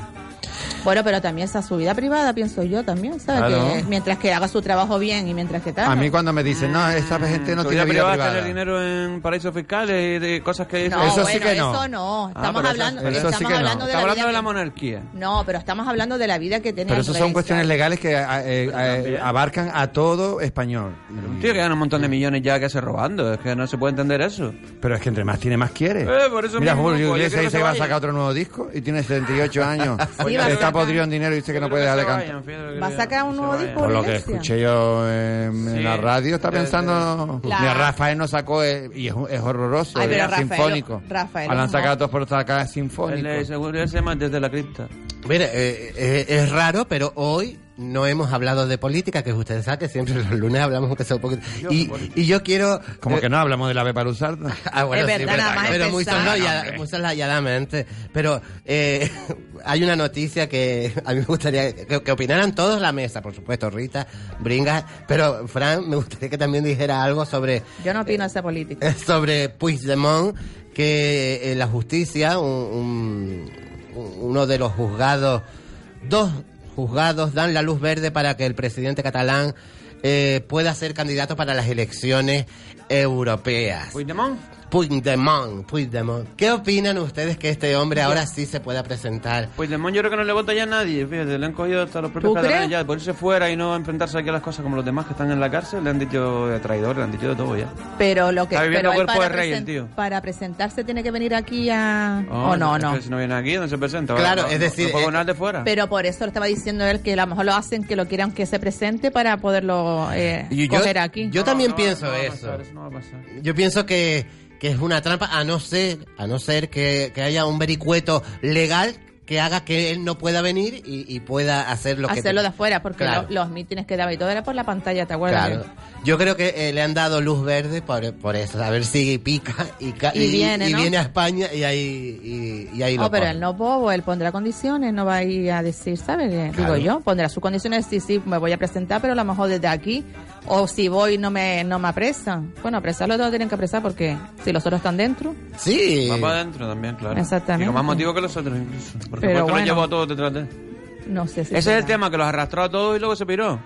G: Bueno, pero también esa subida privada, pienso yo también, ¿sabes?
I: Claro.
G: Que mientras que haga su trabajo bien y mientras que tal.
I: A mí cuando me dicen, no, esta
G: Ah.
I: gente no
K: Tú
I: tiene
K: ya
I: vida
K: privada, tener
I: privada.
K: dinero en paraísos fiscales y de cosas que...
G: No,
I: Eso
G: bueno,
I: sí que no.
G: eso no.
K: Ah,
G: Estamos
K: pero
G: hablando,
K: eso- eso
G: estamos
K: sí que no.
G: hablando de
K: Está
G: la
K: hablando
G: vida
K: de la
G: que-
K: monarquía.
G: No, pero estamos hablando de la vida que tenía
I: Pero
G: el
I: eso son
G: rey, ¿sabes?
I: cuestiones legales que eh, eh, eh, abarcan a todo español.
K: Un tío que gana un montón de millones ya que hace robando, es que no se puede entender eso.
I: Pero es que entre más tiene, más quiere.
K: Eh, por eso
I: Mira,
K: mismo,
I: Julio
K: pues,
I: Iglesias
K: yo quiero que
I: dice
K: se
I: que va a
K: vayan.
I: sacar otro nuevo disco y tiene 78 años.
K: Sí, va a
I: está
K: sacar-
I: podrido en dinero y dice que no puede dejar de cantar.
G: Va a sacar un nuevo disco.
I: Por lo que
G: Iglesias?
I: escuché yo eh, en la radio, está pensando.
G: Claro.
I: Mira, Rafael no sacó, eh, y es, es horroroso,
G: Ay, pero
I: es
G: Rafael-
I: sinfónico.
G: Rafael
I: Ahora
G: es
I: han
G: un
I: sacado todos por sacar
K: El
I: sinfónico.
K: de seguridad se llama desde la cripta.
E: Mire, eh, eh, es raro, pero hoy no hemos hablado de política, que ustedes saben que siempre los lunes hablamos aunque sea un poquito. Y, y yo quiero... eh,
I: Como que no hablamos de la B para usar.
E: Ah, bueno,
I: Es
E: sí,
I: verdad,
E: pero-
I: nada más
E: pero muy
I: empezar.
E: sonado y
I: No,
E: a-
I: hombre.
E: muy soslayadamente. Pero eh, hay una noticia que a mí me gustaría que, que opinaran todos la mesa, por supuesto, Rita, Bringas, pero Fran, me gustaría que también dijera algo sobre
G: Yo no opino esa política.
E: sobre Puigdemont que eh, la justicia, un- un- uno de los juzgados, dos juzgados dan la luz verde para que el presidente catalán eh, pueda ser candidato para las elecciones europeas.
K: ¿Puigdemont?
E: Puigdemont, Puigdemont. ¿Qué opinan ustedes que este hombre ahora sí se pueda presentar?
K: Puigdemont Pues yo creo que no le vota ya a nadie, fíjate, le han cogido hasta los propios
E: ¿Tú
K: catalanes
E: crees?
K: ya, por irse fuera y no enfrentarse aquí a las cosas como los demás que están en la cárcel, le han dicho de traidor, le han dicho de todo ya.
G: Pero lo que
K: Está viviendo
G: pero él
K: cuerpo
G: para,
K: de rey, el
G: presen-
K: tío. Oh,
G: para presentarse tiene que venir aquí a o Oh, no,
K: es
G: no.
K: que Si no viene aquí, no se presenta.
E: Claro,
K: No,
E: es
K: no,
E: decir,
K: No puedo ganar de fuera.
G: eh, Pero por eso lo estaba diciendo él que a lo mejor lo hacen que lo quieran que se presente para poderlo eh,
E: Y yo-
G: coger aquí.
E: yo también pienso eso. Yo pienso que, que es una trampa, a no ser, a no ser que, que haya un vericueto legal que haga que él no pueda venir y, y pueda hacer lo que...
G: hacerlo de afuera porque
E: Claro.
G: lo- los mítines que daba y todo era por la pantalla, ¿te acuerdas?
E: Claro. Yo creo que eh, le han dado luz verde por, por eso, a ver si pica y, ca-
G: Y viene, ¿no?
E: a España y ahí, y, y ahí
G: Oh,
E: lo
G: pero
E: pone.
G: él no es bobo, él pondrá condiciones, no va a ir a decir, ¿sabes? Eh,
E: Claro.
G: Digo yo, pondrá sus condiciones, sí, sí, me voy a presentar, pero a lo mejor desde aquí, o si voy no me no me apresan. Bueno, apresarlo todos tienen que apresar porque si los otros están dentro.
E: Sí.
K: Va para adentro también, claro.
G: Exactamente.
K: Y con más motivo que los otros, incluso. Porque
G: Pero
K: por
G: bueno.
K: lo llevó a todos detrás de él.
G: No sé si
K: Ese es
G: será.
K: el tema, que los arrastró a todos y luego se piró.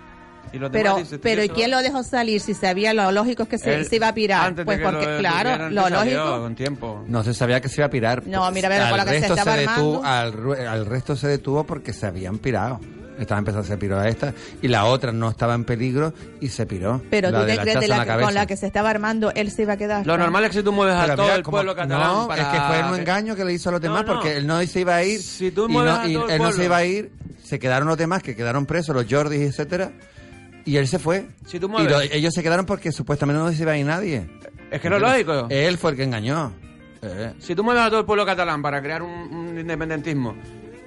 K: Y los demás
G: Pero,
K: dicen,
G: pero ¿y
K: "Tío,
G: quién
K: se va".
G: lo dejó salir si sabía lo lógico es que se,
I: Él-
G: se iba a pirar?
K: Antes de
G: pues
K: que
G: porque,
K: lo
G: claro,
K: detuvieran,
G: lo
K: se salió
G: lógico.
K: Con tiempo.
I: No se sabía que se iba a pirar. Pues
G: No, mira, mira, con la
I: al
G: que se
I: resto
G: estaba
I: detuvo, al, ru- al resto se detuvo porque se habían pirado. Estaba empezando a se piró a esta y la otra no estaba en peligro y se piró.
G: Pero
I: la
G: tú
I: de
G: te
I: la
G: crees de
I: chaza en
G: la que-
I: cabeza.
G: con la que se estaba armando, él se iba a quedar.
K: Lo normal es que si tú mueves a
I: Pero
K: todo
I: mira,
K: el
I: como-
K: pueblo catalán
I: No,
K: para...
I: es que fue un engaño que le hizo a los demás
K: No, no.
I: porque él no se iba a ir.
K: Si tú
I: y
K: mueves
I: no-
K: a
I: y
K: todo el
I: él no
K: pueblo.
I: se iba a ir, se quedaron los demás que quedaron presos, los Jordis, etcétera, y él se fue.
K: Si tú
I: y
K: mueves-
I: lo- ellos se quedaron porque supuestamente no se iba a ir nadie.
K: Es que no es lógico.
I: Él fue el que engañó. Eh.
K: Si tú mueves a todo el pueblo catalán para crear un, un independentismo,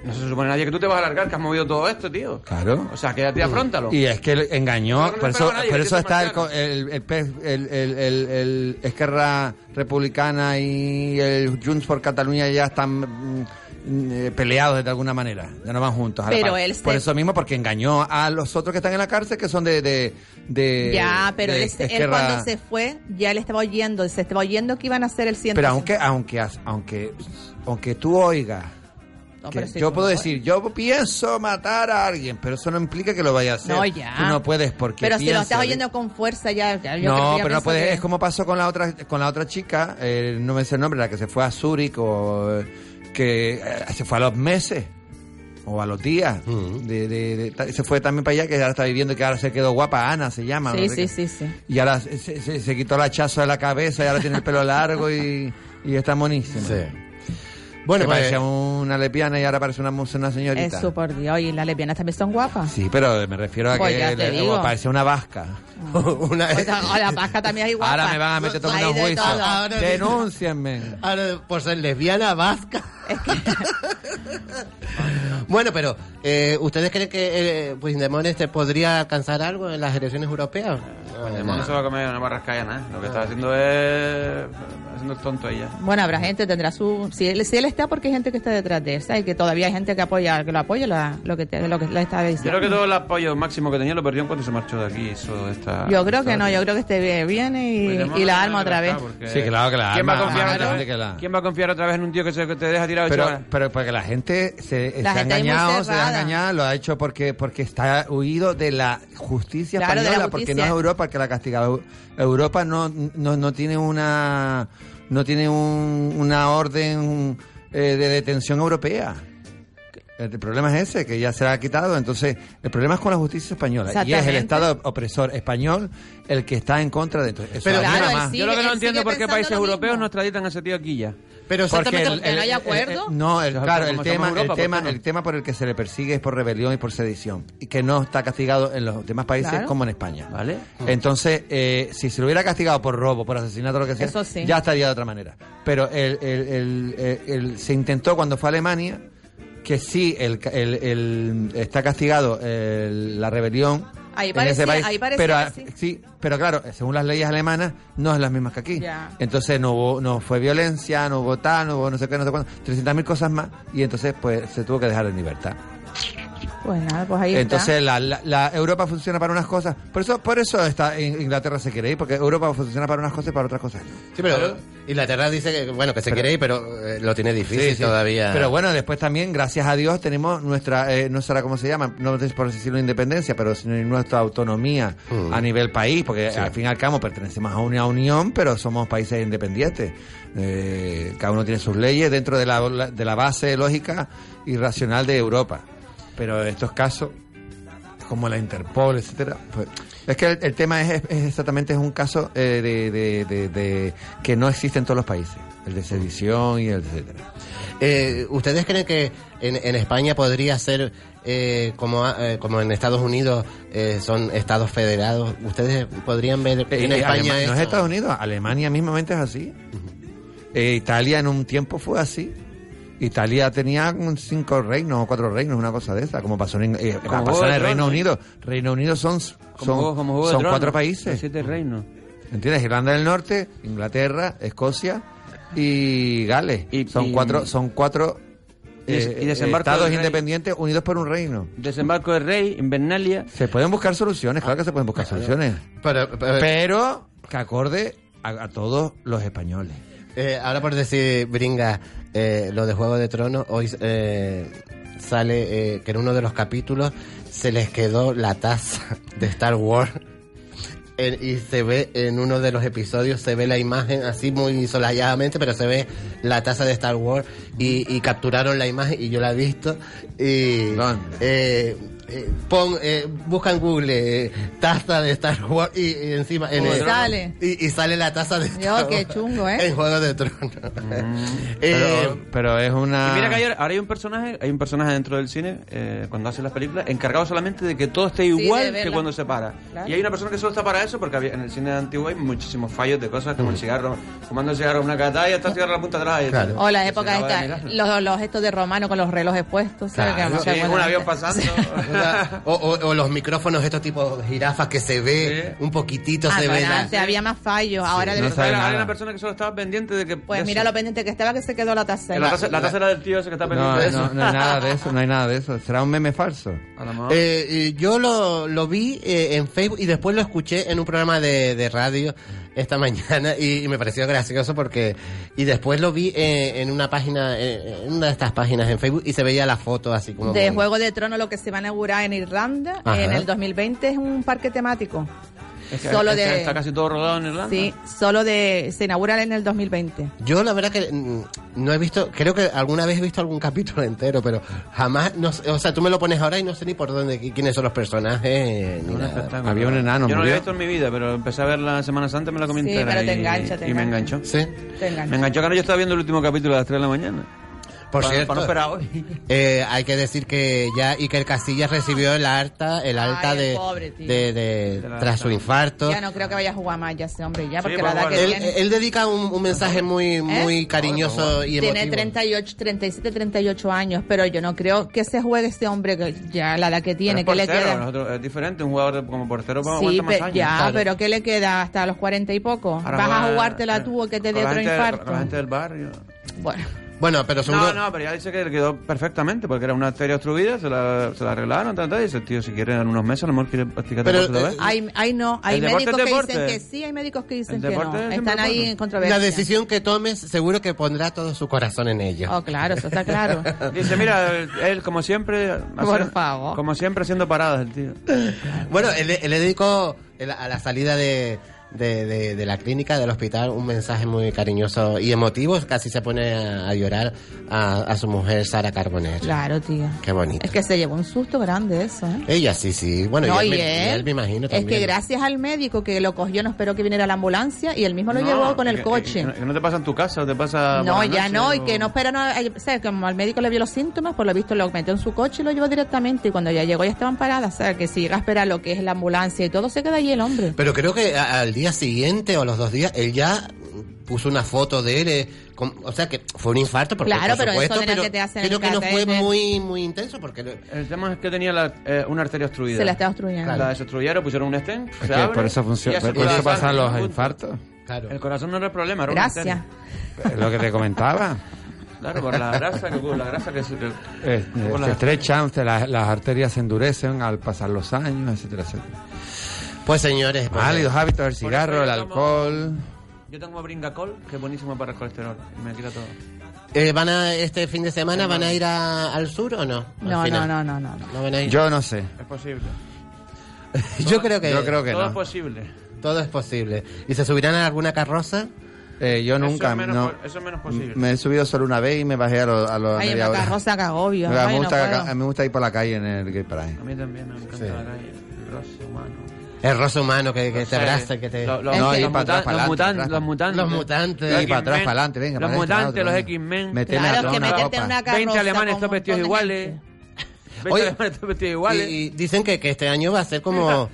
K: no se supone nadie que tú te vas a alargar, que has movido todo esto, tío.
I: Claro.
K: O sea, quédate, afrontalo.
I: Y es que él engañó,
K: Pero no
I: por
K: le
I: eso,
K: pegó a nadie,
I: por
K: que
I: eso
K: se
I: está el, co- el, el, pez- el, el- el- el Esquerra Republicana y el Junts por Cataluña ya están mm, mm, eh, peleados de alguna manera, ya no van juntos. a la
G: Pero
I: par.
G: él se-
I: Por eso mismo, porque engañó a los otros que están en la cárcel, que son de... de, de-
G: ya, pero
I: de
G: él, se- él
I: Esquerra-
G: cuando se fue, ya él estaba oyendo, se estaba oyendo que iban a hacer el 100.
I: Pero aunque, aunque, as- aunque, aunque tú oigas...
G: No,
I: que
G: pero si
I: yo
G: tú
I: puedo
G: no
I: decir, yo pienso matar a alguien, pero eso no implica que lo vaya a hacer.
G: No, ya.
I: Tú no puedes porque
G: Pero si lo
I: piensas,
G: estás oyendo con fuerza, ya. ya- yo
I: no,
G: creo que ya
I: pero no
G: pienso
I: puedes.
G: que-
I: Es como pasó con la otra con la otra chica, eh, no me sé el nombre, la que se fue a Zúrich o eh, que eh, se fue a los meses o a los días. de, de- de- ta- se fue también para allá que ahora está viviendo y que ahora se quedó guapa. Ana se llama. no
G: Sí,
I: sé
G: sí,
I: qué.
G: sí, sí.
I: Y ahora se, se- se quitó el hachazo de la cabeza y ahora tiene el pelo largo y, y está monísima. Bueno,
E: Bueno,
I: que
E: pues-
I: parecía una lepiana y ahora parece una, mu- una señorita.
G: Eso, por Dios. Y las lesbianas también son guapas.
I: Sí, pero me refiero a
G: Pues
I: que
G: ya te
I: le-
G: digo.
I: parecía una vasca.
E: Una-
G: O sea, o la vasca también es guapa.
I: Ahora me van a meter todo
G: Hay
I: en un
G: de
I: juicio.
G: todo.
I: Denúncienme.
E: Ahora, por ser lesbiana vasca. Bueno, pero eh, ¿ustedes creen que eh, Puigdemont este podría alcanzar algo en las elecciones europeas?
K: Además, no se va a comer una barrascayana, ¿eh? Lo
I: Ah.
K: que está haciendo es. haciendo el tonto ella.
G: Bueno, habrá gente, tendrá su... Si él, si él está, porque hay gente que está detrás de él, ¿sabes? Que todavía hay gente que apoya, que lo apoya la- lo que te- lo que le está
K: Yo
G: diciendo.
K: creo que todo el apoyo máximo que tenía lo perdió en cuanto se marchó de aquí. Eso Ah, está. Pues
G: Yo creo que no, yo creo que este viene y, y la arma otra vez.
I: Sí, claro que la
K: ¿Quién va, a
I: arma,
K: confiar
I: la
K: otra
I: gente
K: vez?
I: que la-
K: ¿Quién va a confiar otra vez en un tío que, se, que te deja tirado ocho
I: Pero,
K: horas?
I: pero porque la gente se, se
K: La
I: ha
K: gente es muy
I: engañado, se
K: cerrada.
I: ha engañado, lo ha hecho porque porque está huido de la justicia
K: Claro, de la
I: española, porque
K: justicia.
I: no es Europa el que la castiga. Eu- Europa no, no, no tiene una no tiene un- una orden eh, de detención europea. El problema es ese, que ya se la ha quitado. Entonces, el problema es con la justicia española. Y es el
K: Exactamente.
I: Estado opresor español el que está en contra de todo. Eso
K: Pero
I: daña
K: claro,
I: más.
K: yo lo que no entiendo es por qué países europeos no extraditan a ese tío aquí ya.
E: Pero
I: Porque el- el- el- el- no, el- claro, el
K: Como
I: tema,
K: somos Europa,
I: el,
K: pues,
I: tema,
K: ¿por qué no?
I: el tema por el que se le persigue es por rebelión y por sedición. Y que no está castigado en los demás países
K: Claro.
I: como en España. ¿Vale? Entonces, eh, si se lo hubiera castigado por robo, por asesinato, lo que sea,
K: Eso sí.
I: ya estaría de otra manera. Pero el, el- el- el- el- se intentó cuando fue a Alemania que sí el, ca- el- el- está castigado el- la rebelión.
G: Ahí
I: en
G: parecía-
I: ese país,
G: ahí parecía
I: pero
G: que
I: a-
G: sí.
I: sí, pero claro, según las leyes alemanas no es las mismas que aquí.
G: Ya.
I: Entonces no hubo, no fue violencia, no hubo tal, no hubo no sé qué, no sé cuánto, 300.000 cosas más y entonces pues se tuvo que dejar en libertad.
G: Pues nada, pues ahí
I: Entonces
G: está.
I: la, la- la Europa funciona para unas cosas, por eso por eso está In- Inglaterra se quiere ir porque Europa funciona para unas cosas y para otras cosas.
E: Sí, pero Inglaterra dice que, bueno, que se quiere ir, pero eh, lo tiene difícil
I: Sí, sí.
E: todavía.
I: Pero bueno, después también, gracias a Dios, tenemos nuestra, eh, no será cómo se llama, no es por decirlo independencia, pero sino nuestra autonomía
K: Mm.
I: a nivel país, porque
E: Sí.
I: al fin y al cabo pertenecemos a una unión, pero somos países independientes. Eh, cada uno tiene sus leyes dentro de la, de la base lógica y racional de Europa. Pero estos casos, como la Interpol, etcétera, pues, es que el, el tema es, es exactamente es un caso eh, de, de- de- de- que no existe en todos los países, el de sedición y el etcétera.
E: Eh, ¿Ustedes creen que en, en España podría ser eh, como, a- eh, como en Estados Unidos eh, son estados federados? ¿Ustedes podrían ver
I: Eh,
E: en
I: eh,
E: España
I: Alema-
E: eso?
I: no es Estados Unidos, Alemania mismamente es así. Eh, Italia en un tiempo fue así. Italia tenía un cinco reinos o cuatro reinos, una cosa de esa, como pasó en, eh,
K: Como
I: pasó
K: Juego
I: en
K: de
I: el Reino
K: Tronos.
I: Unido. Reino Unido son, son,
K: Como juego- como juego de
I: son
K: tronos,
I: cuatro
K: los
I: países.
K: Siete reinos.
I: ¿Entiendes? Irlanda del Norte, Inglaterra, Escocia y Gales. son
K: y-
I: cuatro, son cuatro
K: Y des-
I: eh,
K: y desembarco
I: estados
K: del rey.
I: independientes unidos por un reino.
K: Desembarco del Rey, Invernalia.
I: Se pueden buscar soluciones, claro que se pueden
K: Ah,
I: buscar soluciones.
E: Pero, pero-
I: Pero que acorde a, a todos los españoles.
E: Eh, ahora por decir, Bringa, eh, lo de Juego de Tronos, hoy eh, sale eh, que en uno de los capítulos se les quedó la taza de Star Wars. En- y se ve en uno de los episodios, se ve la imagen así muy solalladamente, pero se ve la taza de Star Wars y, y capturaron la imagen y yo la he visto. Y, eh, eh, pon, eh, busca en Google eh, taza de Star Wars y, y encima en
G: Y
E: el-
G: sale.
E: Y, y sale la taza de Star
G: Yo,
E: Wars.
G: qué chungo, ¿eh?
E: En Juego de Tronos.
K: Mm.
I: Pero,
E: Eh,
I: pero es una.
K: Y mira que ayer, ahora hay un personaje, hay un personaje dentro del cine, eh, cuando hace las películas, encargado solamente de que todo esté
L: de
K: igual
L: verla.
K: que cuando se para.
L: Claro.
K: Y hay una persona que solo está para eso, porque había- en el cine antiguo hay muchísimos fallos de cosas,
I: Mm.
K: como el cigarro, fumando el cigarro en una catalla, y hasta el cigarro en la punta atrás. y-
G: O la
K: se
G: época
K: acaba de
G: esta,
K: mirar.
G: los, los gestos de Romano con los relojes puestos. ¿sabes?
E: Claro.
G: Que
E: Sí,
G: mucha-
E: un avión
K: pasando.
E: o, o- o los micrófonos, estos tipos de jirafas que se ve un poquitito,
G: Ah,
E: se ve
G: pero
E: la-
G: antes había más fallos. Ahora de
K: Pero
G: verdad-
K: era- era una persona que solo estaba pendiente de que.
G: Pues mira lo pendiente que estaba que se quedó la taza.
K: La taza, la taza era del tío ese que está pendiente
I: No,
K: de eso.
I: no, no hay nada de eso, no hay nada de eso. Será un meme falso.
E: Eh, eh, yo lo, lo vi eh, en Facebook y después lo escuché en un programa de, de radio esta mañana y, y me pareció gracioso porque y después lo vi eh, en una página eh, en una de estas páginas en Facebook y se veía la foto así como
G: De
E: muy-
G: Juego de Tronos, lo que se va a inaugurar en Irlanda
E: Ajá.
G: en el 2020 es un parque temático.
K: Es que-
G: solo
K: es que
G: de-
K: Está casi todo rodado en Irlanda.
G: Sí, solo de se inaugura en el 2020.
E: Yo la verdad que mm, no he visto, creo que alguna vez he visto algún capítulo entero, pero jamás, no, sé, o sea, tú me lo pones ahora y no sé ni por dónde, qui- quiénes son los personajes. ni nada.
I: Había un enano,
K: Yo no
I: murió.
K: lo había visto en mi vida, pero empecé a verla la Semana Santa, me la comenté.
G: Sí, pero te engancha, te
K: y me
G: engancha.
K: enganchó.
E: Sí.
G: Te engancha.
K: Me enganchó que no yo estaba viendo el último capítulo a las 3 de la mañana.
E: Por
K: Para-
E: cierto,
K: para no esperar hoy.
E: eh, hay que decir que ya Iker Casillas recibió el alta, el alta
G: Ay, el
E: de,
G: pobre tío.
E: de- de- tras su infarto.
G: Ya no creo que vaya a jugar más ya ese hombre ya, porque
E: Sí,
G: la
E: vamos
G: edad
E: a
G: que
E: ver.
G: tiene... ¿Eh?
E: Él- él dedica un, un mensaje muy muy cariñoso y emotivo.
G: Tiene 38, 37, 38 años, pero yo no creo que se juegue este hombre que ya la edad que tiene,
K: Pero
G: que
K: es
G: le
K: portero,
G: queda.
K: nosotros- es diferente, un jugador de- como portero va,
G: Sí,
K: aguanta más
G: pe-
K: años.
G: ya, pero ¿qué le queda hasta los 40 y poco?
K: Ahora eh,
G: ¿Vas
K: juega-
G: a jugártela tú o que te dé
K: con la
G: otro
K: gente-
G: infarto?
K: con la gente del barrio.
G: Bueno.
E: Bueno, pero seguro-
K: No, no, pero ya dice que le quedó perfectamente porque era una arteria obstruida, se la, se la arreglaron, tal, tal, y dice, tío, si quiere en unos meses, a lo mejor quiere practicar deporte
E: eh,
K: otra vez.
G: hay, hay no, hay
K: El deporte
G: médicos
K: es
G: que dicen
K: deporte.
G: que sí, hay médicos que dicen
K: El
G: que
K: deporte
G: no.
K: es
G: Están
K: deporte.
G: ahí en controversia.
E: La decisión que tomes seguro que pondrá todo su corazón en ello.
G: Oh, claro, eso está claro.
K: Dice, mira, él como siempre... hace- Como siempre haciendo paradas el tío.
E: Bueno, él, le- él le dedicó el- a la salida de, de- de- de la clínica, del hospital, un mensaje muy cariñoso y emotivo. Casi se pone a, a llorar a, a su mujer Sara Carbonell.
G: Claro, tío.
E: Qué bonito.
G: Es que se llevó un susto grande eso, ¿eh?
E: Ella sí, sí. Bueno,
G: No,
E: y, él,
G: y
E: me-
G: él-
E: y él me imagino
G: Es
E: también.
G: que gracias al médico que lo cogió, no esperó que viniera la ambulancia y él mismo lo
K: No,
G: llevó con
K: que-
G: el coche.
K: Que, que no te pasa en tu casa, o te pasa...
G: No,
K: Ah, buenas
G: ya
K: noches,
G: no, y
K: o-
G: que no espera, no, ay, o sea, como al médico le vio los síntomas, por lo visto lo metió en su coche y lo llevó directamente y cuando ya llegó ya estaban paradas, o sea, que si llega a esperar lo que es la ambulancia y todo, se queda allí el hombre.
E: Pero creo que a- al día siguiente o los dos días, él ya puso una foto de él. eh, con- o sea, que fue un infarto, porque,
G: claro,
E: por
G: pero
E: supuesto,
G: eso de
E: pero
G: que te hacen
E: creo
G: el
E: que no fue
G: catéter.
E: muy, muy intenso porque... lo-
K: El tema es que tenía la, eh, una arteria obstruida.
G: Se la estaba obstruyendo.
K: La desobstruyeron, pusieron un stent.
I: Es que por eso funciona, por eso pasan los infartos.
K: El corazón no era el problema, era
G: Gracias.
K: un stent.
I: Es Lo que te comentaba.
K: Claro, por la grasa que la grasa que se. que-
I: Eh, eh,
K: por la-
I: se estrechan, se las, las arterias se endurecen al pasar los años, etcétera, etcétera.
E: Pues señores, pues,
I: Válidos
E: eh,
I: hábitos, el
K: por
I: cigarro,
K: eso
I: el
K: yo tomo-
I: alcohol.
K: Yo tengo bringacol, que es buenísimo para el colesterol. y me quita todo.
E: eh, ¿Van a, este fin de semana van a ir a- al sur o no? Al
G: No, no,
E: final.
G: no, no, no.
E: No van a ir.
I: Yo no sé.
K: Es posible.
E: Yo creo que,
I: Yo creo que
K: todo pues-
I: no.
K: es posible.
E: todo es posible. ¿Y se subirán a alguna carroza?
I: Eh, yo
K: Eso
I: nunca.
K: es menos
I: no.
K: po- eso es menos posible.
I: Me he subido solo una vez y me bajé a los. A lo
G: Ay, en
I: media
G: la
I: hora.
G: carroza que agobio.
I: Pero
G: ay,
I: me,
G: no
I: gusta,
G: puedo.
I: me gusta ir por la calle en el Gay Pride.
K: A mí también me encanta la calle. El roce humano.
E: El roce humano que, que
K: No
E: te
K: sé.
E: abraza, que te...
K: Lo- lo- No, los ir para atrás, mutan- para los adelante, mutan- para atrás. los mutantes.
E: Los mutantes.
K: Los
E: Y para atrás,
K: X-Men.
E: para adelante, venga.
K: Los
E: para adelante, para
K: mutantes, los
E: adelante, venga.
K: X-Men.
I: Meteme
E: Claro,
I: a toda
E: que
I: una
E: meterte en
I: copa.
E: una
K: 20
E: carroza
K: alemanes
E: con
K: todos
E: un
K: vestidos
E: montón de
K: iguales. 20
E: Oye,
K: alemanes todos vestidos
E: Y,
K: iguales.
E: y dicen que, que este año va a ser como...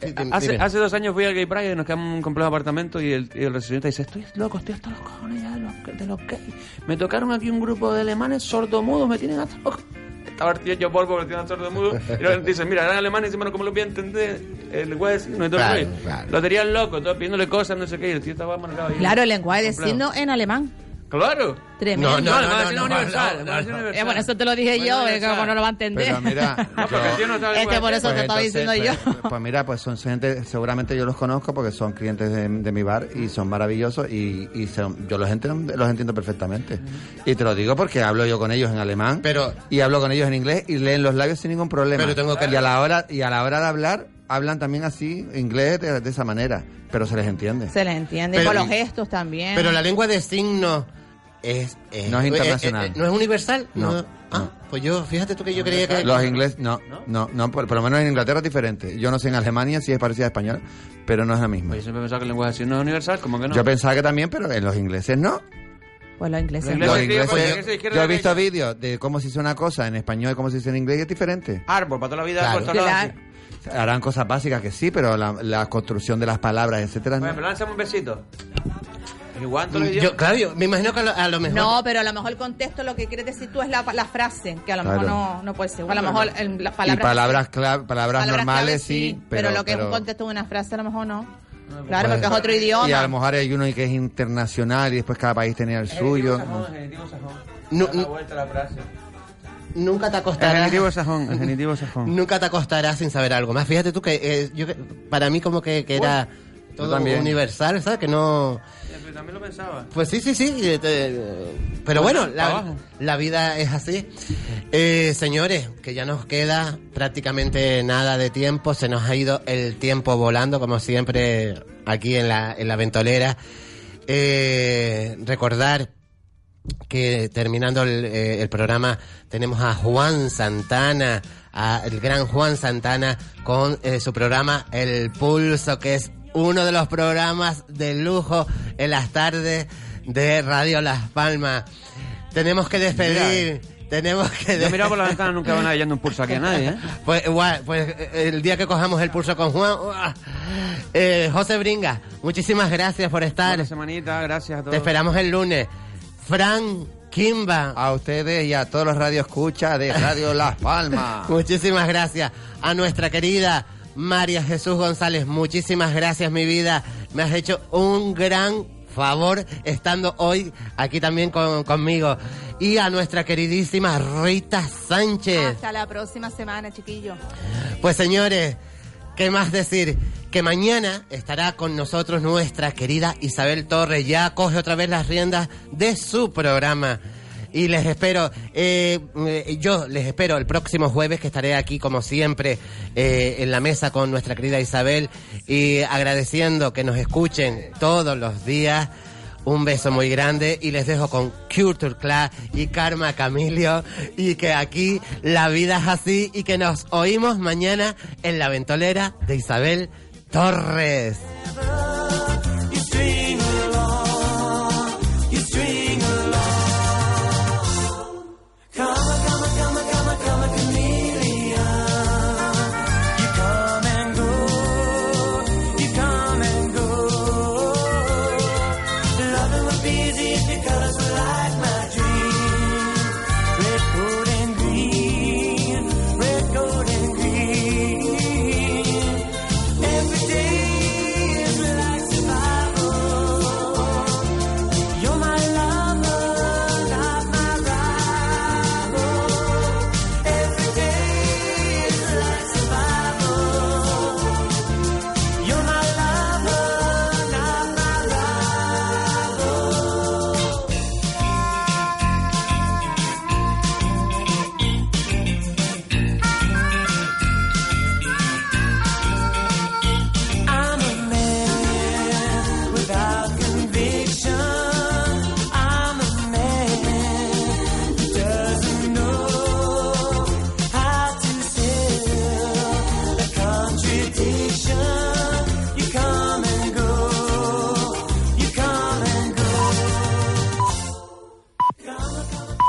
E: Sí, dime,
K: Hace,
E: dime.
K: hace dos años fui al Gay Pride y nos quedamos en un complejo apartamento y el, y el residente dice, estoy loco, estoy hasta los cojones ya de los, de los gays. Me tocaron aquí un grupo de alemanes sordomudos, me tienen hasta los cojones". Estaba el tío yo polvo, me tienen hasta sordomudos. Y luego dice, mira, eran alemanes y bueno, ¿cómo lo voy a entender? El güey de signos y todo el
E: Claro,
K: rollo.
E: claro.
K: Lo tenían loco, todo pidiéndole cosas, no sé qué, y el tío estaba marcado ahí.
G: Claro, el lenguaje de
K: Complejo.
G: signos en alemán.
K: Claro.
G: Tremendo. No, no,
K: el
G: no,
K: magazine
G: no, no,
K: universal,
G: no,
K: el magazine
G: Eh,
K: universal.
G: bueno, eso te lo dije yo,
K: Bueno,
G: eh, como no lo va a entender.
I: Pero mira,
K: No, porque el tío no sabe
G: Es que
K: igual.
G: por eso te estaba diciendo yo.
I: pues, pues mira, pues son gente, seguramente yo los conozco porque son clientes de, de mi bar y son maravillosos y, y son- yo los entiendo, los entiendo perfectamente. Y te lo digo porque hablo yo con ellos en alemán
E: Pero-
I: y hablo con ellos en inglés y leen los labios sin ningún problema.
E: Pero tengo que-
I: y, a la hora, y a la hora de hablar, hablan también así, inglés de, de esa manera, pero se les entiende.
G: Se les entiende,
E: Pero-
G: por los gestos también.
E: Pero la lengua de signos es, es-
I: No es
E: eh, eh,
I: internacional.
E: eh, ¿No es universal?
I: No,
E: Ah, pues yo, fíjate tú que yo creía que...
I: Los ingleses, no, no, no, por, por lo menos en Inglaterra es diferente. Yo no sé en Alemania si es parecida a español, pero no es la misma.
K: Oye, siempre he pensado que el lenguaje así no es universal, como que no.
I: Yo pensaba que también, pero en los ingleses no.
G: Pues los ingleses.
K: Los
I: Los
K: ingleses-
I: ingleses-
K: Pues, ingleses de izquierda
I: yo
K: a
I: he visto
K: derecha.
I: vídeos de cómo se dice una cosa en español y cómo se dice en inglés y es diferente.
K: Árbol, para toda la vida,
I: Claro.
K: por todos lados, así.
I: Harán cosas básicas que sí, pero la, la construcción de las palabras, etcétera,
K: Bueno,
I: no.
K: pero lánzame un besito. Igual en todos los
E: Yo,
K: idiomas.
E: Claudio, me imagino que a lo, a lo mejor...
G: No, pero a lo mejor el contexto lo que quieres decir tú es la, la frase, que a lo
I: Claro.
G: mejor no, no puede ser. O a lo mejor el- las
I: y
G: palabras.
I: palabras, clave- palabras,
G: palabras clave
I: normales sí,
G: pero,
I: pero,
G: lo que es
I: pero-
G: un contexto de una frase a lo mejor no.
I: pues,
G: Claro, porque es otro
I: Y a lo
G: idioma.
I: mejor hay uno que es internacional y después cada país tenía el suyo.
K: Sajón, genitivo sajón.
E: No,
K: Da la vuelta la frase.
E: Nunca te acostarás...
K: Genitivo sajón, el genitivo sajón.
E: Nunca te acostarás sin saber algo más. Fíjate tú que eh, yo que- para mí como que, que era todo
I: también.
E: universal, ¿sabes? Que no...
K: Pero también lo pensaba.
E: Pues sí, sí, sí. eh, te- pero bueno, la,
K: Abajo.
E: la vida es así. Eh, señores, que ya nos queda prácticamente nada de tiempo. Se nos ha ido el tiempo volando, como siempre, aquí en la, en la ventolera. Eh, recordar que terminando el, eh, el programa tenemos a Juan Santana, a el gran Juan Santana con eh, su programa El Pulso, que es uno de los programas de lujo en las tardes de Radio Las Palmas. Tenemos que despedir. Tenemos que
K: eh. Yo miraba por la ventana, nunca van a hallando un pulso aquí a nadie, ¿eh?
E: Pues igual, pues eh, el día que cojamos el pulso con Juan. ¡uah! Eh, José Bringa, muchísimas gracias por estar.
K: semanita, gracias a todos.
E: Te esperamos el lunes. Fran Kimba.
I: A ustedes y a todos los radioescuchas de Radio Las Palmas.
E: Muchísimas gracias a nuestra querida María Jesús González. Muchísimas gracias, mi vida. Me has hecho un gran favor estando hoy aquí también con- conmigo. Y a nuestra queridísima Rita Sánchez.
G: Hasta la próxima semana, chiquillos.
E: Pues señores, ¿qué más decir? Que mañana estará con nosotros nuestra querida Isabel Torres. Ya coge otra vez las riendas de su programa. Y les espero, eh, eh, yo les espero el próximo jueves que estaré aquí como siempre eh, en la mesa con nuestra querida Isabel y agradeciendo que nos escuchen todos los días. Un beso muy grande y les dejo con Culture Class y Karma Camilio y que aquí la vida es así y que nos oímos mañana en la ventolera de Isabel Torres.